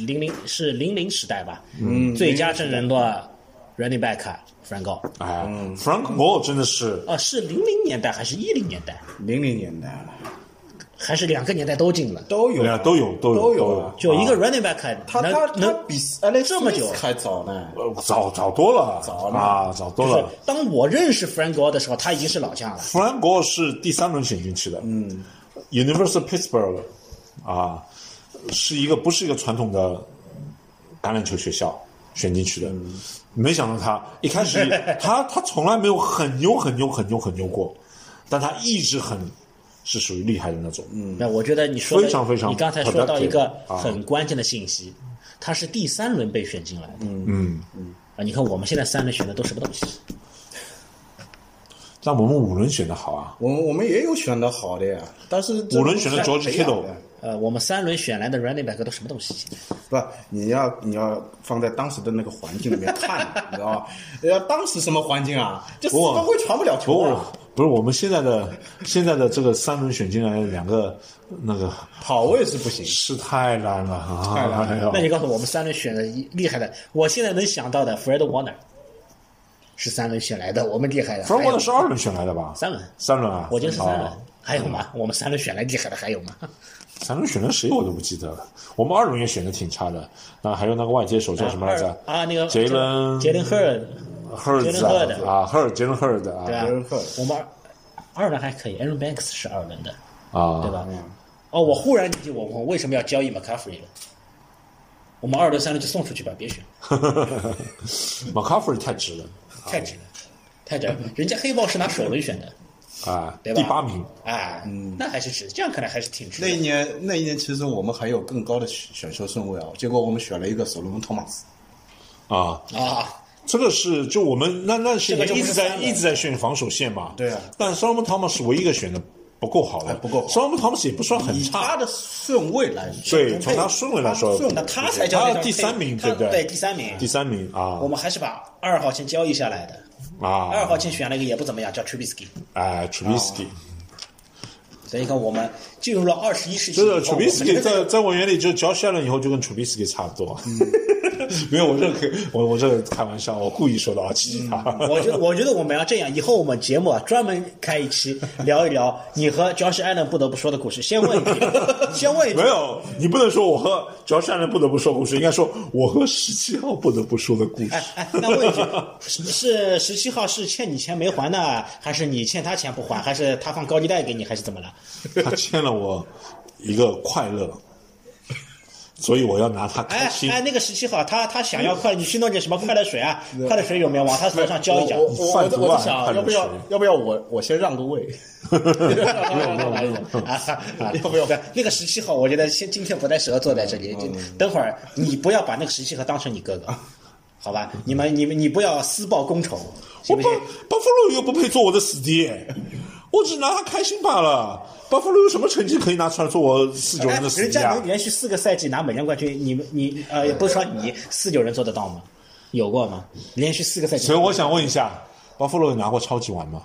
零零是零零时代吧，嗯，最佳阵容的 running back 啊弗兰高，哎，Frank 嗯 Gore 真的是啊，是零零年代还是一零年代，零零年代了还是两个年代都进了？都有对啊，都有都有都有有啊，就一个 running back 他能他他能比 Alex 这么 Smith 久还早呢，呃早早多了，早了啊，早多就是了。当我认识 Frank Gore 的时候，他已经是老将了。弗兰国是第三轮选进去的，嗯，Universal Pittsburgh 啊，是一个不是一个传统的橄榄球学校选进去的，没想到他一 [laughs] 开始他他从来没有很牛很牛很牛很牛过，但他一直很是属于厉害的那种，嗯，那我觉得你说的非常非常你刚才说到一个 productive，啊很关键的信息，他是第三轮被选进来的。嗯嗯啊，你看我们现在三轮选的都什么东西？但我们五轮选的好啊，我们我们也有选的好的呀，但是这五轮选的 George 培养的 Kittle 呃，我们三轮选来的 running back 都什么东西？不，你要你要放在当时的那个环境里面看，你知 [laughs] 道吧？要当时什么环境啊？这四不过分会传不了不球过啊，不是我们现在的现在的这个三轮选进来的两个那个跑位是不行。是太烂了啊，太烂了哎呦那你告诉我我们三轮选的一厉害的，我现在能想到的 Fred Warner 是三轮选来的，我们厉害的。 Frank 还有 Warner 是二轮选来的吧？三轮三轮啊！我就是三轮哦。还有吗？我们三轮选来厉害的还有吗？三轮选的谁我都不记得了。我们二轮也选的挺差的，啊，还有那个外接手叫什么来着？ [laughs] 啊，那个杰伦杰伦赫尔，赫尔兹 Jalen Hurd 啊，啊，赫尔杰伦赫尔的对吧啊杰伦赫尔？我们二二轮还可以，Aaron Banks 是二轮的。啊， [laughs] 对？吧？哦，我忽然记我我为什么要交易 McCaffrey 了？我们二轮三轮就送出去吧，别选，马卡弗里太值了太值了，太值了。人家黑豹是拿首轮选的，啊，对吧？第八名，啊，嗯那还是值，这样看来还是挺值那的。一年，那一年其实我们还有更高的选选秀顺位啊，结果我们选了一个索罗门·托马斯。啊，啊，这个是就我们那那是这个就一直在不是三轮一直在选防守线嘛，对啊但 s o l o m o n Thomas 是唯一一个选的不够哎好的，不够好 s o l o m o n Thomas 也不算很以差他，的顺位来说，对，从他顺位来说，那他才叫他那种第三名，他对不对？对第三名第三名啊我们还是把二号签交易下来的。啊！二号签哦选了一个也不怎么样，叫 Trubisky。哎 t r u b i s k y 所以你看，我们进入了二十一世纪这以后，个 t r u b i s k y 哦我们这在个嗯在我眼里就 Josh Allen 以后就跟 t r u b i s k y 差不多。 [laughs] 没有，我这个我我这个开玩笑，我故意说的啊，其实他。嗯我觉得，我觉得我们要这样，以后我们节目啊，专门开一期聊一聊你和 Josh Allen 不得不说的故事。先问一句，先问一句 [laughs] 没，有，你不能说我和 Josh Allen 不得不说故事，应该说我和十七号不得不说的故事。哎，那问一句，是是十七号是欠你钱没还呢，还是你欠他钱不还，还是他放高利贷给你，还是怎么了？他欠了我一个快乐，所以我要拿他开哎心。哎，那个十七号，他他想要快，你去弄点什么快乐水啊？快乐水有没有？往他哎头上浇一浇我。我我贩在毒我啊在想，看要不要着谁要不要我我先让个 [laughs] 位？啊， [laughs] 要不要？那个十七号，我觉得现今天不太适合坐在这里。嗯就等会儿你不要把那个十七号当成你哥哥，好吧？你们你们你不要私报公仇，我行不巴行？哎巴夫洛又不配做我的死敌，我只拿他开心罢了。巴夫洛有什么成绩可以拿出来做我四九人的哎死人敌家啊能？连续四个赛季拿美联冠军，你们你呃，也不是说你四九人做得到吗？有过吗？连续四个赛季所以我想问一下，巴夫洛有拿过超级碗吗？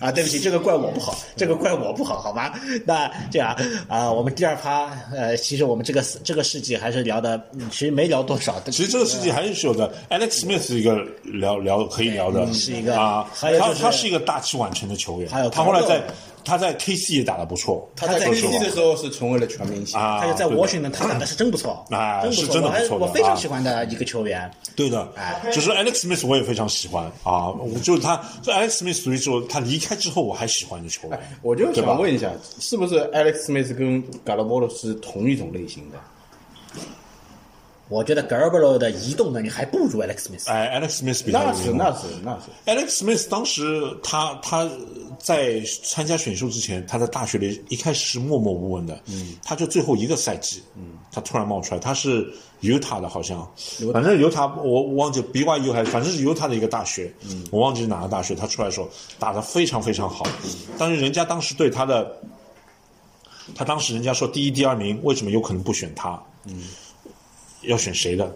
啊，对不起，这个怪我不好，这个怪我不好，好吧？那这样啊，我们第二趴呃，其实我们这个这个世纪还是聊的，嗯其实没聊多少，但其实这个世界还是有的。Alex Smith 是一个聊聊可以聊的，嗯是一个啊，还有就他是他是一个大器晚成的球员。还有他后来 Carmelo 在他在 KC 也打得不错， [laughs] 他在他在 KC 的时候是成为了全明星啊，他就在对的 Washington，他打的是真不错， [clears throat] 啊真不是错，真的我还不错的我非啊常喜欢的一个球员。对的，哎就是 Alex Smith 我也非常喜欢啊，我就是他，就 Alex Smith 属于就他离开之后我还喜欢的球员。哎我就对吧想问一下，是不是 Alex Smith 跟 g a l a b o 是同一种类型的？我觉得 Garoppolo 的移动能力还不如 Alex Smith。哎，Alex Smith 比他那有是用那是那是， Alex Smith 当时他他在参加选秀之前，他在大学里一开始是默默无闻的，嗯，他就最后一个赛季，嗯，他突然冒出来，他是犹他的，好像，反正犹他我我忘记 BYU 还反正是犹他的一个大学，嗯，我忘记是哪个大学，他出来的时候打得非常非常好，但是人家当时对他的，他当时人家说第一第二名为什么有可能不选他，嗯，要选谁的？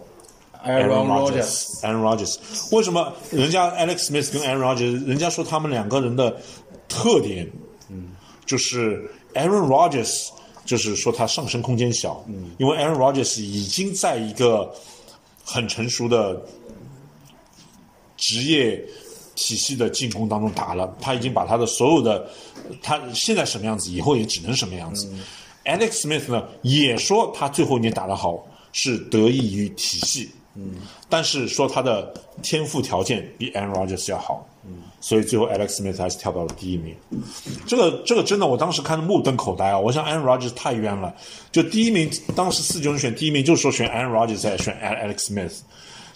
Aaron Rodgers Aaron Rodgers，为什么人家 Alex Smith 跟 Aaron Rodgers，人家说他们两个人的特点，嗯，就是 Aaron Rodgers，就是说他上升空间小，嗯，因为 Aaron Rodgers 已经在一个很成熟的职业体系的进攻当中打了，他已经把他的所有的他现在什么样子，以后也只能什么样子。Alex Smith 呢也说他最后一年打得好是得益于体系，嗯，但是说他的天赋条件比 Aaron Rodgers 要好，嗯，所以最后 Alex Smith 还是跳到了第一名。这个这个真的，我当时看的目瞪口呆啊！我想 Aaron Rodgers 太冤了，就第一名，当时四九人选第一名就是说选 Aaron Rodgers 还是选 Alex Smith，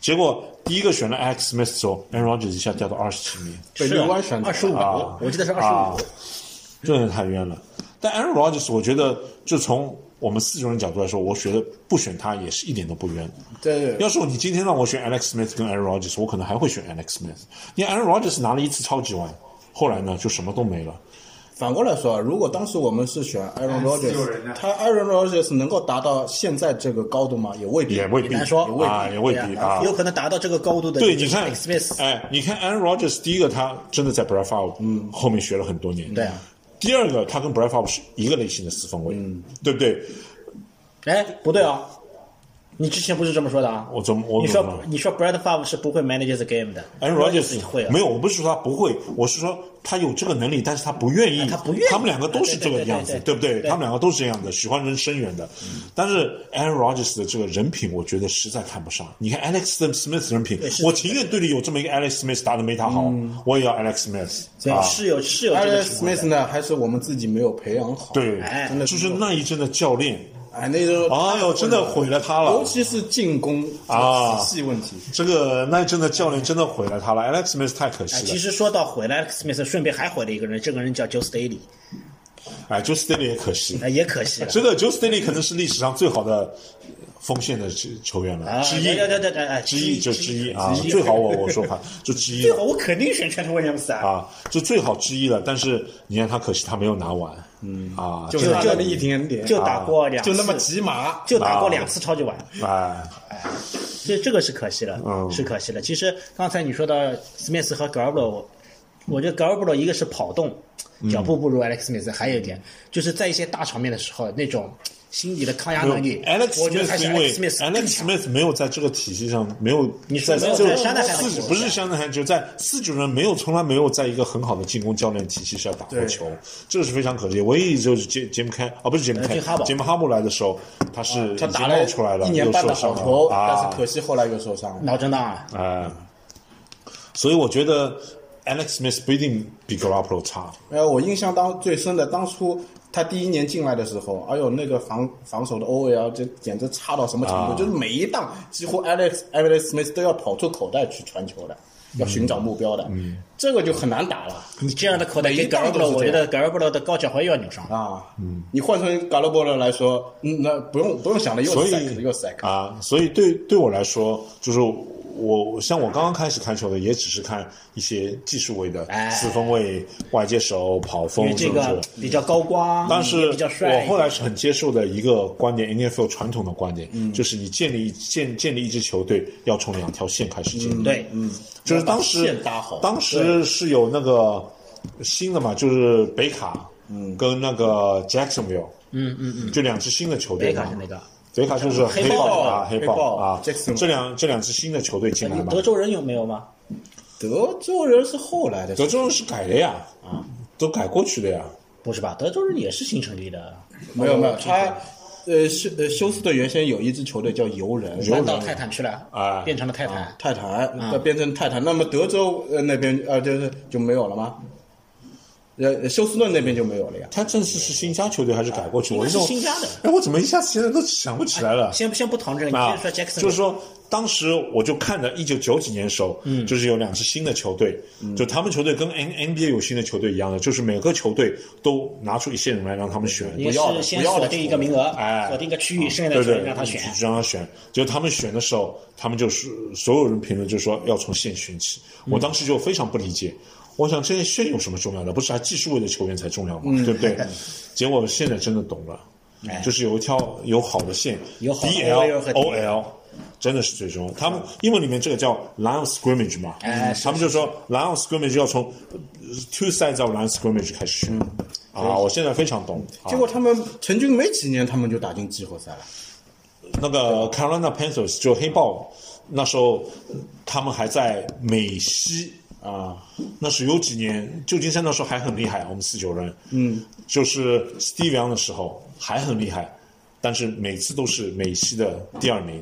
结果第一个选了 Alex Smith 之后，Aaron Rodgers 一下掉到二十七名，被是牛湾选走二十五，我记得是二啊十五。，真的太冤了。但 Aaron Rodgers，我觉得就从我们四种人角度来说，我觉得不选他也是一点都不冤。对要是你今天让我选 Alex Smith 跟 Aaron Rodgers，我可能还会选 Alex Smith。因为 Aaron Rodgers 拿了一次超级碗，后来呢就什么都没了。反过来说啊，如果当时我们是选 Aaron 哎有人 Rodgers，呢他 Aaron Rodgers 能够达到现在这个高度吗？也未必，也未必难说也未必啊也未必对呀啊有可能达到这个高度的。对，你看 s m i t，哎，你看 Aaron Rodgers，第一个他真的在 Brad f a u 嗯后面学了很多年，对啊。第二个，他跟 Brad f a u 是一个类型的四分卫，嗯，对不对？哎，不对啊，你之前不是这么说的啊？我怎么我你怎么说了你说 Brad f a v 是不会 manage the game 的 Aaron Rodgers 会啊没有，我不是说他不会，我是说他有这个能力，但是他不愿意。啊他不愿意们两个都是这个样子，对对对对不对？对嗯他们两个都是这样的，喜欢人生源的。但是 Aaron Rodgers 的这个人品，我觉得实在看不上。你看 Alex Smith 人品，我情愿队里有这么一个 Alex Smith 打得没他好，嗯我也要 Alex Smith。对是有是有这个 Aaron 情况 Smith 的。呢，还是我们自己没有培养好。对，哎真的就是这是样那一阵的教练，哎，那时候哎呦，真的毁了他了。尤其是进攻啊体系问题。这个那一阵的教练真的毁了他了，Alex Smith 太可哎惜其了。实说到回来，Alex Smith 顺便还毁了一个人，这个人叫 Joe Staley，哎，就 Staley 也可惜。哎，也可惜了。真的，Joe Staley 可能是历史上最好的锋线的球球员了，啊之一对对对对哎，之一就之一啊之，一最好我我说 [laughs] 他就之一最好我肯定选 Trent Williams 啊，啊，就最好之一了。但是你看他，可惜他没有拿完，嗯啊，就这差个那么一点点，就打过两次，啊就那么啊几码，就打过两次超级碗，哎，这这个是可惜了，嗯是可惜了。其实刚才你说到 Smith 和 g a r b o 我我觉得 g a r b o 一个是跑动，嗯脚步不如 Alex Smith，还有一点就是在一些大场面的时候那种心理的抗压没有能力嗯 Alex 我觉得还 Smith 是因为 Alex Smith 更 Alex 强。 Smith 没有在这个体系上没有你在说没有就在香奈儿四还是不是香奈儿就在四九人没有从来没有在一个很好的进攻教练体系下打过球，这个是非常可惜。唯一就是杰杰姆开啊，不是杰姆开杰哈，伯杰姆哈姆来的时候他啊是他已打经了冒出来了，一年半的又受好伤了球，啊但是可惜后来又受伤了。脑震荡啊！嗯哎，所以我觉得 Alex Smith 不一定比 Garoppolo 差。呃，我印象当最深的，当初他第一年进来的时候，哎呦，那个防防守的 OL 就简直差到什么程啊度，就是每一档几乎 Alex Alex Smith 都要跑出口袋去传球的，要寻找目标的，嗯这个就很难打了你这样的口袋给 g a r 档 b 都是 o 我这觉样得 g a r b o 的高脚踝又要扭伤了。啊。嗯你换成嘎罗波勒来说，嗯，那不用不用想了，又所 sack 以又 sack，啊，所以对对我来说，就是我像我刚刚开始看球的，也只是看一些技术位的哎四分卫、外接手、跑因锋为什这么个比较高光，但是比较帅。我后来是很接受的一个观点，NFL 传统的观点，嗯就是你建立建建立一支球队要从两条线开始建立，对，嗯，就是当时线搭好当时是有那个新的嘛，就是北卡，嗯，跟那个 Jacksonville，嗯嗯嗯，就两支新的球队贝嘛卡是那个。北卡就是黑黑豹豹啊，黑黑豹啊， Jacksonville 这两这两支新的球队进来你嘛，德州人有没有吗？德州人是后来的，德州人是改的呀，啊，都改过去的呀，不是吧？德州人也是新成立的，没有没有，他呃休呃休斯顿原先有一支球队叫游人，搬到泰坦去了啊变成了泰坦。泰坦，那变成泰坦，那么德州呃那边呃就是就没有了吗？呃，休斯顿那边就没有了呀。他正式是新加球队还是改过去？应我该这是种新加的哎，我怎么一下子现在都想不起来了？先先不谈这个，你先啊说 Jackson，就是说当时我就看着一九九几年的时候，嗯，就是有两支新的球队，嗯就他们球队跟 N NBA 有新的球队一样的，就是每个球队都拿出一些人来让他们选，你要是的先不要的锁定一个名额，哎，锁定一个区域，剩下对的球对员让他选。就让他选。就他们选的时候，他们就是所有人评论就说要从线选起，我嗯当时就非常不理解。我想这些线有什么重要的？不是还技术位的球员才重要吗？嗯 [laughs] 对不对？结果现在真的懂了，就是有一条有好的线哎有好的 OL ，DL 和 OL 真的是最重要。他们英文里面这个叫 line of scrimmage 嘛，哎是嗯他们就说 line of scrimmage 要从呃 two sides of line scrimmage 开始选。啊，我现在非常懂。结果他们成军没几年，他们就打进季后赛了。那个 Carolina Panthers 就黑豹，那时候他们还在美西啊，那是有几年，旧金山那时候还很厉害，啊我们四九人，嗯，就是 Steve Young 的时候还很厉害，但是每次都是美西的第二名。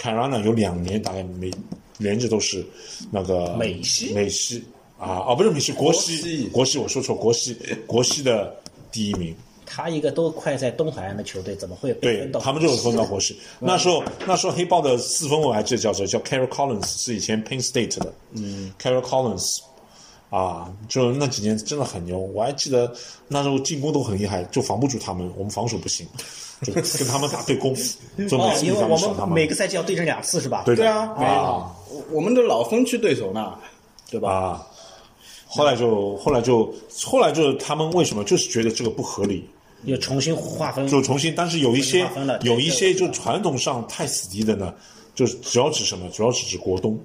Carolina 有两年大概每连着都是那个美西美西啊，哦不是美西国西西国西，我说错国西国西的第一名。他一个都快在东海岸的球队，怎么会被对分到？他们就是分到博士。那时候那时候黑豹的四分卫我还记得叫谁，叫 Carol Collins，是以前 Penn State 的。嗯，Carol Collins 啊，就那几年真的很牛。我还记得那时候进攻都很厉害，就防不住他们，我们防守不行，就跟他们打 [laughs] 对攻，就每哦，次因遇为到我上他们每个赛季要对阵两次是吧？对的对啊，啊我我们的老分区对手呢，对吧？啊。后来就后来就后来就他们为什么就是觉得这个不合理，又重新划分。就重新，但是有一些划分了对有一些对就传统上太死敌的呢，就是主要指什么？主要是指国东，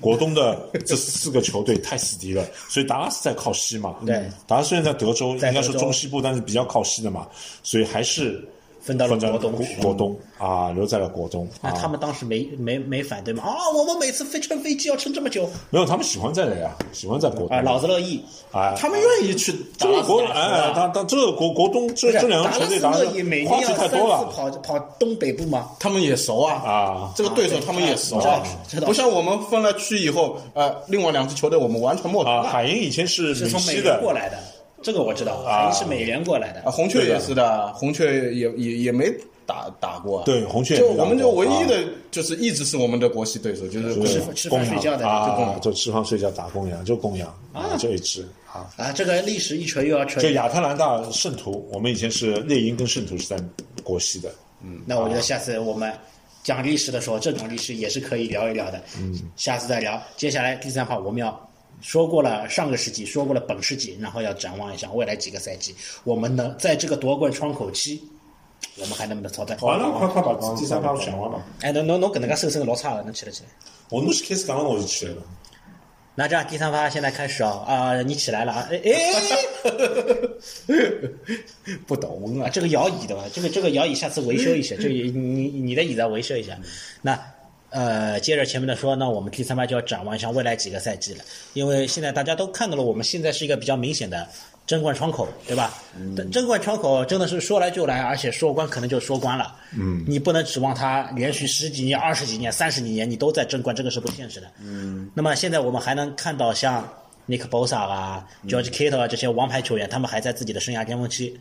国东的 [laughs] 这四个球队太死敌了，所以达拉斯在靠西嘛。对嗯，达拉斯虽然在德州，应在德该州是中西部，但是比较靠西的嘛，所以还是分到了分在国东国国东啊，留在了国东。那他啊、们当时没没没反对吗？啊，我们每次飞乘飞机要乘这么久没有，他们喜欢在的呀，喜欢在国东。啊，老子乐意。嗯啊哎，他们愿意去打这个国打哎，他他这个国国东这不是这两个球队达打拉的斯乐意每花年费要太三次多了。跑跑东北部吗？他们也熟啊啊这个对手他们也熟啊啊知道，不像我们分了区以后，呃，另外两支球队我们完全陌生啊，海鹰以前是是美从美西元的，过来的，这个我知道，肯定是美元过来的啊，。红雀也是的，红雀也也也没打打过啊，对红雀也就没打过啊我们就唯一的就是一直是我们的国系对手，就是是是吃饭哦供养睡觉的就供啊，养就吃饭睡觉打供养，就供养啊，就一支啊。啊，这个历史一锤又要就锤。亚特兰大圣徒，我们以前是猎鹰跟圣徒是在国西的，那我觉得下次我们讲历史的时候，这种历史也是可以聊一聊的。嗯，下次再聊。接下来第三话我们要说过了上个世纪，说过了本世纪，然后要展望一下未来几个赛季，我们能在这个夺冠窗口期，我们还能不能超载？完了，快快把第三趴讲完了。哎，侬侬侬搿能介收声老差了，侬起来起来。我们是开始讲了，我就去了。那这样第三趴现在开始啊啊、你起来了啊！哎哎，不懂啊，这个摇椅的吧？这个这个摇椅下次维修一 [laughs] 下，这个你你你的椅子要维修一下。那呃，接着前面的说，那我们第三趴就要展望一下未来几个赛季了，因为现在大家都看到了，我们现在是一个比较明显的争冠窗口，对吧？但争冠窗口真的是说来就来，而且说关可能就说关了。嗯，你不能指望它连续十几年、二十几年、三十几年你都在争冠，这个是不现实的。嗯，那么现在我们还能看到像 Nick Bosa 啊、George Kittle 啊这些王牌球员，他们还在自己的生涯巅峰期。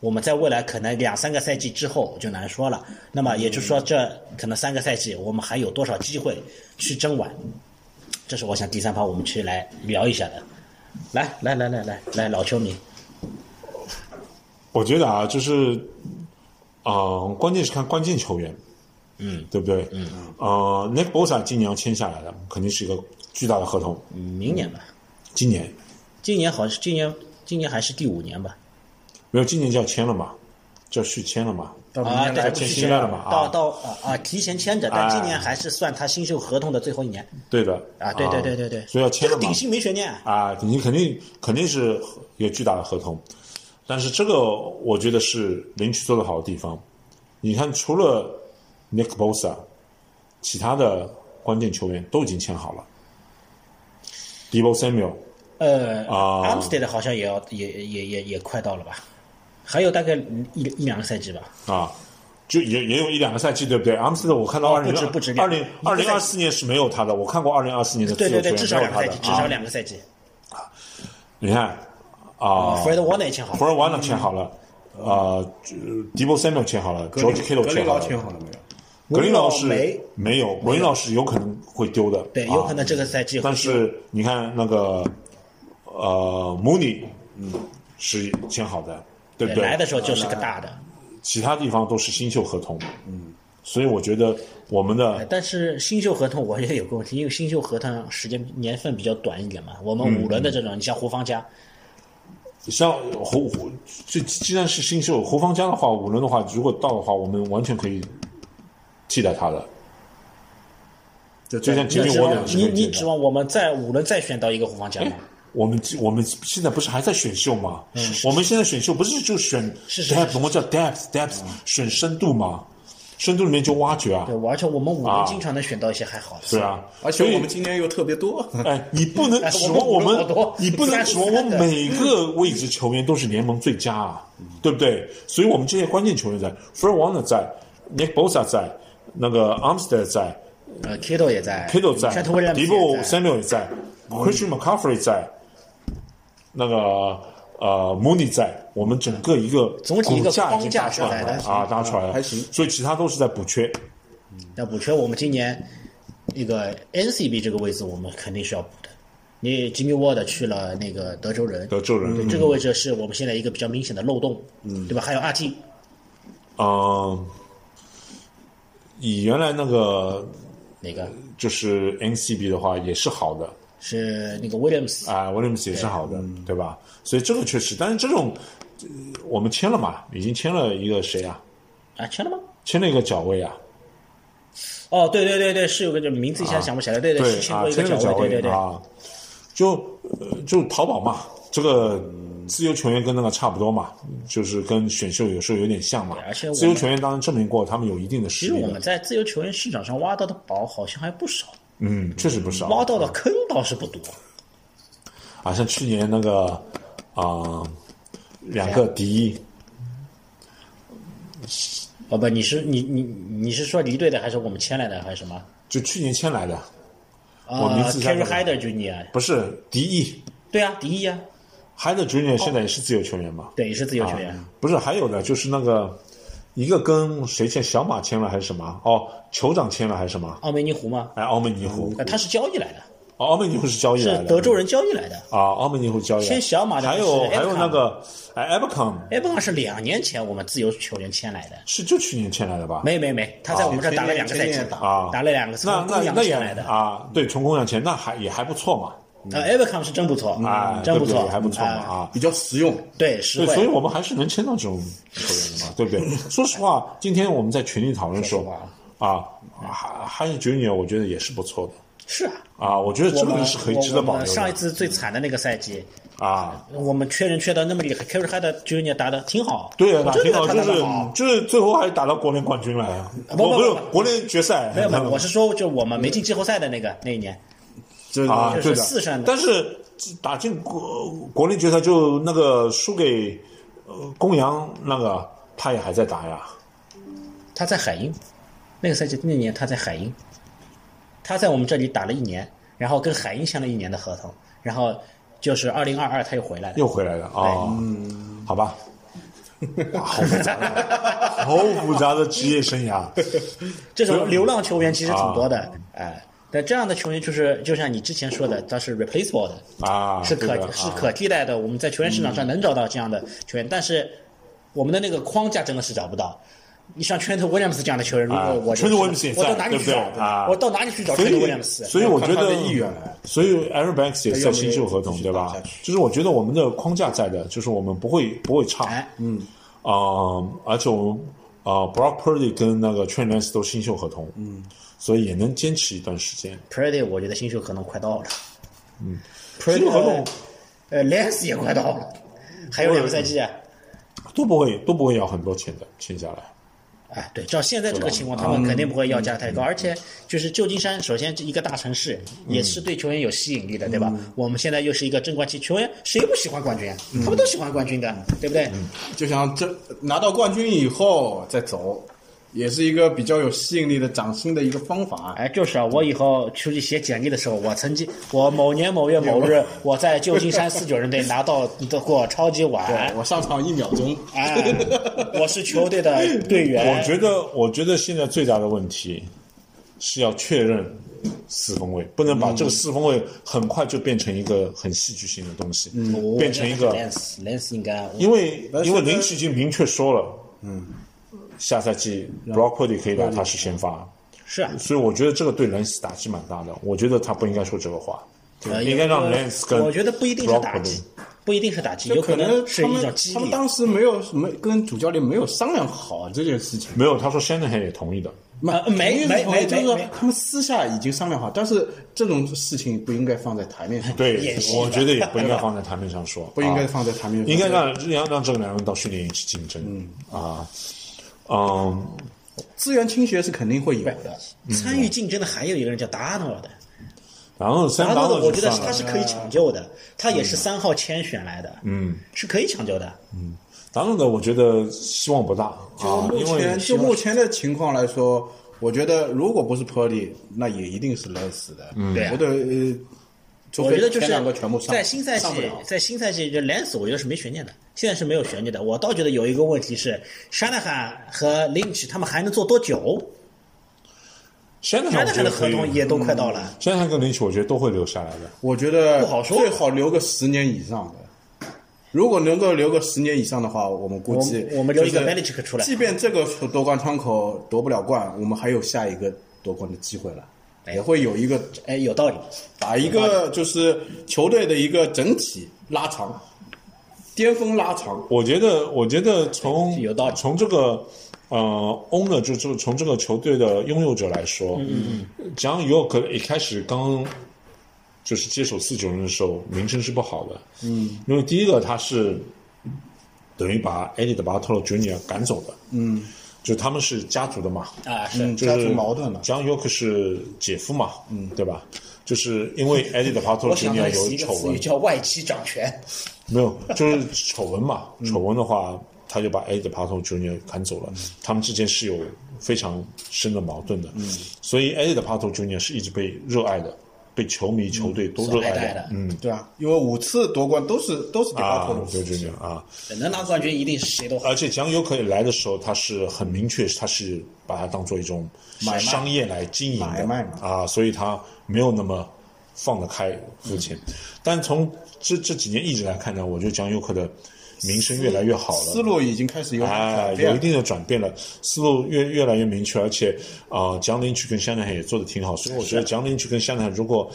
我们在未来可能两三个赛季之后就难说了。那么也就是说，嗯这可能三个赛季我们还有多少机会去争碗？这是我想第三趴我们去来聊一下的。来来来来来来，老球迷，我觉得啊，就是，呃，关键是看关键球员，嗯，对不对？嗯，呃，Nick Bosa 今年要签下来的，肯定是一个巨大的合同。明年吧，今年今年好像是今年今年还是第五年吧？没有，今年就要签了嘛，就要续签了嘛。啊，对，签续新约了嘛啊到到啊啊，提前签着，但今年还是算他新秀合同的最后一年对的，啊！对对对对对，所以要签了这嘛。个顶薪没悬念啊，啊，你肯定肯定是有巨大的合同，但是这个我觉得是林区做得好的地方。你看，除了 Nick Bosa，其他的关键球员都已经签好了。Debo Samuel 呃啊，Armstead 好像也要也也也也快到了吧？还有大概一一两个赛季吧。啊，就也也有一两个赛季，对不对？阿姆斯特我看到哦二零不止不止二两零一二个赛零季二四年是没有他的，我看过二零二四年的自对由对球对，员至少没有两个他赛的季，至少啊两个赛季。你看啊 Fred Warner 也签好了， ，Fred Warner 签好了，啊，Debo Samuel 签好了，George Kittle 格林签好劳了签。好了没有？格林老师没没有，格林老师有可能会丢的，对，啊有可能这个赛季会但是你看那个呃，穆尼，嗯，是签好的，对不对？嗯来的时候就是个大的。其他地方都是新秀合同，嗯，所以我觉得我们的但是新秀合同我也有个问题，因为新秀合同时间年份比较短一点嘛。我们五轮嗯的这种，你像胡方家，像胡胡，这既然是新秀胡方家的话，五轮的话，如果到的话，我们完全可以替代他的，就就像吉你米指沃德望是嗯你可以你替指代的望我们在五轮再选到一个胡方家吗？我们我们现在不是还在选秀吗？我们现在选秀不是就选是是嗯 depth，我们叫 depth depth，选深度吗？深度里面就挖掘啊对，，而且我们五啊人经常能选到一些还好的。对啊，而所且以我们今年又特别多，哎，你不能哎指望我我们们我们好多，你不能指望我33的嗯每个位置球员都是联盟最佳啊，对不对？所以我们这些关键球员在 f r e d Warner 在，Nick Bosa 在，那个 Armstead 在呃 k i d d 也在，Kittle 在全投威廉姆斯也在嗯，Debo Samuel 也在，Christian McCaffrey 在，那个呃 Mooney 在，我们整个一个总体一个骨架已框经架搭出来是了在的啊，搭出来了，还行所以其他都是在补缺，要补缺，我们今年那个 NCB 这个位置我们肯定是要补的。你 Jimmy Ward 去了那个德州人，德州人嗯对这个位置是我们现在一个比较明显的漏洞，嗯，对吧？还有阿基，嗯，以原来那个哪个就是 NCB 的话也是好的是那个 Williams？啊、w i l l i a m s 也是好的，对吧？所以这个确实，但是这种、呃我们签了嘛，已经签了一个谁啊？啊，签了吗？签了一个角位啊，哦，对对对对，是有个名字一下想不起来，对对，是签啊过，一签个了个角位位，对对对，啊，就、呃、就淘宝嘛，这个嗯自由球员跟那个差不多嘛，就是跟选秀有时候有点像嘛对。而且我们自由球员当然证明过他们有一定的其实实力我的，们在自由球员市场上挖到的宝好像还不少，嗯，确实不少。挖到的坑倒是不多。啊，像去年那个啊、呃两个第一。哦不，你是你你你是说离队的，还是我们签来的，还是什么？就去年签来的，啊我名字 c a r r y 想不起来 Hyder Junior，不是迪义，对啊，第一啊，海德 Junior 现在也是自由球员嘛？哦对，也是自由球员。啊，不是，还有的就是那个一个跟谁签，小马签了还是什么？哦，酋长签了还是什么？奥梅尼湖嘛，哎，奥梅尼胡，呃他是交易来的，哦，奥梅尼胡是交易来是的，德州人交易来的。啊，奥梅尼胡交易来的，签小马的还有是 Abcom 还有那个哎 a b c o m 埃本是两年前我们自由球员签来的，是就去年签来的吧？没没没，他在我们这儿打了两个赛季前年，啊，打了两个，从那那公羊那也签来的。啊，对，从公羊签，那还也还不错嘛，呃，埃本是真不错，啊，嗯真不对错，对还不错嘛啊。啊，比较实用。对，实对，所惠。以我们还是能签到这种球员的嘛，对不 [laughs] 对？说实话，今天我们在群里讨论的时候说实啊，还还是 Junior，我觉得也是不错的是啊，啊，我觉得这我个们是可以值得我保们留上一的次最惨的那个赛季，啊。我们缺人缺的那么厉害 c a r r y Hyder Junior 打的挺好，对啊，我打真挺觉得好，他就打是嗯得好。就是最后还是打到国联冠军来啊，不不我不是不国联决赛，没有没有，我是说，就我嗯们没进季后赛的那个那一年，就是啊，就是对的四胜的但是打进国国联决赛就那个输给呃公羊那个，他也还在打呀。他在海鹰，那个赛季那年他在海鹰，他在我们这里打了一年，然后跟海鹰签了一年的合同，然后就是二零二二他又回来了。又回来了啊、嗯，[laughs] 好吧，好复杂的，好复杂的职业生涯，这种流浪球员其实挺多啊的，哎、但这样的球员就是就像你之前说的，他是 replaceable 的啊是可对的是啊嗯可替代的。我们在球员市场上能找到这样的球员，但是我们的那个框架真的是找不到。你像圈头威廉姆斯这样的球员，如啊果我就是 Trent Williams 也我到在哪对里不去对找？啊我到哪里去找所圈头以威廉姆斯？所以我觉看他得的意愿来所以 Aaron Banks 也是在新秀合同他愿不愿意继续对吧打下？去就是我觉得我们的框架在的，就是我们不会不会差，哎，啊、而且我们啊、b r o c k Purdy 跟那个 Trent Lance 都新秀合同，嗯，所以也能坚持一段时间。 Pretty，我觉得新秀可能快到了。嗯新，Pretty 秀合同呃 l a n c e 也快到了，还有两个赛季啊。都不会都不会要很多钱的，签下来。嗯哎，对，照现在这个情况，他们肯定不会要价太高，而且就是旧金山，首先这一个大城市，也是嗯对球员有吸引力的，对吧？我们现在又是一个争冠期，球员谁不喜欢冠军啊？嗯他们都喜欢冠军的，对不对？就像这拿到冠军以后再走，也是一个比较有吸引力的涨薪的一个方法。哎，就是啊，我以后出去写简历的时候，我曾经，我某年某月某日，我在旧金山四九人队拿到得过超级碗对，我上场一秒钟，哎，我是球队的 [laughs] 队员。我觉得，我觉得现在最大的问题是要确认四分卫，不能把嗯这个四分卫很快就变成一个很戏剧性的东西，嗯我变成一个， Lens Lens 应该因为但是因为现在林奇已经明确说了，嗯，下赛季 Brock Purdy 可以打，他是先发，是啊，所以我觉得这个对 Lens 打击蛮大的，我觉得他不应该说这个话，呃应该让有 Lens 跟我觉得不一定是打 Brock 击 Purdy，，不一定是打击，就有可能是他一种们激他们励。当时没有没跟主教练没有商量好这件事情。没有，他说 Shanahan 也同意的，呃没肯定是没从来没就是没说没他们私下已经商量好，但是这种事情不应该放在台面上，对演戏，我觉得也不应该放在台面上说， [laughs] 啊不应啊该放在台面上，应该让让让这个两人到训练营去竞争。啊，嗯，资源倾斜是肯定会有的。参与竞争的还有一个人叫达诺的，然后三达刀诺的的我觉得就算他了是可以抢救的，他也是三号签选来的，嗯，是可以抢救的。当然的，我觉得希望不大就啊，目因为前就目前的情况来说，我觉得如果不是 Purdy，那也一定是勒死的。嗯对啊我的呃，除我非觉得就前是两个全部上在新赛季上不了，在新赛季就 Lance 我觉得是没悬念的，现在是没有悬念的。我倒觉得有一个问题是，沙纳汉和林奇他们还能做多久？现在沙我纳觉汉的得可合以同也都快到了，现在跟林奇，我觉得都会留下来的。我觉得不好说最好留个十年以上的。如果能够留个十年以上的话，我们估计我我们留一个就是 Belichick 出来即便这个夺冠窗口夺不了冠，我们还有下一个夺冠的机会了，也会有一个哎，有道理。把一个就是球队的一个整体拉长，巅峰拉长。我觉得，我觉得从有道理从这个呃 owner 就就从这个球队的拥有者来说，嗯嗯，讲 York 一开始刚就是接手四九人的时候，名声是不好的，嗯，因为第一个他是等于把 Eddie 的 Bartolo Junior 赶走的，嗯，就他们是家族的嘛，啊，是、嗯，就家是族矛盾了。江尤克是姐夫嘛，嗯，对吧？就是因为艾迪的帕托我吉想尼到亚的是有一个丑词语闻，叫外戚掌权， [laughs] 没有，就是丑闻嘛。嗯丑闻的话，他就把 A 的 Pato Junior 赶走了。他们之间是有非常深的矛盾嗯的，所以 A 的 Pato Junior 是一直被热爱的，被球嗯迷、球队都热爱戴爱的的。嗯对啊，因为五次夺冠都是都是迪巴啊托鲁斯，Pato Junior 啊，能拿冠军一定是谁都好。而且蒋友可来的时候，他是很明确，他是把它当做一种卖商业来经营买的卖嘛啊，所以他没有那么放得开付钱。嗯但从这这几年一直来看呢，我觉得蒋友可的名声越来越好了，思路已经开始有啊，哎转有变一定的转变了，思路越越来越明确，而且啊，江林区跟香奈也做的挺好，所以我觉得江林区跟香奈如果、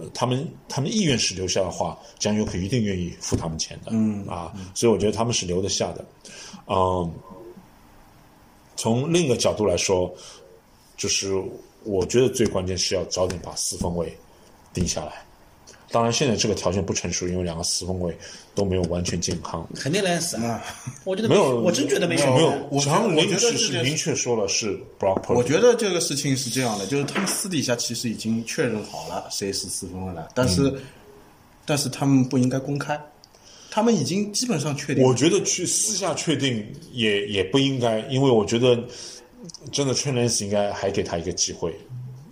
呃他们他们意愿是留下的话，江油可一定愿意付他们钱的，嗯啊，所以我觉得他们是留得下的，嗯，从另一个角度来说，就是我觉得最关键是要早点把四分位定下来。当然，现在这个条件不成熟，因为两个四分位都没有完全健康。肯定 Lance，、啊、我觉得没有，我真觉得没有。没有，我觉得常我觉林得是这是件明确说了是 Brock Purdy。我觉得这个事情是这样的，就是他们私底下其实已经确认好了谁是四分卫了，但是、嗯但是他们不应该公开，他们已经基本上确定了。我觉得去私下确定也也不应该，因为我觉得真的 t r e n s 应该还给他一个机会，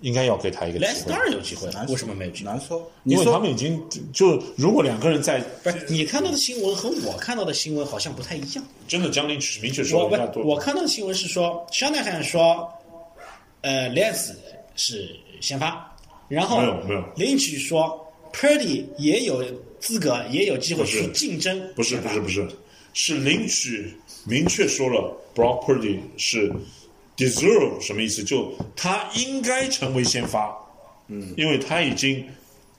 应该要给他一个机 Lance 会当。然有机会了难，说为什么没有机会？难说，你因为说他们已经就如果两个人在不是你看到的新闻和我看到的新闻好像不太一样。真的江林是明确说我了要不，多我看到的新闻是说，香奈汉说，呃，Lance 是先发，然后没有没有林奇说，Purdy 也有资格，也有机会不是去竞争不是先不发是不是是领取明确说了 Brock Purdy 是 deserve 什么意思？就他应该成为先发，嗯，因为他已经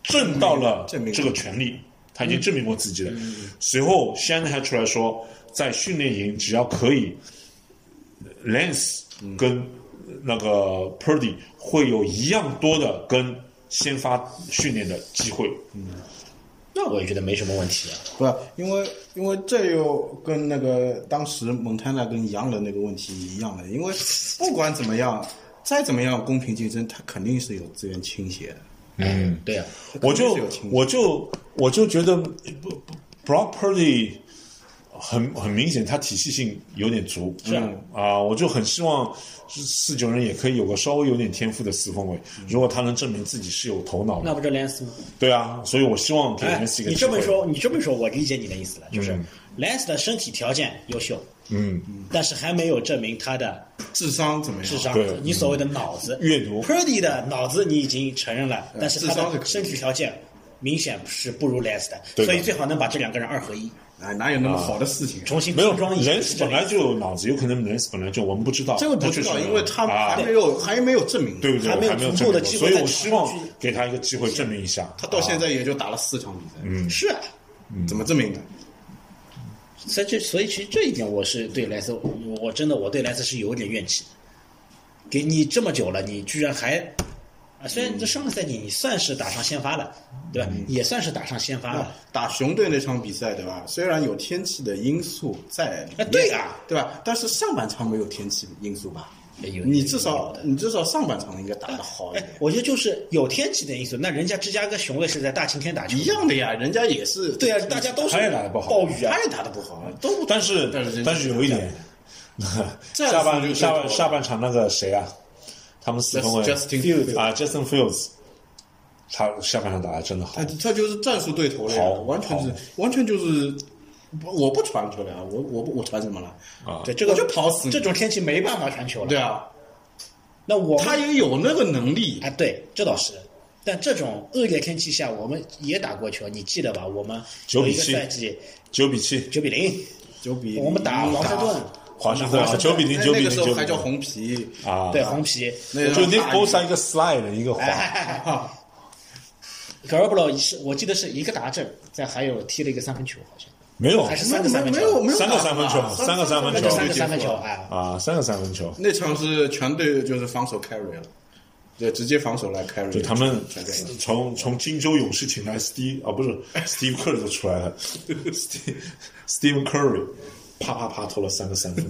挣到了证明嗯这个权利，他已经证明过自己了。随后 Shannon 还出来说，在训练营只要可以，Lance 嗯跟那个 Purdy 会有一样多的跟先发训练的机会。那我也觉得没什么问题啊。不是，因为因为这又跟那个当时蒙泰纳跟杨人那个问题一样的，因为不管怎么样，再怎么样公平竞争，他肯定是有资源倾斜的。嗯，对啊，我肯定就是有情绪我就我就觉得不不 Brock Purdy 很很明显，他体系性有点足，是啊啊、我就很希望四九人也可以有个稍微有点天赋的四分卫，如果他能证明自己是有头脑嗯那不的，就 Lance 吗？对啊，所以我希望给哎 Lance 一，个你机这会。么说，你这么说，我理解你的意思了，就是嗯 Lance 的身体条件优秀，嗯，但是还没有证明他的智商怎么样？智商对，嗯你所谓的脑子阅读，Purdy 的脑子你已经承认了，但是他智商是可的以身体条件明显是不如 Lance 的，对所的以最好能把这两个人二合一，哎，哪有那么好的事情啊？重新没有拼装一下。 ，Lance 本来就有脑子，有可能 Lance 本来就我们不知道，这个他不知确实道，有因为他啊还没有还没有证明，对不对？还没有我还没有足够证的明过机会所以再我去希望去给他一个机会证明一下。啊他到现在也就打了四场比赛，嗯，是啊，怎么证明的？所以这所以其实这一点我是对 Lance，我我真的我对 Lance 是有点怨气的。给你这么久了，你居然还啊？虽嗯然这上个赛季你算是打上先发了，对吧？也算是打上先发了，打熊队那场比赛，对吧？虽然有天气的因素在里哎面，对啊对吧？但是上半场没有天气的因素吧？有你至少有的你至少上半场应该打得好一哎点，。 [laughs] 我觉得就是有天气的因素。那人家芝加哥雄队是在大晴天打球，一样的呀，人家也是对啊，大家都是他也打得不好暴雨啊他，也打得不好，都都但是但是但是有一点，这样 [laughs] 下子半就下对头半了下半场那个谁啊，他们四分卫 Justin Fields 啊，Justin Fields，他下半场打的真的好他，啊他就是战术对头了呀好，完全是好完全就是，不我不传球了呀，我我不我传什么了？对这个我就跑死你这种天气没办法传球了。对，啊，那我们他也有那个能力啊，对，这倒是。但这种恶劣天气下，我们也打过球，你记得吧？我们9有比一个7赛季九比七，九比零，九比我们打华盛顿，华盛顿啊华盛顿九比零，那九比那个时零，九候比还叫零红皮啊，对红皮。那个就大 Nick 雨哎 Bosa 一个 slide 的一个滑，格罗布罗是我记得是一个达阵，再还有踢了一个三分球，好像没有还是三个三分球，没有没有三个三分球啊，三个三分那球就三个就结束三分球了啊。啊，三个三分球，那场是全队就是防守 carry 了，对，直接防守来 carry，就他们全队。从从金州勇士请来 Steve 啊，不 [laughs] 是 Steve Curry 就出来了 [laughs] ，Steve Steve Curry，啪啪啪投了三个三分，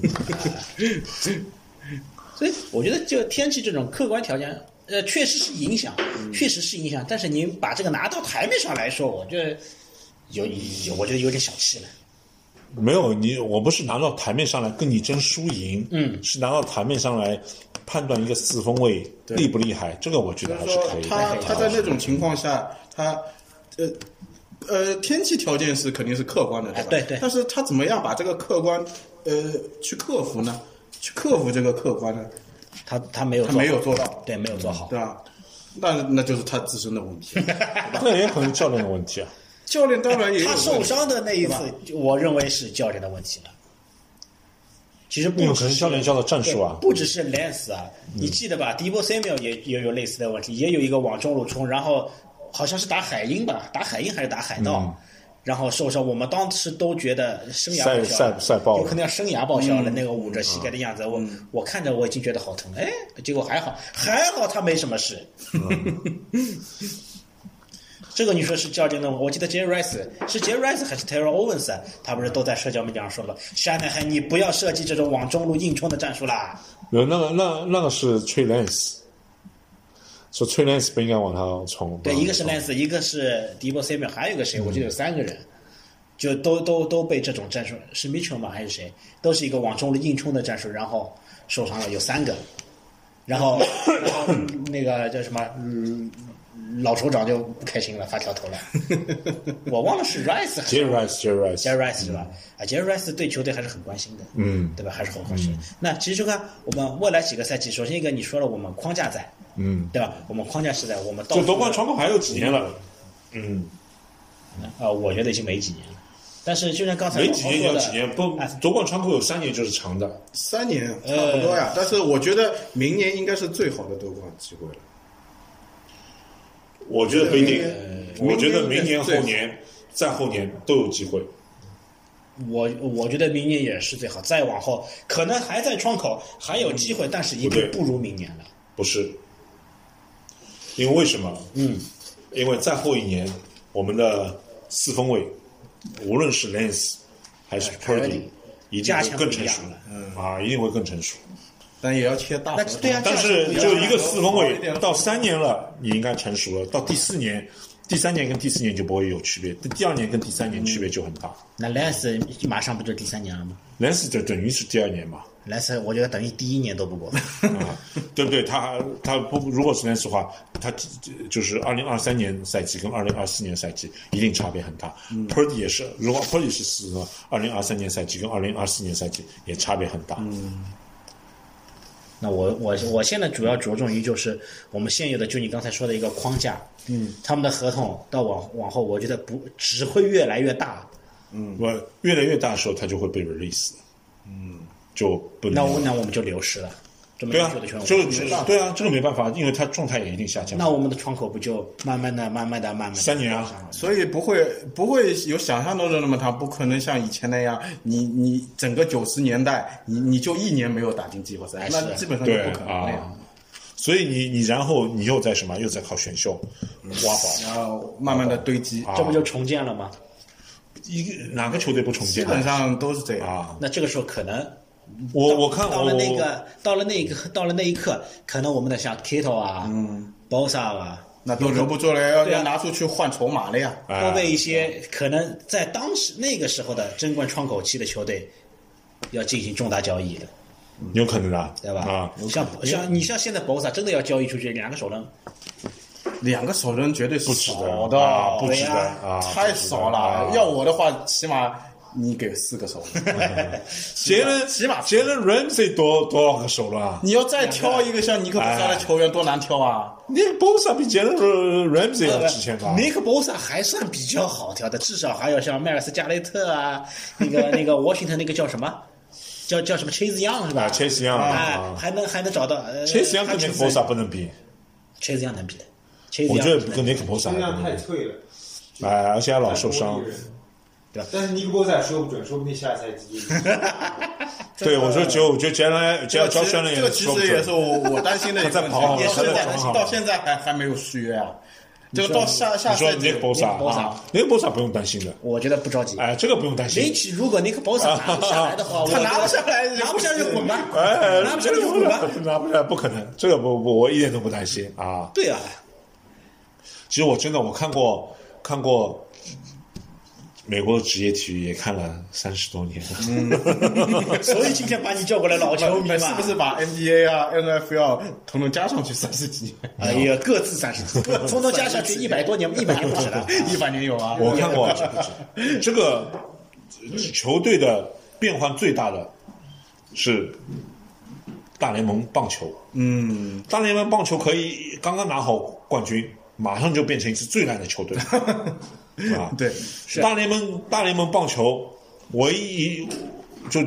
所以我觉得就天气这种客观条件，呃，确实是影响，确实是影响。但是您把这个拿到台面上来说，我觉得有有，我觉得有点小气了。没有你，我不是拿到台面上来跟你争输赢，嗯，是拿到台面上来判断一个四分卫厉不厉害，这个我觉得还是可说以他的。他在那种情况下，他呃呃天气条件是肯定是客观的，对吧？哎对对但是他怎么样把这个客观呃去克服呢？去克服这个客观呢？他他没有他做没好有做到，对，没有做好。对吧？那那就是他自身的问题。 [laughs] 那也可能教练的问题啊，教练当然也有他问题受伤的那一次，我认为是教练的问题了。其实不有只可能是教练教的战术啊嗯对不只是 Lance 啊，你记得吧？迪波 Samuel 也也有类似的问题，也有一个往中路冲，然后好像是打海鹰吧，打海鹰还是打海嗯盗，然后受伤。我们当时都觉得生涯报销晒晒晒爆了有可能要生涯报销了。那个捂着膝盖的样子，我我看着我已经觉得好疼，哎，结果还好，还好他没什么事。 [laughs] 这个你说是教练的，我记得 Jerry Rice 是 Jerry Rice 还是 Terry Owens，啊他不是都在社交媒体上说了，山奈海你不要设计这种往中路硬冲的战术啦。有那个那那个是 Trey Lance，说 Trey Lance 不应该往他冲，嗯对，往他一个是冲 Lance，一个是 Debo Samuel，还有一个谁？我嗯记得有三个人，就都都都被这种战术是 Mitchell 吗？还是谁？都是一个往中路硬冲的战术，然后受伤了，有三个。然后，然 [coughs] 后那个叫什么，嗯老酋长就不开心了，发条头了。我忘了是 Rice 还 [laughs] 是 Jerry Rice，Jerry Rice， Jerry Rice 是吧？啊，Jerry Rice 对球队还是很关心的，嗯，对吧？还是很关心。那其实就看我们未来几个赛季，首先一个你说了，我们框架在，嗯，对吧？我们框架是在，我们到就夺冠窗口还有几年了，啊，我觉得已经没几年了。但是就像刚才没老几黄年说要的几年，不哎夺冠窗口有三年就是长的，三年差不多呃呀，但是我觉得明年应该是最好的夺冠机会了。我觉得不一定，明年我觉得明年最后年再后年都有机会。我我觉得明年也是最好，再往后可能还在窗口还有机会，但是一不定对不如明年了。不是，因为为什么？嗯，因为再后一年，我们的四分卫，无论是 Lance 还哎是 Purdy，一定加会强更不一成样熟了嗯啊，一定会更成熟。但也要切大合那同。对啊，但这是样不一样就一个四分卫，到三年了，你应该成熟了。到第四年，第三年跟第四年就不会有区别，第二年跟第三年区别就很大。那 Lance 马上不就第三年了吗 Lance 就等于是第二年嘛， ？Lance 我觉得等于第一年都不过。啊， [laughs] 对不对？他他不如果是 Lance 的话，他就是二零二三年赛季跟二零二四年赛季一定差别很大。Purdy 嗯也是，如果 Purdy 是四分，二零二三年赛季跟二零二四年赛季也差别很大。 [laughs] 嗯那我我我现在主要着重于就是我们现有的，就你刚才说的一个框架，嗯，他们的合同到往往后，我觉得不只会越来越大。我嗯越来越大的时候，他就会被 release。嗯，就不能那我那我们就流失了。这么对优啊秀的球员，，就我们没有就对啊，这个没办法，因为他状态也一定下降。那我们的窗口不就慢慢的、慢慢的、慢慢的三年啊所以不会不会有想象中的那么差，不可能像以前那样，你你整个九十年代，你你就一年没有打进季后赛，那基本上就对不可能那样啊。，所以你你然后你又在什么？又在靠选秀嗯挖宝，然后慢慢的堆积，啊这不就重建了吗？一个哪个球队不重基建本啊？上都是这样。啊，那这个时候可能我到我看到我了那个到了那个到了那一刻，可能我们的像 Kito 啊，嗯，Bosa 啊，那都留不住了，要对啊要拿出去换筹码了呀。哎都被一些可能在当时那个时候的争冠窗口期的球队要进行重大交易的，有可能的，对吧？啊，像像你像现在 Bosa 真的要交易出去两个首轮，两个首轮绝对不值的少啊不值得啊太少了不值。得啊要我的话，起码你给四个首 [laughs] 轮。杰伦起码杰伦 Ramsey 多多少个手了啊？你要再挑一个像尼克波萨的球员，多难挑 [laughs] 啊！那个 Bosa 比杰伦 Ramsey [laughs] 要值钱吧？尼克波萨还算比较好挑的，至少还有像迈尔斯加雷特啊，那个那个 Washington 那个叫什么，叫叫什么 Chase Young 是吧啊，Chase Young，哎啊，还能还能找到呃 Chase Young 还跟 Nick 存在 Bosa 不能比， Chase Young 能比的，Chase Young 我觉得能跟比 Nick Bosa 身还量不太能比脆了，哎，而且还老受伤。对吧但是尼克波塞说不准，说不定下赛季就对，我说就我觉得杰伦杰这杰个其伦也这个其说不实准也是我我担心的一个问题他在跑，啊也是他在担跑心到现在还还没有续约啊。这个到下下你说赛季 Nick Bosa Nick Bosa 啊，Nick Bosa 不用担心的，我觉得不着急。哎，这个不用担林心。奇如果 Nick Bosa 拿不下来的话，我他拿不下来拿不下来就滚吧， [laughs] 哎，拿不下这来个就不滚吧。拿不来，不可能，这个不不，我一点都不担心啊。对啊，其实我真的我看过看过美国的职业体育，也看了三十多年了。所以今天把你叫过来，老球迷嘛， [laughs] 是不是？把 NBA 啊、NFL 统统加上去三十几？哎呀，各自三十几，从头加下去一百多年，一百年不止了。一百年有啊？我看过， [laughs] 这个球队的变换最大的是大联盟棒球。嗯，大联盟棒球可以刚刚拿好冠军，马上就变成一支最烂的球 [laughs] 队。啊，对，大联盟大联盟棒球唯一就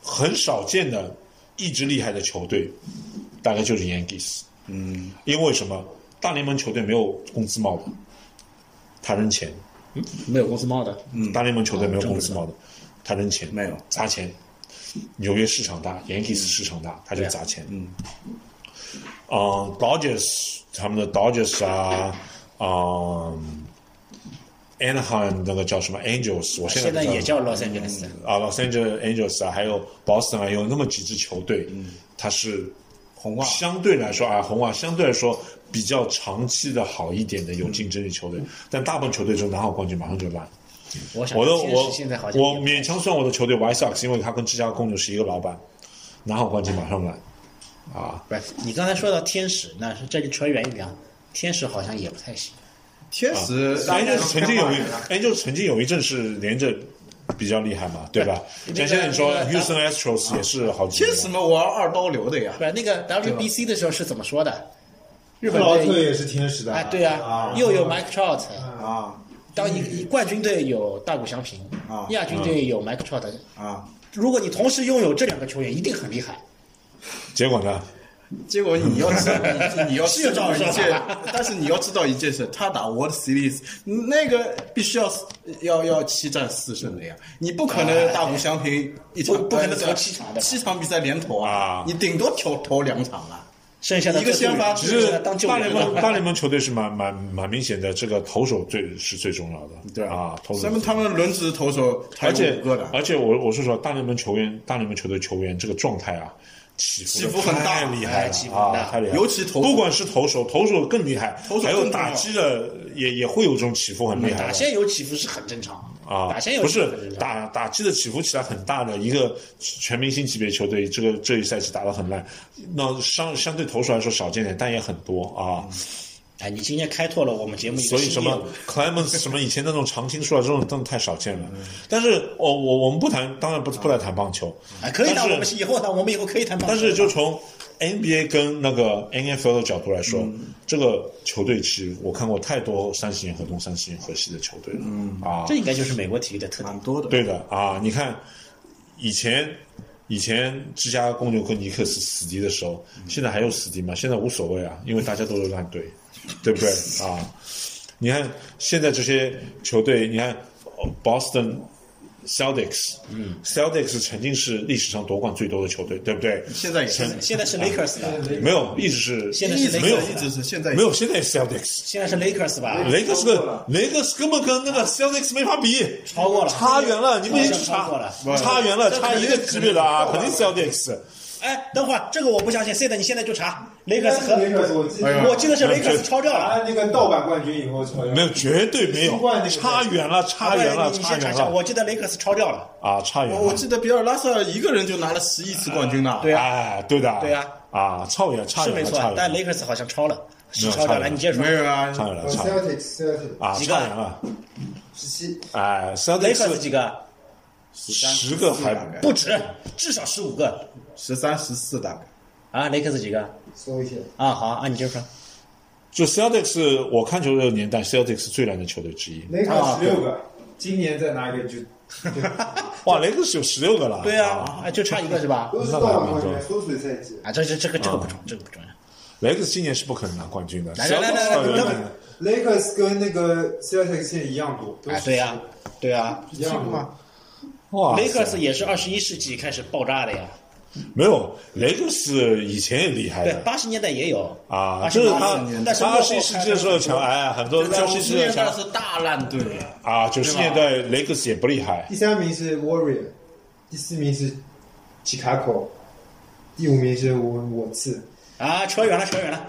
很少见的一支厉害的球队，大概就是 Yankees。嗯，因为什么？大联盟球队没有工资帽的，他扔钱。没有公司帽的，嗯大联盟球队没有工资帽的，他扔钱，没有砸钱。纽约市场大，Yankees 市场大，他就砸钱。嗯，嗯，Dodgers 他们的 Dodgers 啊，嗯，Anaheim 那个叫什么 Angels，我现在在不知道也叫 Los Angeles。啊 Los Angeles Angels 啊，还有 Boston 啊，有那么几支球队，它是红袜相对来说啊，红袜相对来说比较长期的好一点的有竞争力球队，但大部分球队就拿好冠军马上就烂。我想我的天使我现在好像我也勉强算我的球队 White Sox，因为他跟芝加哥公牛是一个老板，拿好冠军马上来啊！不是你刚才说到天使，那是这就扯远一点啊，天使好像也不太行。天使，Angels 啊曾经有一当然 Angels 曾经有一阵是连着比较厉害嘛，对吧？像现在你说那个啊 Houston Astros 也是好几天年使了嘛，我要二刀流的呀。不是啊那个 WBC 的时候是怎么说的？日本老特队也是天使的哎，对啊，又有 Mike Trout，啊当一一冠军队有大谷翔平啊，亚军队有 Mike Trout，啊！如果你同时拥有这两个球员，一定很厉害。结果呢？结果你要知道，你要知道一件，但是你要知道一件事，他打 World Series 那个必须要要要七战四胜的呀，你不可能大谷翔平一场呃不不可能投七场的吧七场比赛连投啊啊，你顶多投投两场啊。剩下的一个先发只其实是当救大援联了盟大联盟球队是蛮蛮蛮明显的，这个投手最是最重要的，啊，投手咱们他们轮值投手还而有且五个的，而且我我是说，大联盟球员，大联盟球队球员这个状态啊，起伏起起伏很大太厉害哎起伏很了大啊，太厉害了。尤其投手不管是投手，投手更厉害，投手更还重要有打击的也也会有这种起伏很厉害嗯打的。线有起伏是很正常啊，打线有不起伏是很正常打打击的起伏起来很大的一个全明星级别球队，这个这一赛季打得很烂，那相相对投手来说少见点，但也很多啊。哎，你今天开拓了我们节目一嗯个所以新什业么务， Clemens 什么以前那种常青树啊，这种真的太少见了。但是我我我们不谈，当然不不来谈棒球，哎，可以的，但是我们以后呢，我们以后可以谈棒球但是就从 NBA 跟那个 NFL 的角度来说，嗯这个球队其实我看过太多三十年河东、三十年河西的球队了。嗯啊这，应该就是美国体育的特点。蛮多的。对的啊，你看以前以前芝加哥公牛跟尼克斯死敌的时候，现在还有死敌吗？现在无所谓啊，因为大家都是烂队，对不对啊？你看现在这些球队，你看哦 Boston Celtics，嗯，Celtics 曾经是历史上夺冠最多的球队，对不对？现在也是，现啊在是 Lakers 吧？没有，一直是现在一是直没有 Lakers，一直是啊现在也没有，现在也是 Celtics。现在是 Lakers 吧？雷克斯跟雷克斯根本跟那个 Celtics 没法比，超过了差远了，你们已经超过差了差远了，差一个级别了啊，肯定 Celtics。哎，等会儿这个我不相信，Sid 你现在就查 Lakers 和那个我记哎得呀我记得是那就 Lakers 超掉了。拿了那个盗版冠军以后，没有，绝对没新冠那有，个差远了，差远了，哎你差先查远一下，了我记得雷克斯超掉了。啊，差远我了。记得比尔拉塞尔一个人就拿了十一次冠军呢。对啊哎，对的，对啊，啊，差远，差是远没了，错差，远但了，雷克斯好像超了，没是有超掉超了。了你接着没说，有啊，差远了，差远了 Celtics Celtics 啊，几个差远了。十七，哎，雷克斯 Celtics 几个？十个还大概不止，至少十五个十三、十四大概。啊！雷克斯几个？搜一下，啊，好啊，你接着说。就 Celtics，我看球的年代，Celtics 是最烂的球队之一。雷克啊十六个，今年再拿一个就哇，雷克斯有十六个了。对啊，啊就差一个是吧？都是盗版冠军，都属于赛季。啊，这这这个这个不重要，这个不重要。雷克斯今年是不可能拿冠军的。来来来来 Celtics 到来原来来雷克斯跟那个 Celtics 现在一样多，都哎，是对呀，对呀，一样多。哇雷克斯也是二十一世纪开始爆炸的呀。没有，雷克斯以前也厉害对，的八十年代也有啊， 80就是年代但他是他落二后十一世纪的时候强，哎，很多二十一世纪的强是大烂队了，啊，九十年代雷克斯也不厉害第三名是 Warrior，第四名是吉卡口，第五名是我我次。啊，扯远了，扯远了。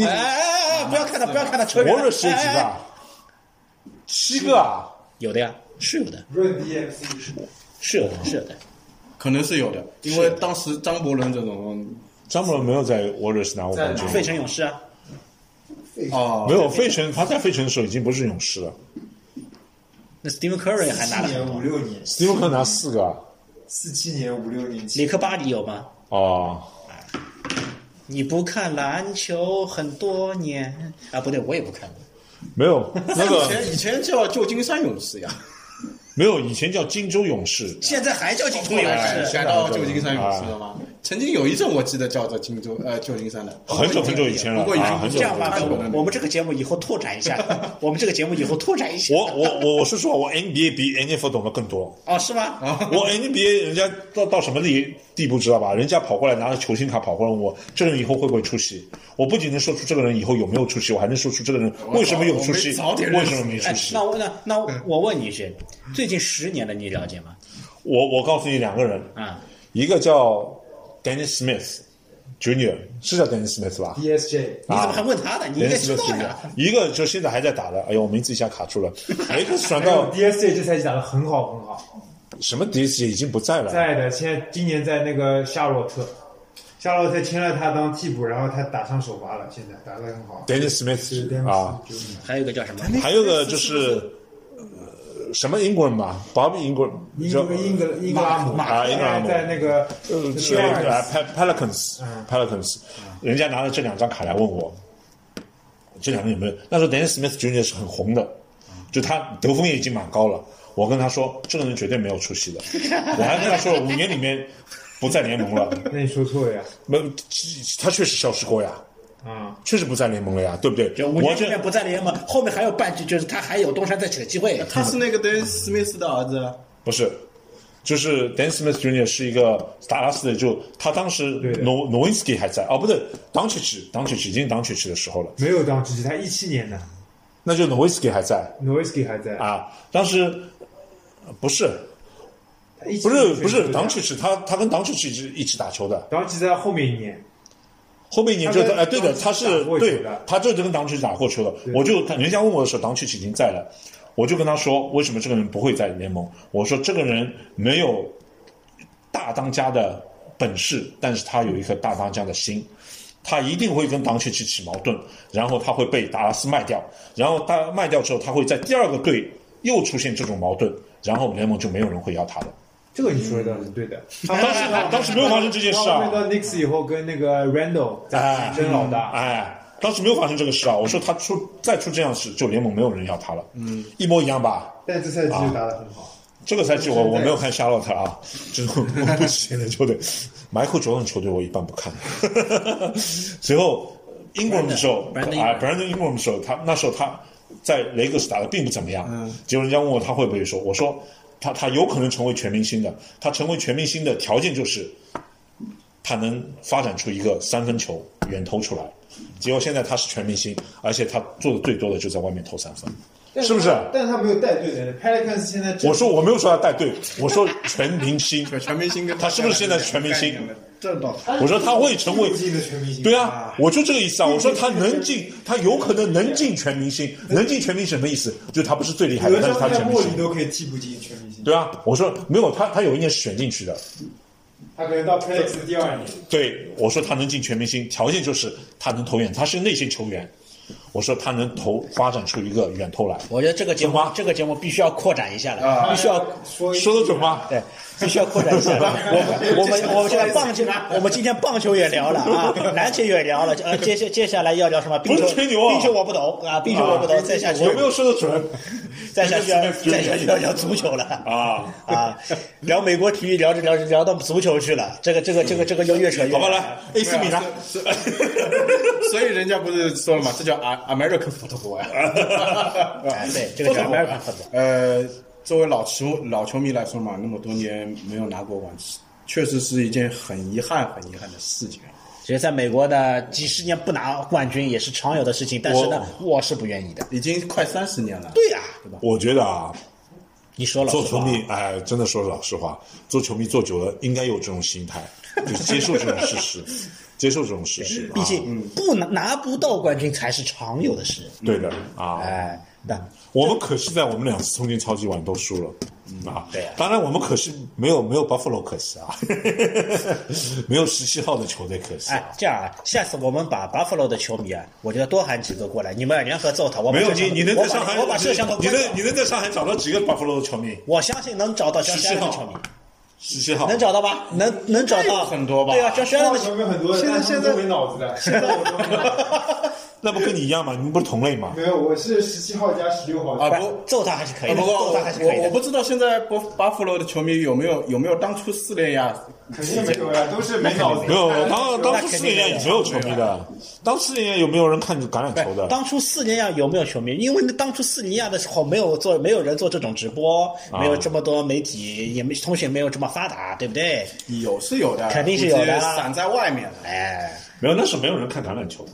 哎哎哎哎，不要看他，不要看他，扯远了。 ，Warriors 是有几哎哎哎个？啊？七个啊，有的呀，是有的，润 DMC 是有的，是有的。可能是有的，因为当时张伯伦这种张伯伦没有在 Warriors 拿过冠军在。费城勇士啊，哦，没有费城，他在费城的时候已经不是勇士了。那 Stephen Curry 还四拿了年很五多。六年，斯蒂芬克拿四个啊四七年五六年，里克巴里有吗？哦，你不看篮球很多年啊？不对，我也不看。没有那以个前哎以前叫旧金山勇士呀，没有，以前叫金州勇士，现在还叫金州勇哎士改到旧金山勇士了吗？曾经有一阵我记得叫做金州呃旧金山的，很久很久以前了不过已经啊，很久这样很久吧很久。，我们这个节目以后拓展一 [laughs] 下，我们这个节目以后拓展一下。我我我我是说，我 NBA 比 NFL 懂得更多。哦，是吗？ [laughs] 我 NBA 人家到到什么地地步知道吧？人家跑过来拿着球星卡跑过来问我，这个人以后会不会出息？我不仅能说出这个人以后有没有出息，我还能说出这个人为什么有出息，我早点为认识什么没出哎，息那。我那那嗯我问你一句，最近十年的你了解吗？我我告诉你两个人，啊，一个叫 Dennis Smith Junior，是叫 Dennis Smith 吧？E DSJ 啊你怎么还问他呢？你应该 Dennis 知 Smith 道 Junior，呀。一个就现在还在打的，哎呦，我名字一下卡住了。雷克斯传还有到 DSJ 这赛季打得很好很好，什么 DC 已经不在了，在的，哎现在今年在那个夏洛特，夏洛特签了他当替补，然后他打上首发了，现在打得很好。 Dennis 是 Smith DMC 啊，还有一个叫什么？还有个就是。呃什么英国人吧，Bob 英国英叫格英格英格拉姆，啊英格拉姆现在在那个呃是啊 Pel-，Pelicans Pelicans，人家拿了这两张卡来问我，这两个有没有？那时候 Dennis Smith Jr 是很红的，就他得分也已经蛮高了。我跟他说，这个人绝对没有出息的。我还跟他说了，五年里面不在联盟了，那你说错了呀，没有他确实消失过呀，啊，确实不在联盟了呀，对不对？就五我年之这内不在联盟，后面还有半句，就是他还有东山再起的机会。他是那个 Dennis Smith 的儿子，不是，就是 Dan Smith Jr. 是一个达拉斯的，就他当时对 No Nowinski 还在，哦，不对 d o n c i c d o n c i c 已经 d o n c i c 的时候了，没有当支持他一七年的那就 Nowinski 还在 Noisky 还在，啊。当时呃不是他一七不年是选不是秀 d 的 o n c i c 他他跟 d o n c i c 一直一起打球的，当时在后面一年，后面一年就他是跟哎，对的， Doncic 他是打过球的对，他就是跟当曲打过球的。我就他人家问我的时候，当曲已经在了，我就跟他说，为什么这个人不会在联盟？我说这个人没有大当家的本事，但是他有一颗大当家的心。他一定会跟当曲起起矛盾，然后他会被达拉斯卖掉，然后他卖掉之后，他会在第二个队又出现这种矛盾，然后联盟就没有人会要他的。这个你说的倒是对的。嗯当时当时没有发生这件事他啊后面，到 Knicks 以后跟那个 Randall 哎争老大，哎，当时没有发生这个事啊！我说他出再出这样的事，就联盟没有人要他了。嗯，一模一样吧？但这赛季就打得很好。这个赛季我我没有看夏洛特啊，这种不值钱的球队，Michael Jordan 球队我一般不看。 [laughs] 随后英国人的时候 Brandon- Brandon 啊 Ingram ，Brandon Ingram 的时候，他那时候他在雷克斯打的并不怎么样，结果人家问我他会不会说，我说他他有可能成为全明星的，他成为全明星的条件就是他能发展出一个三分球远投出来。结果现在他是全明星，而且他做的最多的就在外面投三分，是不是？但是他没有带队的，Pelicans 现在真我说我没有说他带队，我说全明星，全明星跟他是不是现在全明星？这倒是我说他会成为进的全明星对啊，我就这个意思啊。我说他能进，他有可能能进全明星，能进全明星什么意思？就他不是最厉害的，德但是章他在全明莫里星。都可以替补进全明星，对啊，我说没有他，他有一年是选进去的。他可能到 Pelicans 的第二年，对，我说他能进全明星，条件就是他能投远，他是内线球员。我说他能投，发展出一个远投来，我觉得这个节目什么啊这个节目必须要扩展一下了，必须要说说得准吗？对，必须要扩展一下。 [laughs] 我我们我们现在棒球，我们今天棒球也聊了 [laughs] 啊，篮球也聊了，呃，接下接下来要聊什么？冰不球，是吹牛啊冰球我不懂啊，冰球我不懂，再下去有没有说得准？再下去要再下去要聊足球了啊 [laughs] 啊！聊美国体育，聊着聊着聊到足球去了，这个这个这个这个就越扯越好远吧，来啊 AC 米兰。所以人家不啊是说了嘛，这叫 A- American football 啊哎 [laughs] 呀。对，这个叫 American football 呃，作为老球老球迷来说嘛，那么多年没有拿过冠军，确实是一件很遗憾、很遗憾的事情。其实在美国呢，几十年不拿冠军也是常有的事情，但是呢，我是不愿意的。已经快三十年了，对呀，我觉得啊，你说老做实球话迷，哎，真的说老实话，做球迷做久了，应该有这种心态，就是接受这种事实， [laughs] 接受这种事实。毕竟嗯不拿拿不到冠军才是常有的事。啊，对的啊，哎，那我们可惜在我们两次东京超级碗都输了。啊，对啊当然我们可惜没有没有 Buffalo 可惜啊， [laughs] 没有十七号的球队可惜哎啊，，这样啊，下次我们把 Buffalo 的球迷啊，我觉得多喊几个过来，你们联合揍哎他。我把没有摄像你头你能我把在上海，我把摄像头你关能掉你能在上海找到几个 Buffalo 的球迷？我相信能找到江山17的号球迷，十七号能找到吧？能能找到很多吧对啊，江山的球球迷迷很多，现在但他现们在都没脑子的。现在我都没 [laughs] 脑子那不跟你一样吗？你们不是同类吗？没有，我是十七号加十六号啊不不揍他还是可以啊的，不过揍我他还是可以我我的。不知道现在波巴夫罗的球迷有没有有没有当初四连呀？肯定没有呀，都是没脑子。 [laughs] 没有，当当那初肯定四年没有也没有球迷的，当四年有没有人看橄榄球的？当初四尼亚有没有球迷？因为那当初四尼亚的时候没有做，没有人做这种直播，没有这么多媒体，也没通讯没有这么发达，对不对？有是有的，肯定是有的估计散在外面的。哎，没有，那时候没有人看橄榄球。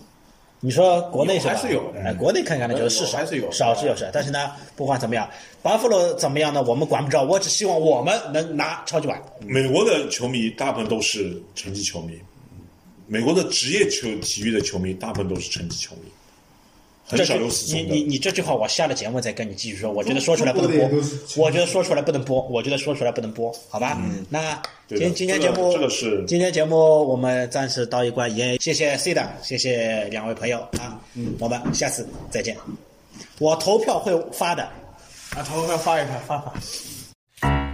你说国内是吧？还是有的哎，国内看看呢，就是有少还是有少是有少，但是呢，不管怎么样，巴夫罗怎么样呢？我们管不着，我只希望我们能拿超级碗。美国的球迷大部分都是成绩球迷，美国的职业球体育的球迷大部分都是成绩球迷，很这少句有死你忠你的。你这句话，我下了节目再跟你继续说。我觉得说出来不能中国的播也都是，我觉得说出来不能播，我觉得说出来不能播，好吧？那对今的今天这节个目这个是今天节目我们暂时到一关，也谢谢 C 档，谢谢两位朋友啊，我们下次再见。我投票会发的。啊，头发发一发发发。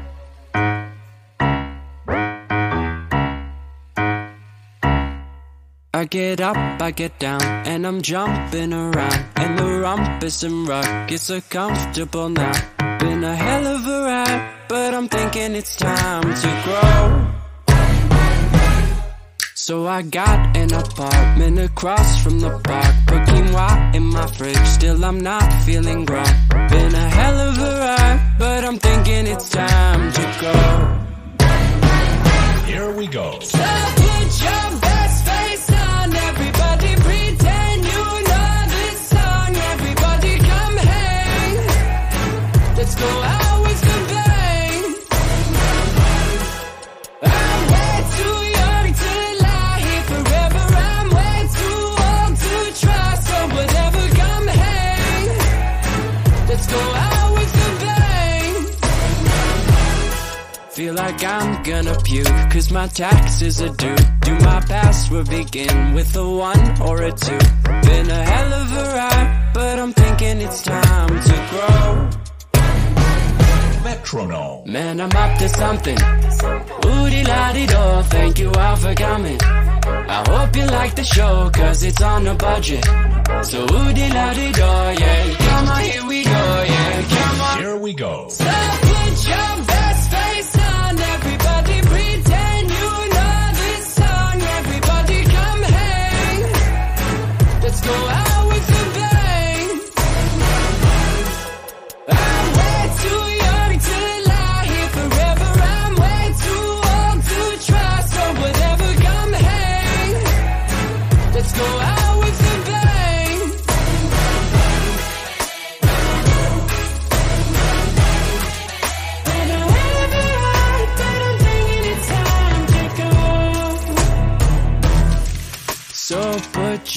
I get up, I get down, and I'm jumping around. And the rumpus and rug is so comfortable now. Been a hell of a ride, but I'm thinking it's time to grow. So I got an apartment across from the park. Cooking wine in my fridge, still I'm not feeling grown. Been a hell of a ride, but I'm thinking it's time to go. Here we go. So put your best face on, everybody pretend you know this song. Everybody come hang. Let's go out with the bang. I'm way too young to lie here forever. I'm way too old to try. So whatever, come hang. Let's go out with the bang. Feel like I'm gonna puke, cause my taxes are due. Do my password begin with a one or a two? Been a hell of a ride, but I'm thinking it's time to grow. Metronome. Man, I'm up to something. Woody la di do, thank you all for coming. I hope you like the show, cause it's on a budget. So woody la di do, yeah. Come on, here we go, yeah. Come on. Here we go. So put your Put